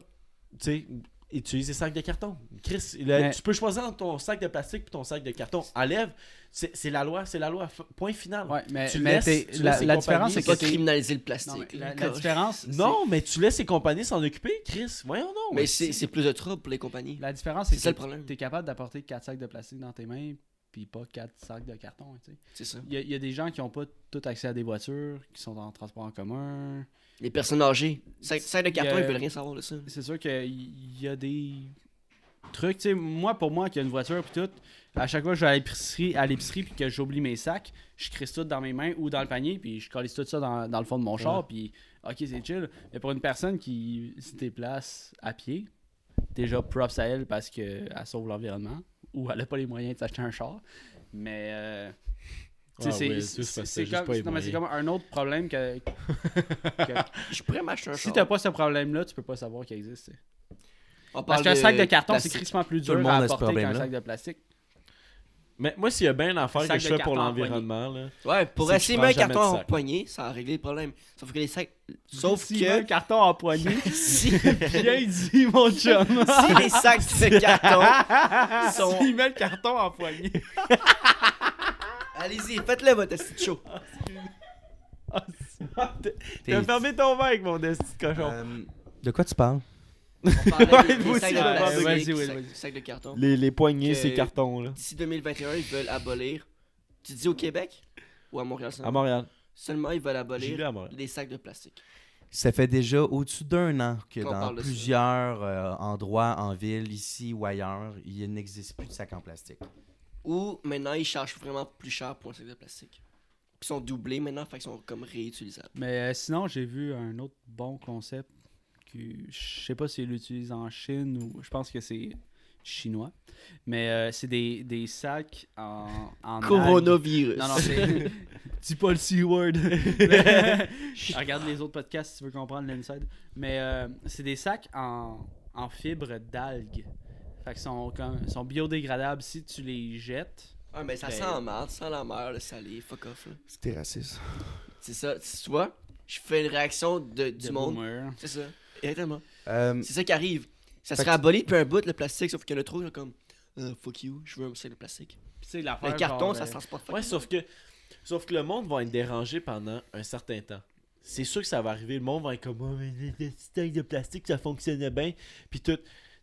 [SPEAKER 4] tu sais, utilise des sacs de carton. Chris, le-
[SPEAKER 2] Mais-
[SPEAKER 4] tu peux choisir entre ton sac de plastique et ton sac de carton. Enlève, c'est c'est la loi, c'est la loi. F- Point final.
[SPEAKER 2] euh, Ouais, mais,
[SPEAKER 4] Tu
[SPEAKER 2] mais
[SPEAKER 4] laisses-
[SPEAKER 2] t'es-
[SPEAKER 4] tu
[SPEAKER 2] la,
[SPEAKER 4] laisses les
[SPEAKER 2] la
[SPEAKER 4] compagnies,
[SPEAKER 2] différence, c'est
[SPEAKER 1] C'est
[SPEAKER 2] que
[SPEAKER 4] c'est
[SPEAKER 1] pas
[SPEAKER 2] t'es-
[SPEAKER 1] criminaliser le
[SPEAKER 2] non, mais
[SPEAKER 1] plastique.
[SPEAKER 2] la, la
[SPEAKER 1] Gosh.
[SPEAKER 2] différence, c'est-
[SPEAKER 4] Non, mais tu laisses les compagnies s'en occuper, Chris. Voyons non.
[SPEAKER 1] Mais c'est c'est plus de trouble pour les compagnies.
[SPEAKER 2] la différence,
[SPEAKER 1] C'est
[SPEAKER 2] c'est
[SPEAKER 1] ça le
[SPEAKER 2] que
[SPEAKER 1] problème.
[SPEAKER 2] t'es capable d'apporter 4 sacs de plastique dans tes mains, puis pas 4 sacs de carton. hein, tu sais.
[SPEAKER 1] C'est ça.
[SPEAKER 2] Il y, a- il y a des gens qui n'ont pas tout accès à des voitures, qui sont en transport en commun.
[SPEAKER 1] Les personnes âgées. Sac sac de carton,
[SPEAKER 2] Il y a-
[SPEAKER 1] ils veulent rien savoir de ça.
[SPEAKER 2] C'est sûr qu'il y a des trucs. tu sais, moi, pour moi, qui a une voiture puis tout, à chaque fois que je vais à l'épicerie, à l'épicerie puis que j'oublie mes sacs, je crisse tout dans mes mains ou dans le panier puis je collise tout ça dans, dans le fond de mon char puis ok, c'est chill. Mais pour une personne qui se déplace à pied, déjà props à elle parce qu'elle sauve l'environnement ou elle n'a pas les moyens de s'acheter un char. Mais. euh, tu
[SPEAKER 4] Ah
[SPEAKER 2] sais, c'est
[SPEAKER 4] ouais, c'est parce que
[SPEAKER 2] c'est
[SPEAKER 4] t'as juste
[SPEAKER 2] comme,
[SPEAKER 4] pas les
[SPEAKER 2] non, mais c'est comme
[SPEAKER 4] moyens.
[SPEAKER 2] un autre problème que, que-
[SPEAKER 1] Je pourrais m'acheter un
[SPEAKER 2] si
[SPEAKER 1] char.
[SPEAKER 2] t'as pas ce problème-là, tu peux pas savoir qu'il existe. tu sais.
[SPEAKER 1] On
[SPEAKER 2] Parce
[SPEAKER 1] parle
[SPEAKER 2] qu'un
[SPEAKER 1] de
[SPEAKER 2] sac de carton, c'est
[SPEAKER 1] plastique.
[SPEAKER 2] crissement plus
[SPEAKER 3] Tout le
[SPEAKER 2] dur
[SPEAKER 3] monde
[SPEAKER 2] à
[SPEAKER 3] a ce
[SPEAKER 2] apporter qu'un
[SPEAKER 3] problème-là.
[SPEAKER 2] sac de plastique.
[SPEAKER 4] Mais moi, s'il y a bien une affaire
[SPEAKER 2] Sac
[SPEAKER 4] que je
[SPEAKER 2] de
[SPEAKER 4] fais pour
[SPEAKER 2] carton en
[SPEAKER 4] l'environnement, là.
[SPEAKER 1] Ouais, pour
[SPEAKER 4] C'est que
[SPEAKER 1] essayer
[SPEAKER 4] tu
[SPEAKER 1] de mettre un
[SPEAKER 4] prends jamais de
[SPEAKER 1] carton en
[SPEAKER 4] sac.
[SPEAKER 1] poignée, ça a réglé le problème. Sauf que les sacs. Sauf
[SPEAKER 2] Si
[SPEAKER 1] que.
[SPEAKER 2] un carton en poignée,
[SPEAKER 1] Si,
[SPEAKER 2] bien dit, mon chum.
[SPEAKER 1] si les sacs de carton sont.
[SPEAKER 2] S'il met le carton en poignée.
[SPEAKER 1] Allez-y, faites-le votre petit show.
[SPEAKER 4] T'as fermé ton verre avec mon destin de cochon.
[SPEAKER 3] Euh, de quoi tu parles
[SPEAKER 1] On parle
[SPEAKER 4] Ouais,
[SPEAKER 1] des-
[SPEAKER 4] vous
[SPEAKER 1] des sacs
[SPEAKER 4] aussi,
[SPEAKER 1] de
[SPEAKER 4] là,
[SPEAKER 1] plastique,
[SPEAKER 2] vas-y,
[SPEAKER 1] des
[SPEAKER 2] oui,
[SPEAKER 1] sacs-
[SPEAKER 2] vas-y.
[SPEAKER 1] des sacs de carton.
[SPEAKER 4] Les, les poignées,
[SPEAKER 1] Que-
[SPEAKER 4] ces cartons-là.
[SPEAKER 1] D'ici 2021, ils veulent abolir. Tu dis au Québec ou à Montréal
[SPEAKER 4] À
[SPEAKER 1] seulement
[SPEAKER 4] Montréal.
[SPEAKER 1] Seulement, ils veulent
[SPEAKER 4] J'ai lu
[SPEAKER 1] abolir
[SPEAKER 4] à Montréal.
[SPEAKER 1] les sacs de plastique.
[SPEAKER 3] Ça fait déjà au-dessus d'un an que
[SPEAKER 1] Qu'on
[SPEAKER 3] dans
[SPEAKER 1] parle de ça.
[SPEAKER 3] plusieurs euh, endroits, en ville, ici ou ailleurs, il n'existe plus de sac en plastique.
[SPEAKER 1] Ou maintenant, ils chargent vraiment plus cher pour un sac de plastique. Puis ils sont doublés maintenant, fait qu'ils sont comme réutilisables.
[SPEAKER 2] Mais euh, sinon, j'ai vu un autre bon concept que je sais pas s'ils l'utilisent en Chine ou je pense que c'est chinois. Mais euh, c'est des, des sacs en, en algues.
[SPEAKER 1] Coronavirus.
[SPEAKER 2] Non, non, c'est. Dis pas le C-word. Regarde les autres podcasts si tu veux comprendre l'inside. Mais euh, c'est des sacs en, en fibre d'algues. Fait qu'ils sont, comme- sont biodégradables si tu les jettes.
[SPEAKER 1] Ah, mais ça
[SPEAKER 2] Ben-
[SPEAKER 1] sent la merde, ça sent la merde, le salé, fuck off. là.
[SPEAKER 3] C'était raciste.
[SPEAKER 1] C'est ça, tu vois, je fais une réaction de, du
[SPEAKER 2] de
[SPEAKER 1] monde.
[SPEAKER 2] boomer.
[SPEAKER 1] C'est ça, exactement.
[SPEAKER 3] Euh,
[SPEAKER 1] C'est ça qui arrive. Ça
[SPEAKER 3] Fait
[SPEAKER 1] serait
[SPEAKER 3] que-
[SPEAKER 1] aboli depuis un bout le plastique, sauf que le trou, comme, Ah, fuck you, je veux un sac de plastique.
[SPEAKER 2] Puis tu sais, l'affaire.
[SPEAKER 1] Le carton,
[SPEAKER 2] genre,
[SPEAKER 1] ça
[SPEAKER 2] euh,
[SPEAKER 1] se transporte pas.
[SPEAKER 4] Ouais, sauf que, sauf que le monde va être dérangé pendant un certain temps. C'est sûr que ça va arriver. Le monde va être comme, oh, mais les petits sacs de plastique, ça fonctionnait bien. Puis tout.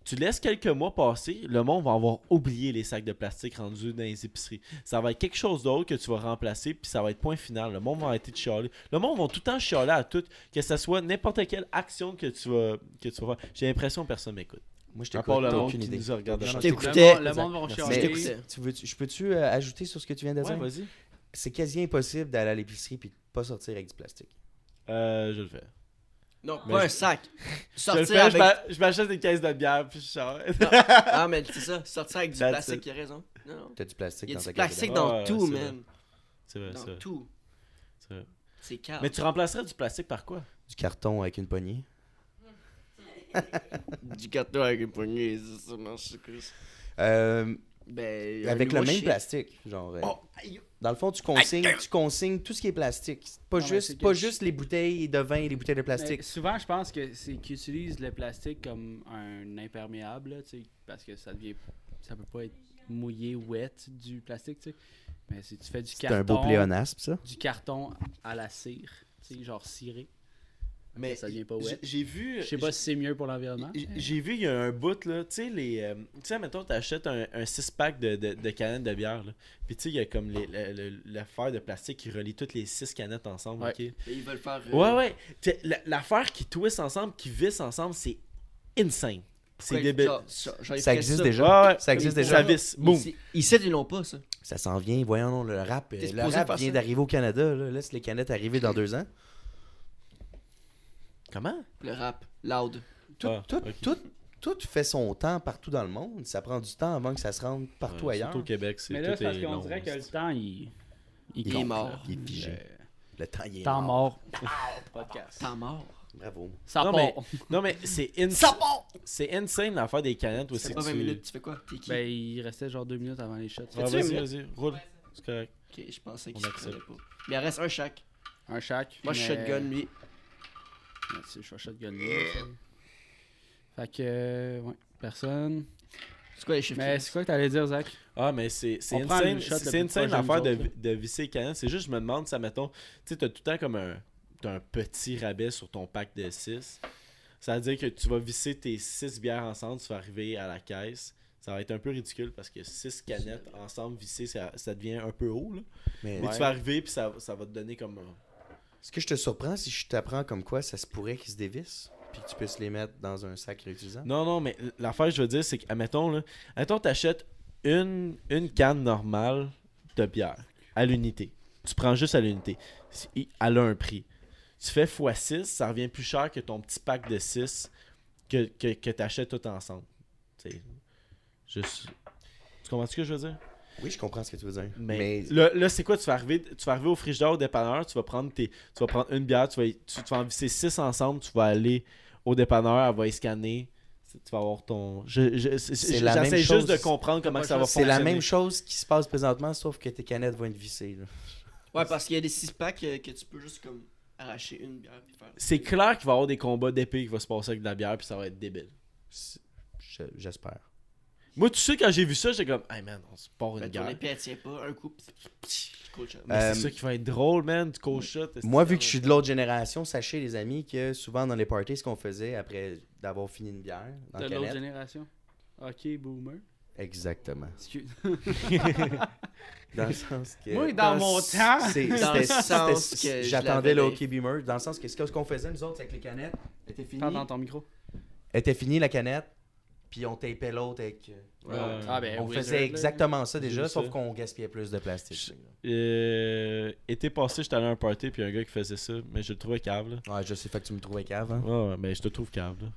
[SPEAKER 4] Tu laisses quelques mois passer, le monde va avoir oublié les sacs de plastique rendus dans les épiceries. Ça va être quelque chose d'autre que tu vas remplacer, puis ça va être point final. Le monde va arrêter de chialer. Le monde va tout le temps chialer à tout, que ça soit n'importe quelle action que tu vas, que tu vas faire. J'ai l'impression que personne m'écoute.
[SPEAKER 3] moi, je
[SPEAKER 4] À
[SPEAKER 3] t'écoute,
[SPEAKER 4] part le
[SPEAKER 3] t'as
[SPEAKER 4] monde
[SPEAKER 3] Ah, aucune
[SPEAKER 4] qui
[SPEAKER 3] idée.
[SPEAKER 4] nous regarde.
[SPEAKER 3] Je
[SPEAKER 4] à chaque
[SPEAKER 1] t'écoute.
[SPEAKER 4] fois.
[SPEAKER 1] Écoutez.
[SPEAKER 2] Le monde, le monde va
[SPEAKER 3] Merci.
[SPEAKER 1] Mais
[SPEAKER 2] chialer.
[SPEAKER 1] t'écoutais.
[SPEAKER 3] Tu veux, je peux-tu euh, ajouter sur ce que tu viens de
[SPEAKER 4] Ouais,
[SPEAKER 3] dire?
[SPEAKER 4] vas-y.
[SPEAKER 3] C'est quasi impossible d'aller à l'épicerie puis de pas sortir avec du plastique.
[SPEAKER 4] Euh, je le fais.
[SPEAKER 1] Non,
[SPEAKER 4] Mais
[SPEAKER 1] pas
[SPEAKER 4] je-
[SPEAKER 1] un sac.
[SPEAKER 4] Je le
[SPEAKER 1] Sortir
[SPEAKER 4] fais, je
[SPEAKER 1] avec.
[SPEAKER 4] m'a- je m'achète des caisses de bière, puis je sors.
[SPEAKER 1] Ah, mais c'est ça, sortir avec du
[SPEAKER 4] That's
[SPEAKER 1] plastique,
[SPEAKER 4] it.
[SPEAKER 1] il a raison. Non, non.
[SPEAKER 3] T'as du plastique
[SPEAKER 1] Il y a
[SPEAKER 3] dans
[SPEAKER 1] du
[SPEAKER 3] ta
[SPEAKER 1] plastique
[SPEAKER 4] caca.
[SPEAKER 1] dans
[SPEAKER 4] Ouais,
[SPEAKER 1] tout,
[SPEAKER 4] c'est vrai.
[SPEAKER 1] man.
[SPEAKER 4] C'est vrai, c'est
[SPEAKER 1] Dans
[SPEAKER 4] vrai,
[SPEAKER 1] tout.
[SPEAKER 4] c'est vrai.
[SPEAKER 1] C'est calme.
[SPEAKER 4] Mais tu remplacerais du plastique par quoi
[SPEAKER 3] Du carton avec une poignée.
[SPEAKER 1] Du carton avec une poignée, c'est ça, non, c'est que-
[SPEAKER 3] Euh,
[SPEAKER 1] Ben. un Oh,
[SPEAKER 3] avec le
[SPEAKER 1] nouveau
[SPEAKER 3] même
[SPEAKER 1] shit.
[SPEAKER 3] plastique. Genre, euh, dans le fond, tu consignes, tu consignes tout ce qui est plastique. C'est Pas,
[SPEAKER 2] Non, mais c'est
[SPEAKER 3] juste,
[SPEAKER 2] que- Ben,
[SPEAKER 3] pas juste les bouteilles de vin et les bouteilles de
[SPEAKER 2] Mais
[SPEAKER 3] plastique.
[SPEAKER 2] souvent, je pense que c'est qu'ils utilisent le plastique comme un imperméable, là, tu sais, parce que ça devient, ça peut pas être mouillé, wet du plastique, tu sais. Mais si tu fais du
[SPEAKER 3] C'est
[SPEAKER 2] carton,
[SPEAKER 3] un beau pléonasme, ça.
[SPEAKER 2] du carton à la cire, tu sais, genre ciré,
[SPEAKER 4] Mais
[SPEAKER 2] ça devient pas
[SPEAKER 4] j-
[SPEAKER 2] wet.
[SPEAKER 4] J'ai vu.
[SPEAKER 2] Je sais pas si c'est mieux pour l'environnement.
[SPEAKER 4] j- J'ai vu, il y a un bout, là. Tu sais, les. euh, tu sais, mettons, t'achètes un, un six-pack de, de, de canettes de bière, là. Puis, tu sais, il y a comme les- le, le- le fer de plastique qui relie toutes les six canettes ensemble,
[SPEAKER 2] Ouais.
[SPEAKER 4] ok?
[SPEAKER 1] Mais Ils veulent faire. euh,
[SPEAKER 4] Ouais, ouais. T'sais, la- L'affaire qui twist ensemble, qui visse ensemble, c'est insane. C'est
[SPEAKER 1] pourquoi-
[SPEAKER 4] débile.
[SPEAKER 1] genre, genre,
[SPEAKER 2] Ben,
[SPEAKER 1] genre, ils
[SPEAKER 3] Ça
[SPEAKER 1] feraient
[SPEAKER 3] existe
[SPEAKER 1] ça.
[SPEAKER 3] déjà.
[SPEAKER 4] Ouais, ouais.
[SPEAKER 3] Ça existe
[SPEAKER 1] Ils-
[SPEAKER 3] déjà.
[SPEAKER 4] Ça visse. Boum.
[SPEAKER 1] Ici- Ici, ils l'ont pas, ça.
[SPEAKER 3] Ça s'en vient. Voyons, non, le rap, euh,
[SPEAKER 1] T'es
[SPEAKER 3] le
[SPEAKER 1] supposé
[SPEAKER 3] rap
[SPEAKER 1] faire
[SPEAKER 3] vient
[SPEAKER 1] ça.
[SPEAKER 3] d'arriver au Canada. là. Laisse les canettes arriver dans deux ans.
[SPEAKER 4] Comment
[SPEAKER 1] Le rap, loud.
[SPEAKER 3] Tout,
[SPEAKER 4] Ah,
[SPEAKER 3] tout,
[SPEAKER 4] ok.
[SPEAKER 3] tout, tout fait son temps partout dans le monde. Ça prend du temps avant que ça se rende partout
[SPEAKER 4] Ouais,
[SPEAKER 3] ailleurs.
[SPEAKER 4] Euh, Surtout au Québec, c'est
[SPEAKER 2] Mais là,
[SPEAKER 4] tout
[SPEAKER 2] c'est parce
[SPEAKER 4] est
[SPEAKER 2] qu'on
[SPEAKER 4] long,
[SPEAKER 2] dirait que
[SPEAKER 4] hein,
[SPEAKER 2] le temps, il,
[SPEAKER 1] Il est
[SPEAKER 2] compte,
[SPEAKER 1] mort.
[SPEAKER 2] là.
[SPEAKER 3] Il est figé. Le temps, il est
[SPEAKER 2] Le temps
[SPEAKER 3] mort.
[SPEAKER 2] mort. Podcast.
[SPEAKER 1] T'es mort.
[SPEAKER 3] Bravo.
[SPEAKER 2] Ça
[SPEAKER 4] Non,
[SPEAKER 2] part.
[SPEAKER 4] mais- Non, mais c'est insane. C'est insane l'affaire des canettes aussi.
[SPEAKER 1] C'est
[SPEAKER 4] que
[SPEAKER 1] pas 20
[SPEAKER 4] tu-
[SPEAKER 1] minutes, tu fais quoi T'es qui
[SPEAKER 2] Ben, il restait genre deux minutes avant les shots.
[SPEAKER 4] Ouais,
[SPEAKER 1] Fais-tu
[SPEAKER 4] vas-y,
[SPEAKER 1] une-
[SPEAKER 4] vas-y, roule. C'est correct.
[SPEAKER 1] Ok, je pensais
[SPEAKER 4] On
[SPEAKER 1] qu'il se
[SPEAKER 4] accepte.
[SPEAKER 1] prenait pas. Mais il en reste un chaque.
[SPEAKER 2] Un chaque.
[SPEAKER 1] Moi, je
[SPEAKER 2] mais-
[SPEAKER 1] shotgun, lui.
[SPEAKER 2] Merci, je suis un shotgun. là, ça. Fait que. euh, ouais. Parce Personne.
[SPEAKER 1] C'est quoi les chiffres?
[SPEAKER 2] Mais c'est quoi que t'allais dire, Zach
[SPEAKER 4] Ah, mais c'est c'est
[SPEAKER 2] On prend
[SPEAKER 4] insane,
[SPEAKER 2] le shot le
[SPEAKER 4] c'est
[SPEAKER 2] plus
[SPEAKER 4] insane
[SPEAKER 2] proche de
[SPEAKER 4] l'affaire
[SPEAKER 2] nous autres,
[SPEAKER 4] de,
[SPEAKER 2] là.
[SPEAKER 4] de visser Canon. C'est juste, je me demande, ça mettons, tu sais, t'as tout le temps comme un, t'as un petit rabais sur ton pack de 6. Ça veut dire que tu vas visser tes 6 bières ensemble, tu vas arriver à la caisse. Ça va être un peu ridicule parce que 6 canettes ensemble vissées, ça, ça devient un peu haut. Là.
[SPEAKER 3] Mais
[SPEAKER 4] Mais tu vas arriver puis ça, ça va te donner comme un-
[SPEAKER 3] Est-ce que je te surprends si je t'apprends comme quoi ça se pourrait qu'ils se dévissent puis que tu puisses les mettre dans un sac réutilisable?
[SPEAKER 4] Non, non, mais l'affaire, je veux dire, c'est que, admettons, là, admettons, t'achètes une, une canne normale de bière à l'unité. Tu prends juste à l'unité. Si- Elle a un prix. Tu fais x6, ça revient plus cher que ton petit pack de 6 que, que, que t'achètes tout ensemble. C'est juste. Tu comprends ce que je veux dire?
[SPEAKER 3] Oui, je comprends ce que tu veux dire.
[SPEAKER 4] Mais,
[SPEAKER 3] Mais,
[SPEAKER 4] là, là, c'est quoi? Tu vas arriver, tu vas arriver au frigidaire, au dépanneur, tu vas prendre, tes, tu vas prendre une bière, tu vas, y- tu, tu vas en visser six ensemble, tu vas aller au dépanneur, elle va y scanner, tu vas avoir ton... Je, je- c'est-
[SPEAKER 3] C'est
[SPEAKER 4] je-
[SPEAKER 3] la même
[SPEAKER 4] j'essaie
[SPEAKER 3] chose.
[SPEAKER 4] juste de comprendre comment que ça va
[SPEAKER 3] c'est
[SPEAKER 4] fonctionner.
[SPEAKER 3] la même chose qui se passe présentement, sauf que tes canettes vont être vissées. là.
[SPEAKER 1] Ouais, parce qu'il y a des six packs euh, que tu peux juste comme arracher une bière puis faire.
[SPEAKER 4] C'est clair qu'il va y avoir des combats d'épée qui vont se passer avec de la bière, puis ça va être débile.
[SPEAKER 3] C'est- je- J'espère.
[SPEAKER 4] Moi, tu sais, quand j'ai vu ça, j'étais comme, hey man, on se part une
[SPEAKER 1] Ben,
[SPEAKER 4] guerre.
[SPEAKER 1] ton épée, elle tient pas. Un coup, pis- pis- cool shot.
[SPEAKER 4] Mais c'est
[SPEAKER 3] Euh,
[SPEAKER 4] ça qui va être drôle, man, du coach shot.
[SPEAKER 3] Moi, vu que je suis de l'autre génération, sachez, les amis, que souvent dans les parties, ce qu'on faisait après d'avoir fini une bière dans
[SPEAKER 2] De
[SPEAKER 3] la
[SPEAKER 2] l'autre
[SPEAKER 3] canette.
[SPEAKER 2] génération. Ok, boomer.
[SPEAKER 3] Exactement.
[SPEAKER 2] Excuse.
[SPEAKER 3] Dans le sens que.
[SPEAKER 2] Moi, dans mon
[SPEAKER 3] c'est-
[SPEAKER 2] temps.
[SPEAKER 3] c'est-
[SPEAKER 1] Dans
[SPEAKER 3] c'était-
[SPEAKER 1] le sens
[SPEAKER 3] c'était-
[SPEAKER 1] que je
[SPEAKER 3] J'attendais le
[SPEAKER 1] l'avais
[SPEAKER 3] hockey beamer. Dans le sens que ce que- ce qu'on faisait, nous autres, c'est que les canettes. Était fini.
[SPEAKER 2] Parle dans ton micro.
[SPEAKER 3] Était fini la canette, puis on tapait l'autre avec. euh,
[SPEAKER 4] Ouais.
[SPEAKER 2] Ah, ben,
[SPEAKER 3] on
[SPEAKER 2] Wizard,
[SPEAKER 3] faisait
[SPEAKER 2] là.
[SPEAKER 3] exactement ça déjà,
[SPEAKER 4] Juste
[SPEAKER 3] sauf
[SPEAKER 4] ça.
[SPEAKER 3] qu'on gaspillait plus de plastique.
[SPEAKER 4] Euh, été passé, j'étais allé à un party, puis il y a un gars qui faisait ça, mais je le trouvais cave, là.
[SPEAKER 3] Ouais, je sais, fait que tu me trouvais cave. Hein.
[SPEAKER 4] Ouais, ouais, mais je te trouve cave, là.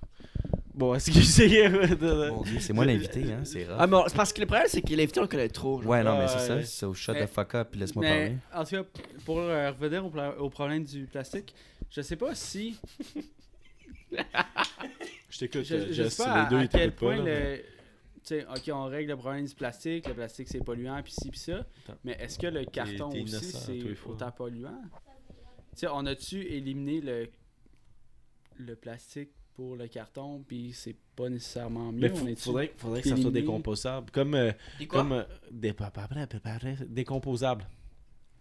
[SPEAKER 4] Bon, excusez moi
[SPEAKER 3] Mon Dieu, c'est moi l'invité, hein, c'est
[SPEAKER 1] Ah,
[SPEAKER 3] rare.
[SPEAKER 1] mais on- c'est parce que le problème, c'est que l'invité, on le connaît trop. genre.
[SPEAKER 3] Ouais, non, mais
[SPEAKER 4] Ouais,
[SPEAKER 3] c'est ça,
[SPEAKER 4] ouais.
[SPEAKER 3] c'est au shot
[SPEAKER 2] Mais-
[SPEAKER 3] de fuck up, puis laisse-moi
[SPEAKER 2] Mais,
[SPEAKER 3] parler.
[SPEAKER 2] en tout cas, pour euh, revenir au, pla- au problème du plastique, je sais pas si.
[SPEAKER 4] Je t'écoute,
[SPEAKER 2] Je,
[SPEAKER 4] je,
[SPEAKER 2] je sais pas
[SPEAKER 4] euh, les
[SPEAKER 2] à,
[SPEAKER 4] deux,
[SPEAKER 2] à
[SPEAKER 4] ils
[SPEAKER 2] quel
[SPEAKER 4] t'écoutent pas.
[SPEAKER 2] point
[SPEAKER 4] là,
[SPEAKER 2] le.
[SPEAKER 4] mais-
[SPEAKER 2] tu sais, ok, on règle le problème du plastique, le plastique c'est polluant, puis ci, puis ça.
[SPEAKER 4] Attends.
[SPEAKER 2] Mais est-ce que le carton
[SPEAKER 4] t'es
[SPEAKER 2] aussi
[SPEAKER 4] innocent, toi, il
[SPEAKER 2] c'est
[SPEAKER 4] faut.
[SPEAKER 2] autant polluant Tu sais, on a-tu éliminé le, le plastique pour le carton, puis c'est pas nécessairement mieux
[SPEAKER 4] Mais faut-
[SPEAKER 2] on est-tu-
[SPEAKER 4] faudrait, faudrait que ça soit
[SPEAKER 2] éliminé?
[SPEAKER 4] décomposable. Comme. euh,
[SPEAKER 1] Des quoi?
[SPEAKER 4] comme euh, des, pa- pa- pa- pa- pa- décomposable.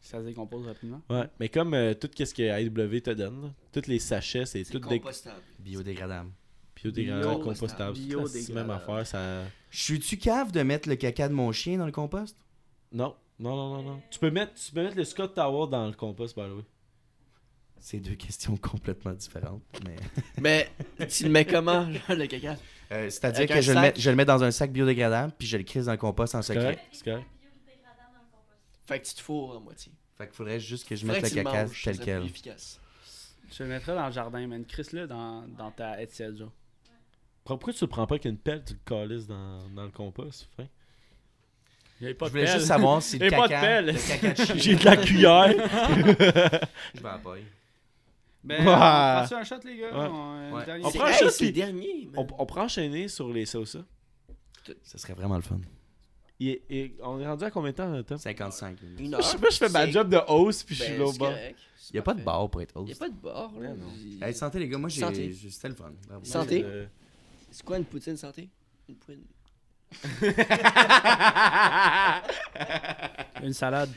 [SPEAKER 2] Ça se décompose rapidement.
[SPEAKER 4] Ouais. Mais comme euh, tout ce que AEW te donne, là, tous les sachets, c'est
[SPEAKER 1] C'est
[SPEAKER 4] tout des
[SPEAKER 1] compostable.
[SPEAKER 3] Biodégradable.
[SPEAKER 4] biodégradables,
[SPEAKER 1] Biodégradable.
[SPEAKER 4] compostables. C'est la même
[SPEAKER 2] Biodégradable.
[SPEAKER 4] affaire, ça.
[SPEAKER 3] Je suis-tu cave de mettre le caca de mon chien dans le compost?
[SPEAKER 4] Non, non, non, non. non. Tu, peux mettre, tu peux mettre le Scott Tower dans le compost, by the way.
[SPEAKER 3] C'est deux questions complètement différentes. Mais...
[SPEAKER 1] Mais tu le mets comment, genre, le caca?
[SPEAKER 3] Euh, C'est-à-dire
[SPEAKER 1] Avec
[SPEAKER 3] que
[SPEAKER 1] un
[SPEAKER 3] je le, mets,
[SPEAKER 1] sac.
[SPEAKER 3] je le mets dans un sac biodégradable, puis je le crisse dans le compost en
[SPEAKER 4] C'est
[SPEAKER 3] secret.
[SPEAKER 4] correct? C'est correct.
[SPEAKER 1] Fait que tu te fourres à moitié.
[SPEAKER 3] Fait qu'il faudrait juste que je
[SPEAKER 1] Faudrait
[SPEAKER 3] mette le
[SPEAKER 1] que tu
[SPEAKER 3] caca
[SPEAKER 1] manges,
[SPEAKER 3] tel
[SPEAKER 1] ça serait
[SPEAKER 3] quel.
[SPEAKER 1] plus efficace.
[SPEAKER 2] Je le mettrais dans le jardin, man. Chris là dans, dans ta headset, genre.
[SPEAKER 4] Pourquoi tu le prends pas avec une pelle, tu le calisses dans, dans le compost, fin?
[SPEAKER 2] Il pas
[SPEAKER 3] Je voulais juste savoir si le
[SPEAKER 2] Et pas de
[SPEAKER 3] caca,
[SPEAKER 2] pelle.
[SPEAKER 3] le caca de chien,
[SPEAKER 4] J'ai de la cuillère!
[SPEAKER 3] je vais en paille.
[SPEAKER 2] Ben,
[SPEAKER 4] Ouais.
[SPEAKER 2] on prend ça un shot, les gars.
[SPEAKER 4] Ouais.
[SPEAKER 2] On, euh,
[SPEAKER 3] Ouais.
[SPEAKER 2] dernier-
[SPEAKER 4] On
[SPEAKER 1] C'est-
[SPEAKER 4] prend
[SPEAKER 1] hey,
[SPEAKER 4] ça,
[SPEAKER 1] c'est
[SPEAKER 4] puis-
[SPEAKER 1] le dernier, man.
[SPEAKER 4] on, on prend enchaîner sur les sauces.
[SPEAKER 3] Ça serait vraiment le fun.
[SPEAKER 4] Il est- il est- on est rendu à combien de temps, euh, Tom?
[SPEAKER 3] 55 minutes.
[SPEAKER 1] Une
[SPEAKER 4] Je
[SPEAKER 1] heure.
[SPEAKER 4] sais pas, je fais ma
[SPEAKER 1] c'est-
[SPEAKER 4] job de host puis je suis
[SPEAKER 1] ben,
[SPEAKER 4] là au
[SPEAKER 1] c'est
[SPEAKER 4] bord.
[SPEAKER 1] correct. C'est
[SPEAKER 3] Il n'y a pas de
[SPEAKER 1] parfait.
[SPEAKER 3] bar pour être
[SPEAKER 1] Y a
[SPEAKER 3] host.
[SPEAKER 1] pas de bar, là. Il-
[SPEAKER 3] Hey, santé, les gars. Moi,
[SPEAKER 1] Santé.
[SPEAKER 3] j'ai. j'ai- C'était le fun. Bravo.
[SPEAKER 1] Santé.
[SPEAKER 4] Euh,
[SPEAKER 1] C'est quoi une poutine santé? Une poutine.
[SPEAKER 2] Une salade.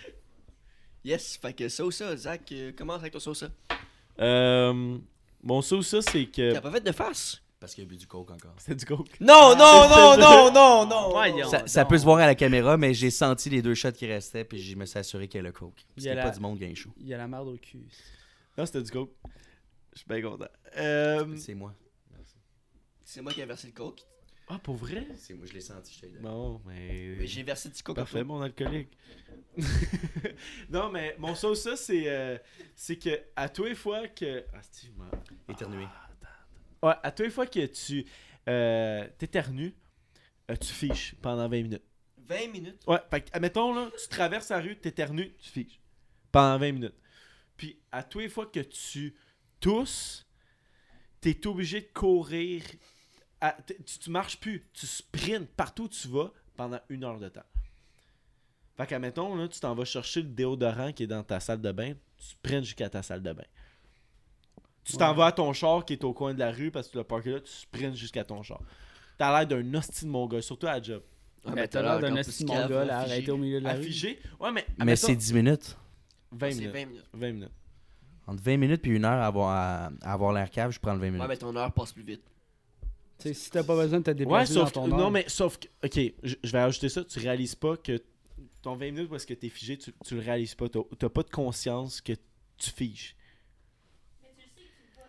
[SPEAKER 1] Yes, fait que Sosa, Zach, euh, commence avec ton Sosa.
[SPEAKER 4] Euh, mon saut, ça, c'est que.
[SPEAKER 1] T'as pas fait de face?
[SPEAKER 3] Parce qu'il y a bu du coke encore.
[SPEAKER 4] C'était du coke.
[SPEAKER 1] Non, non, non, non, non, non!
[SPEAKER 2] Voyons.
[SPEAKER 3] Ça, ça peut se voir à la caméra, mais j'ai senti les deux shots qui restaient, puis je me suis assuré qu'il y a le coke.
[SPEAKER 2] Il
[SPEAKER 3] Parce
[SPEAKER 2] y a
[SPEAKER 3] qu'il y a
[SPEAKER 2] la-
[SPEAKER 3] pas du monde gain chaud.
[SPEAKER 2] Il y a la merde au cul.
[SPEAKER 4] Non, c'était du coke. Je suis bien content. Euh,
[SPEAKER 3] C'est moi.
[SPEAKER 1] C'est moi qui ai versé le coke.
[SPEAKER 4] Ah, pour vrai?
[SPEAKER 3] C'est moi, je l'ai senti, je te l'ai
[SPEAKER 4] Non, mais.
[SPEAKER 1] Mais j'ai versé du coke.
[SPEAKER 4] Parfait, mon alcoolique. non, mais mon saut, ça, c'est. euh, c'est que à tous les fois que. Ah, Steve, moi. Ah,
[SPEAKER 3] Éternué.
[SPEAKER 4] Ouais, à tous les fois que tu. Euh, T'éternues, euh, tu fiches pendant 20 minutes.
[SPEAKER 1] 20 minutes.
[SPEAKER 4] Ouais, fait que, admettons, là, tu traverses la rue, t'éternues, tu fiches. Pendant 20 minutes. Puis, à toutes les fois que tu tousses, t'es obligé de courir. à- t- tu, tu marches plus. Tu sprintes partout où tu vas pendant une heure de temps. Fait que, admettons, là, tu t'en vas chercher le déodorant qui est dans ta salle de bain, tu sprintes jusqu'à ta salle de bain. Tu t'en
[SPEAKER 2] Ouais.
[SPEAKER 4] vas à ton char qui est au coin de la rue parce que tu l'as parké là, tu sprintes jusqu'à ton char. t'as l'air d'un hostie de mon gars, surtout à la job.
[SPEAKER 1] Ah,
[SPEAKER 2] Mais t'as l'air d'un esti de mongol à arrêter au milieu de la rue.
[SPEAKER 4] Affigé. Ouais, mais.
[SPEAKER 3] Mais
[SPEAKER 4] admettons,
[SPEAKER 3] c'est 10 minutes.
[SPEAKER 4] 20
[SPEAKER 1] C'est
[SPEAKER 4] minutes.
[SPEAKER 1] 20 minutes.
[SPEAKER 4] 20 minutes.
[SPEAKER 3] Entre 20 minutes puis une heure à avoir, à, à avoir l'air cave, je prends le 20 minutes.
[SPEAKER 1] Ouais, mais ton heure passe plus vite.
[SPEAKER 2] Tu sais, si t'as pas besoin de te
[SPEAKER 4] Ouais,
[SPEAKER 2] déplacer
[SPEAKER 4] sauf que,
[SPEAKER 2] dans ton
[SPEAKER 4] Non,
[SPEAKER 2] ordre.
[SPEAKER 4] mais sauf que. Ok, je je vais ajouter ça. Tu réalises pas que ton 20 minutes où est-ce que t'es figé, tu, tu le réalises pas. T'as t'as pas de conscience que tu figes.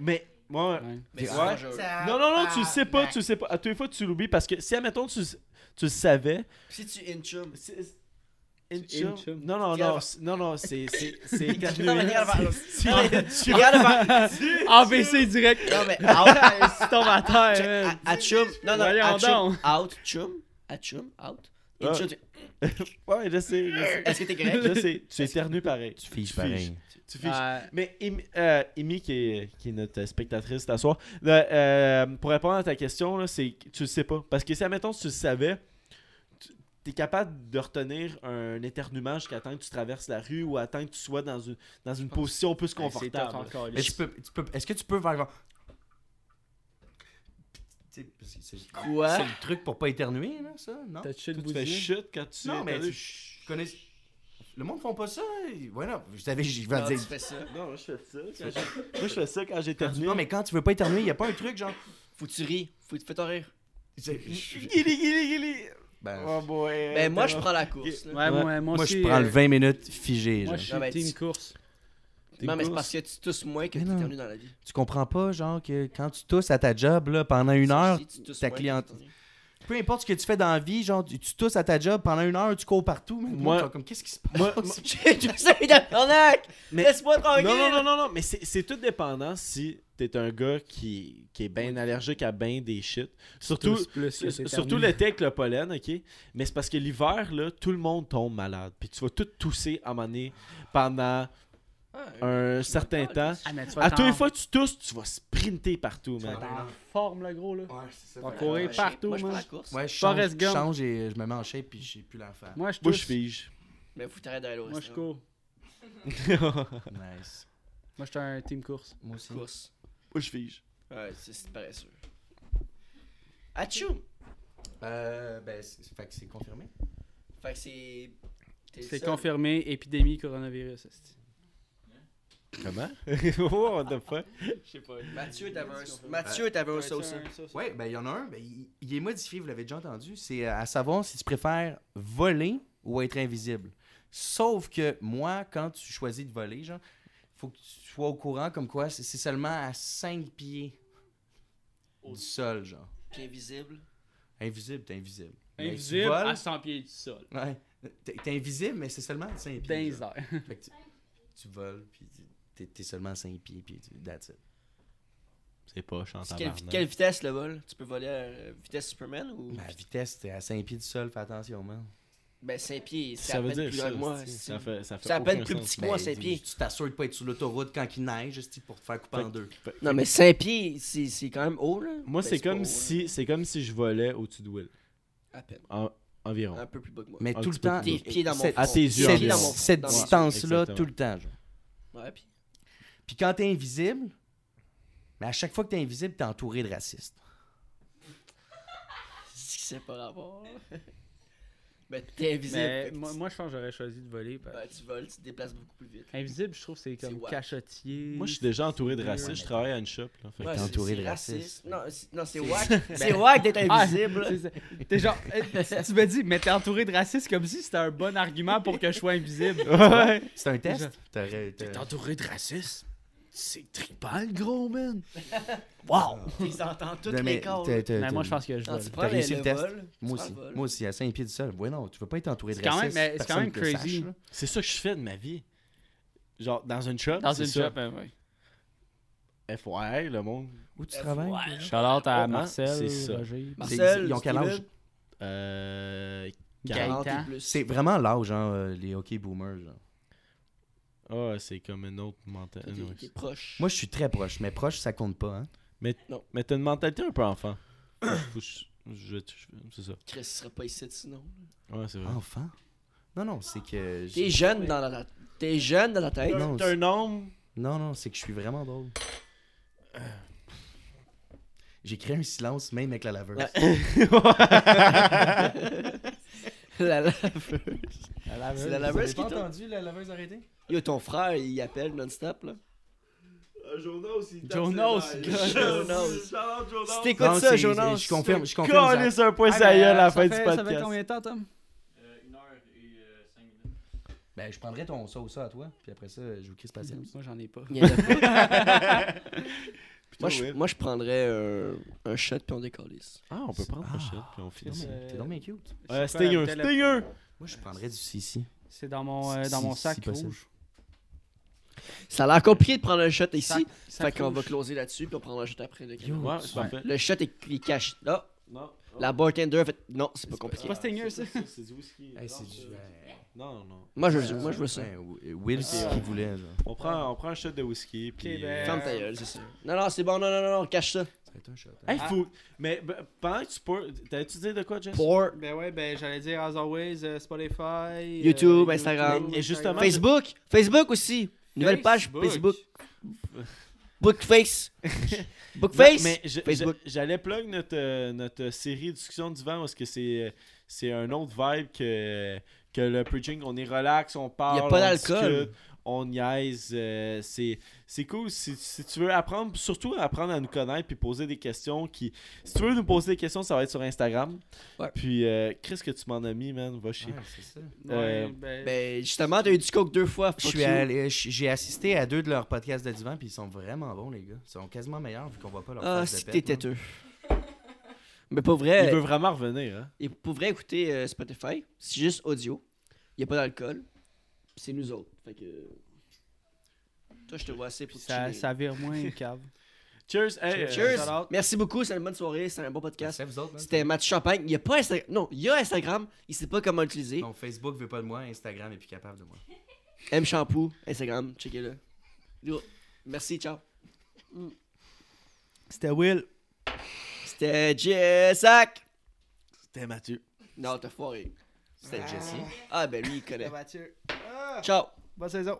[SPEAKER 4] Mais. Ouais.
[SPEAKER 2] Ouais.
[SPEAKER 1] Mais c'est
[SPEAKER 4] Ouais.
[SPEAKER 1] dangereux.
[SPEAKER 4] Non, non, non, tu le sais pas, tu le sais pas. À toutes les fois, tu l'oublies parce que si, admettons, tu, tu le savais.
[SPEAKER 1] Si tu inchum.
[SPEAKER 4] c'est-
[SPEAKER 2] Tu
[SPEAKER 4] Inchum.
[SPEAKER 2] inchum.
[SPEAKER 4] Non, non,
[SPEAKER 1] Tu regardes-
[SPEAKER 4] non, c'est- non, non, c'est. C'est. C'est.
[SPEAKER 1] Non, mais regarde vers-
[SPEAKER 4] Tu- tu-
[SPEAKER 1] Regarde vers-
[SPEAKER 2] AVC Ah, direct.
[SPEAKER 1] Non, mais ah out.
[SPEAKER 2] Tu tombes à
[SPEAKER 1] Check,
[SPEAKER 2] terre.
[SPEAKER 4] ah,
[SPEAKER 2] man.
[SPEAKER 1] à- à chum. Non, non,
[SPEAKER 2] Euh, Voyons
[SPEAKER 1] à chum.
[SPEAKER 2] donc.
[SPEAKER 1] Out, chum. À chum, out. Inchum, tu-
[SPEAKER 4] Ouais, je sais, je sais.
[SPEAKER 1] Est-ce que t'es correct?
[SPEAKER 4] Je sais, tu éternues pareil.
[SPEAKER 3] Tu figes pareil.
[SPEAKER 4] Tu fiches.
[SPEAKER 3] Ah.
[SPEAKER 2] Ouais.
[SPEAKER 4] Mais Amy, euh, Amy, qui, est, qui est notre spectatrice ce soir, là, euh, pour répondre à ta question, là, c'est que tu le sais pas. Parce que si, admettons, si tu le savais, tu es capable de retenir un éternuement jusqu'à temps que tu traverses la rue ou à temps que tu sois dans une, dans une position plus confortable.
[SPEAKER 3] Mais tu peux, tu peux, est-ce que tu peux faire genre. Tu sais, c'est- c'est-
[SPEAKER 1] Quoi? Ah,
[SPEAKER 3] C'est le truc pour pas éternuer, là, ça, non?
[SPEAKER 2] T'as touché
[SPEAKER 4] Toi,
[SPEAKER 2] le
[SPEAKER 4] tu fais
[SPEAKER 2] bousier.
[SPEAKER 4] chute quand tu
[SPEAKER 3] Non, mais
[SPEAKER 4] éternues.
[SPEAKER 3] tu je connais. Le monde font pas ça. ils- Voilà, je savais, je vais
[SPEAKER 1] Non,
[SPEAKER 3] le
[SPEAKER 1] tu
[SPEAKER 3] dire.
[SPEAKER 1] fais ça.
[SPEAKER 4] Non, moi, je fais ça. quand j'ai- moi, je fais ça quand j'éternue.
[SPEAKER 3] Non, mais quand tu veux pas éternuer, y a pas un truc genre.
[SPEAKER 1] Faut que tu ris. Faut que tu fais ton rire.
[SPEAKER 3] C'est- je-
[SPEAKER 4] Guili, guili, guili.
[SPEAKER 3] Ben,
[SPEAKER 4] Oh boy.
[SPEAKER 1] Ben, moi, je prends la course. là.
[SPEAKER 2] Ouais, moi, moi
[SPEAKER 3] moi,
[SPEAKER 2] Ah, aussi.
[SPEAKER 3] je prends le
[SPEAKER 2] euh,
[SPEAKER 3] 20 minutes figé,
[SPEAKER 2] Moi,
[SPEAKER 3] genre.
[SPEAKER 2] je
[SPEAKER 1] Non,
[SPEAKER 2] suis
[SPEAKER 1] mais
[SPEAKER 2] team
[SPEAKER 1] tu-
[SPEAKER 2] course.
[SPEAKER 1] Non, mais c'est parce que tu tousses moins que
[SPEAKER 3] Mais
[SPEAKER 1] tu
[SPEAKER 3] non.
[SPEAKER 1] éternues dans la vie.
[SPEAKER 3] Tu comprends pas, genre, que quand tu tousses à ta job, là, pendant une heure,
[SPEAKER 1] Si tu tousses
[SPEAKER 3] ta
[SPEAKER 1] moins que
[SPEAKER 3] cliente-
[SPEAKER 1] tu éternues.
[SPEAKER 3] peu importe ce que tu fais dans la vie, genre, tu tu tousses à ta job pendant une heure, tu cours partout. mais
[SPEAKER 4] Moi-
[SPEAKER 3] Moi, comme, qu'est-ce qui se passe?
[SPEAKER 4] Moi-
[SPEAKER 1] J'ai toussé dans l'arnaque!
[SPEAKER 4] Mais-
[SPEAKER 1] Laisse-moi tranquille!
[SPEAKER 4] Non, non, non, non, non, mais c'est c'est tout dépendant si t'es un gars qui, qui est bien allergique à bien des shit. Surtout,
[SPEAKER 2] Tous plus que
[SPEAKER 4] sur-
[SPEAKER 2] t'éternues.
[SPEAKER 4] surtout l'été avec le pollen, ok? Mais c'est parce que l'hiver, là, tout le monde tombe malade. Puis tu vas tout tousser à un moment donné pendant
[SPEAKER 1] Ah,
[SPEAKER 4] un certain temps.
[SPEAKER 2] Ah, mais tu vas
[SPEAKER 4] À toutes les
[SPEAKER 2] t'en-
[SPEAKER 4] fois que tu tousses, tu vas sprinter partout,
[SPEAKER 2] tu vas
[SPEAKER 4] man.
[SPEAKER 2] t'en forme, le gros, là.
[SPEAKER 3] Ouais, c'est ça.
[SPEAKER 2] T'as
[SPEAKER 3] Ouais,
[SPEAKER 2] couru
[SPEAKER 3] ouais,
[SPEAKER 2] partout,
[SPEAKER 1] moi. je prends
[SPEAKER 2] moi.
[SPEAKER 1] la course.
[SPEAKER 3] Ouais, je
[SPEAKER 2] Forrest
[SPEAKER 3] change, je
[SPEAKER 2] Gump.
[SPEAKER 3] change et euh, je me mets en shape puis j'ai plus l'enfer.
[SPEAKER 2] Moi, je
[SPEAKER 4] Moi, je
[SPEAKER 2] tousse.
[SPEAKER 4] fige.
[SPEAKER 1] Mais faut que t'arrêtes d'aller au
[SPEAKER 2] Moi, je
[SPEAKER 1] restaurant.
[SPEAKER 2] cours.
[SPEAKER 4] Moi,
[SPEAKER 3] Nice.
[SPEAKER 2] Moi, je suis un team course.
[SPEAKER 3] Moi aussi.
[SPEAKER 1] Course.
[SPEAKER 4] je fige.
[SPEAKER 1] Ouais, c'est c'est paresseux. Atchoum!
[SPEAKER 3] Euh, ben, c'est fait que c'est confirmé.
[SPEAKER 1] Fait que c'est. t'es le
[SPEAKER 2] C'est
[SPEAKER 1] seul.
[SPEAKER 2] confirmé, épidémie coronavirus. esti.
[SPEAKER 4] Comment? What the fuck?
[SPEAKER 1] Mathieu, t'avais un. Mathieu, t'avais un ça aussi.
[SPEAKER 3] Ouais, ben, il y en a un, ben, il, il est modifié, vous l'avez déjà entendu. C'est euh, à savoir si tu préfères voler ou être invisible. Sauf que moi, quand tu choisis de voler, genre, faut que tu sois au courant comme quoi c'est c'est seulement à 5 pieds du sol, genre.
[SPEAKER 1] Puis invisible.
[SPEAKER 3] Invisible, t'es invisible. Mais tu
[SPEAKER 2] Invisible
[SPEAKER 3] voles-
[SPEAKER 2] à 100 pieds du sol.
[SPEAKER 3] Ouais. T'es t'es invisible, mais c'est seulement à 5
[SPEAKER 2] Dans
[SPEAKER 3] pieds.
[SPEAKER 2] les
[SPEAKER 3] genre.
[SPEAKER 2] airs.
[SPEAKER 3] Fait que tu, tu voles, puis tu- t'es t'es seulement à 5 pieds, puis tu, that's it.
[SPEAKER 4] C'est pas
[SPEAKER 1] C'est
[SPEAKER 4] chantant.
[SPEAKER 1] quelle, quelle vitesse le vol Tu peux voler à euh, vitesse Superman ou.
[SPEAKER 4] Ben,
[SPEAKER 3] Ma vitesse, t'es à 5 pieds du sol, fais attention, man.
[SPEAKER 1] Ben, 5 pieds, c'est
[SPEAKER 4] Ça
[SPEAKER 1] à
[SPEAKER 4] veut
[SPEAKER 1] peine
[SPEAKER 4] dire
[SPEAKER 1] plus grand
[SPEAKER 4] ça.
[SPEAKER 1] que moi.
[SPEAKER 4] c'est-
[SPEAKER 1] c'est-
[SPEAKER 4] Ça fait, ça fait
[SPEAKER 1] C'est à peine
[SPEAKER 4] aucun
[SPEAKER 1] plus
[SPEAKER 4] sens.
[SPEAKER 1] petit que moi,
[SPEAKER 3] Ben,
[SPEAKER 1] 5
[SPEAKER 3] tu-
[SPEAKER 1] pieds.
[SPEAKER 3] Tu t'assures de pas être sur l'autoroute quand il neige, esti, pour te faire couper
[SPEAKER 4] Fait
[SPEAKER 3] en
[SPEAKER 4] que-
[SPEAKER 3] deux.
[SPEAKER 1] Non, mais 5 pieds, c'est c'est quand même haut, là.
[SPEAKER 4] Moi,
[SPEAKER 1] Ben,
[SPEAKER 4] c'est
[SPEAKER 1] pas
[SPEAKER 4] comme
[SPEAKER 1] haut,
[SPEAKER 4] si c'est comme si je volais au-dessus de Will.
[SPEAKER 1] là. À peine.
[SPEAKER 4] En- environ.
[SPEAKER 1] Un peu plus bas que moi.
[SPEAKER 3] Mais
[SPEAKER 4] Un
[SPEAKER 3] tout
[SPEAKER 4] petit
[SPEAKER 3] le
[SPEAKER 4] peu
[SPEAKER 3] temps.
[SPEAKER 1] plus. Tes pieds dans mon
[SPEAKER 3] cette-
[SPEAKER 1] front.
[SPEAKER 4] À tes yeux.
[SPEAKER 1] Tes
[SPEAKER 3] Cette,
[SPEAKER 1] pieds dans
[SPEAKER 4] environ.
[SPEAKER 1] mon-
[SPEAKER 3] cette
[SPEAKER 1] dans mon-
[SPEAKER 3] distance-là,
[SPEAKER 4] Exactement.
[SPEAKER 3] tout le temps. genre.
[SPEAKER 1] Ouais, puis.
[SPEAKER 3] Puis quand t'es invisible, mais à chaque fois que t'es invisible, t'es entouré de racistes.
[SPEAKER 1] C'est pas rapport. ben, t'es invisible.
[SPEAKER 2] Mais
[SPEAKER 1] fait que
[SPEAKER 2] moi,
[SPEAKER 1] tu-
[SPEAKER 2] moi, je pense que j'aurais choisi de voler. parce-
[SPEAKER 1] ben, tu voles, tu te déplaces beaucoup plus vite.
[SPEAKER 2] Invisible, je trouve que c'est
[SPEAKER 1] C'est
[SPEAKER 2] comme
[SPEAKER 1] wack.
[SPEAKER 2] cachotier.
[SPEAKER 4] Moi, je suis déjà entouré de racistes.
[SPEAKER 3] Ouais.
[SPEAKER 4] Je travaille à une shop. Là, fait que-
[SPEAKER 1] Ouais,
[SPEAKER 3] t'es
[SPEAKER 1] c'est-
[SPEAKER 3] entouré
[SPEAKER 1] c'est
[SPEAKER 3] de racistes.
[SPEAKER 1] Non, c'est- non, c'est wack. C'est wack d'être invisible.
[SPEAKER 2] Ah, c'est ça. T'es genre, eh, tu- tu me dis, mais t'es entouré de racistes comme si c'était un bon argument pour que je sois invisible.
[SPEAKER 4] Ouais.
[SPEAKER 3] C'est un test? T'aurais-
[SPEAKER 2] T'es
[SPEAKER 3] t'aurais-
[SPEAKER 2] entouré de racistes? C'est tribal, gros, man.
[SPEAKER 3] Wow!
[SPEAKER 1] Ils entendent toutes
[SPEAKER 3] Ah. Non,
[SPEAKER 1] les
[SPEAKER 3] mais
[SPEAKER 1] cordes.
[SPEAKER 3] t'as- t'as-
[SPEAKER 2] Ben, moi,
[SPEAKER 3] t'as-
[SPEAKER 2] je pense que je
[SPEAKER 1] Non,
[SPEAKER 2] vole.
[SPEAKER 1] Ah, tu
[SPEAKER 3] T'as
[SPEAKER 1] prends le,
[SPEAKER 3] réussi
[SPEAKER 1] le
[SPEAKER 3] le test?
[SPEAKER 1] vol. tu
[SPEAKER 3] Moi
[SPEAKER 1] prends
[SPEAKER 3] aussi.
[SPEAKER 1] le vol.
[SPEAKER 3] Moi aussi, à 5 pieds du sol. Ouais, non, tu veux pas être entouré de
[SPEAKER 2] C'est quand même-
[SPEAKER 3] racistes.
[SPEAKER 2] mais c'est quand
[SPEAKER 3] personne
[SPEAKER 2] même
[SPEAKER 3] que le
[SPEAKER 2] crazy.
[SPEAKER 3] sache, là.
[SPEAKER 4] C'est ça que je fais de ma vie. Genre, dans une shop.
[SPEAKER 2] Dans
[SPEAKER 4] c'est
[SPEAKER 2] une
[SPEAKER 4] ça.
[SPEAKER 2] shop, hein, ouais.
[SPEAKER 4] FYI, le monde.
[SPEAKER 3] Où tu
[SPEAKER 2] Ben,
[SPEAKER 1] Ouais.
[SPEAKER 3] travailles?
[SPEAKER 2] Shout-out
[SPEAKER 4] à
[SPEAKER 2] à
[SPEAKER 4] Marcel,
[SPEAKER 2] Marcel, c'est
[SPEAKER 1] Marcel,
[SPEAKER 3] ils ont quel âge?
[SPEAKER 1] Steven,
[SPEAKER 4] Euh.
[SPEAKER 1] 40 et
[SPEAKER 2] Gaëtan.
[SPEAKER 1] plus.
[SPEAKER 3] C'est vraiment l'âge, genre, euh, les hockey boomers. genre.
[SPEAKER 4] Ah, c'est comme une autre
[SPEAKER 1] T'es-
[SPEAKER 4] mentalité.
[SPEAKER 1] T'es proche.
[SPEAKER 3] Moi, je suis très proche, mais proche, ça compte pas. Hein?
[SPEAKER 4] Mais t'as une mentalité un peu enfant. Faut que je- je- je- c'est ça. Ah,
[SPEAKER 1] Chris serait pas ici sinon.
[SPEAKER 4] Ouais, c'est vrai.
[SPEAKER 3] Enfant? Ah, Non, non, c'est que. j'ai-
[SPEAKER 1] T'es jeune dans la T'es jeune dans la tête.
[SPEAKER 3] Non,
[SPEAKER 4] T'es un homme.
[SPEAKER 3] Non, non, c'est que je suis vraiment drôle. J'ai créé un silence même avec la laveuse.
[SPEAKER 1] la laveuse. C'est la
[SPEAKER 3] Vous avez
[SPEAKER 1] laveuse qui
[SPEAKER 3] pas
[SPEAKER 1] tourne.
[SPEAKER 3] entendu la laveuse arrêtée?
[SPEAKER 1] Yo, ton frère, il appelle non-stop, là.
[SPEAKER 4] Jonas, il
[SPEAKER 2] tape Jonas, ses lives.
[SPEAKER 1] Jonas. Si t'écoutes
[SPEAKER 3] Non,
[SPEAKER 1] ça,
[SPEAKER 3] c'est-
[SPEAKER 1] Jonas.
[SPEAKER 3] Je confirme, je confirme. Zach.
[SPEAKER 4] Coller un point Ah, ça y est à la fin du
[SPEAKER 2] Ah, ben, Ça fait
[SPEAKER 4] podcast.
[SPEAKER 2] combien de temps, Tom
[SPEAKER 6] Une heure et euh, cinq minutes.
[SPEAKER 3] Ben, je prendrais ton ça ou ça à toi, puis après ça, je vous crie patience.
[SPEAKER 2] Moi, j'en ai pas.
[SPEAKER 1] Il y en a pas. moi, je,
[SPEAKER 4] weird.
[SPEAKER 1] moi, je prendrais euh, un shot puis on décalisse.
[SPEAKER 4] Ah, on peut prendre
[SPEAKER 3] Ah,
[SPEAKER 4] le shot puis on finit.
[SPEAKER 2] c'est-
[SPEAKER 3] T'es donc bien cute.
[SPEAKER 4] Euh,
[SPEAKER 2] C'est quoi,
[SPEAKER 4] Stinger,
[SPEAKER 2] la bouteille-
[SPEAKER 4] Stinger!
[SPEAKER 3] Moi, je prendrais du Sissi.
[SPEAKER 2] C'est dans mon, euh, dans mon
[SPEAKER 3] Si-
[SPEAKER 2] sac
[SPEAKER 3] si possible.
[SPEAKER 2] rouge.
[SPEAKER 1] Ça a l'air compliqué de prendre un shot ici.
[SPEAKER 2] Sac-
[SPEAKER 1] fait
[SPEAKER 2] sac
[SPEAKER 1] qu'on va
[SPEAKER 2] rouge.
[SPEAKER 1] closer là-dessus puis on prendra un shot après. le
[SPEAKER 4] Ouais,
[SPEAKER 1] crime.
[SPEAKER 4] c'est
[SPEAKER 2] Ouais.
[SPEAKER 4] parfait.
[SPEAKER 1] Le shot est, il cache. Là,
[SPEAKER 4] Non.
[SPEAKER 1] la bartender a fait. Non, c'est pas compliqué.
[SPEAKER 2] C'est pas Stinger, ça.
[SPEAKER 4] C'est du whisky.
[SPEAKER 3] Hey, c'est du. euh,
[SPEAKER 4] Non, non.
[SPEAKER 1] Moi, je, moi, je veux ça.
[SPEAKER 3] ouais, Will, Will, c'est ce qu'il voulait, genre.
[SPEAKER 4] On prend, on prend un shot de whisky. Puis,
[SPEAKER 2] Ok,
[SPEAKER 4] euh,
[SPEAKER 2] ben-
[SPEAKER 1] Ferme ta gueule, c'est ça. Non, non, c'est bon, non, non, non, non, cache ça.
[SPEAKER 3] Ça va être un shot. hein.
[SPEAKER 2] Ah.
[SPEAKER 4] Hey, faut. Mais ben, pendant que tu peux. T'avais-tu dit de quoi, Jess?
[SPEAKER 1] Pour
[SPEAKER 2] Ben ouais, ben j'allais dire, as always, euh, Spotify,
[SPEAKER 1] YouTube, Instagram.
[SPEAKER 4] Et justement-
[SPEAKER 2] Facebook.
[SPEAKER 1] Facebook, Facebook aussi. Nouvelle page Facebook. Bookface. Bookface.
[SPEAKER 4] Non, mais je-
[SPEAKER 1] Facebook.
[SPEAKER 4] je- j'allais plug notre, euh, notre série Discussion du vent parce que c'est, euh, c'est un autre vibe que, que le preaching. On est relax, on parle.
[SPEAKER 1] Y a pas
[SPEAKER 4] on
[SPEAKER 1] d'alcool.
[SPEAKER 4] discute, On niaise. euh, c'est, c'est cool. Si, si tu veux apprendre, surtout apprendre à nous connaître puis poser des questions. Qui, si tu veux nous poser des questions, ça va être sur Instagram.
[SPEAKER 1] Ouais.
[SPEAKER 4] Puis, euh, Chris, que tu m'en as mis, man, va chier.
[SPEAKER 3] Ouais, c'est ça.
[SPEAKER 4] Euh,
[SPEAKER 2] ben,
[SPEAKER 1] Ben, justement, t'as eu du coke deux fois.
[SPEAKER 3] Je
[SPEAKER 1] fuck
[SPEAKER 3] suis
[SPEAKER 1] you.
[SPEAKER 3] allé- je- J'ai assisté à deux de leurs podcasts de divan, puis ils sont vraiment bons, les gars. Ils sont quasiment meilleurs vu qu'on voit pas leur
[SPEAKER 1] Ah,
[SPEAKER 3] face de
[SPEAKER 1] si
[SPEAKER 3] pète,
[SPEAKER 1] t'es
[SPEAKER 3] man.
[SPEAKER 1] têteux. Mais pour
[SPEAKER 4] Il
[SPEAKER 1] vrai,
[SPEAKER 4] veut vraiment revenir, hein?
[SPEAKER 1] et pour vrai écouter euh, Spotify, c'est juste audio. Y a pas d'alcool. C'est nous autres. Fait que. Toi, je te vois assez pour te
[SPEAKER 2] ça,
[SPEAKER 1] chiller.
[SPEAKER 2] ça vire moins une cave.
[SPEAKER 4] Cheers! Hey, euh,
[SPEAKER 1] Cheers.
[SPEAKER 2] Shout out.
[SPEAKER 1] Merci beaucoup. C'était une bonne soirée. C'était un bon podcast.
[SPEAKER 3] Merci à vous autres, man.
[SPEAKER 1] C'était Mathieu Champagne. Y a pas Instagram. Non, y a Instagram. Il sait pas comment l'utiliser.
[SPEAKER 3] Non, Facebook veut pas de moi, Instagram est plus capable de moi.
[SPEAKER 1] M Shampoo, Instagram, checkez-le. Yo, Merci, ciao. Mm.
[SPEAKER 2] C'était Will.
[SPEAKER 1] C'était Jessac.
[SPEAKER 4] C'était Mathieu.
[SPEAKER 1] Non, t'as foiré.
[SPEAKER 3] C'était Jesse.
[SPEAKER 1] Ah, ben lui, il connaît.
[SPEAKER 2] Mathieu.
[SPEAKER 1] Ciao.
[SPEAKER 2] Bonne saison.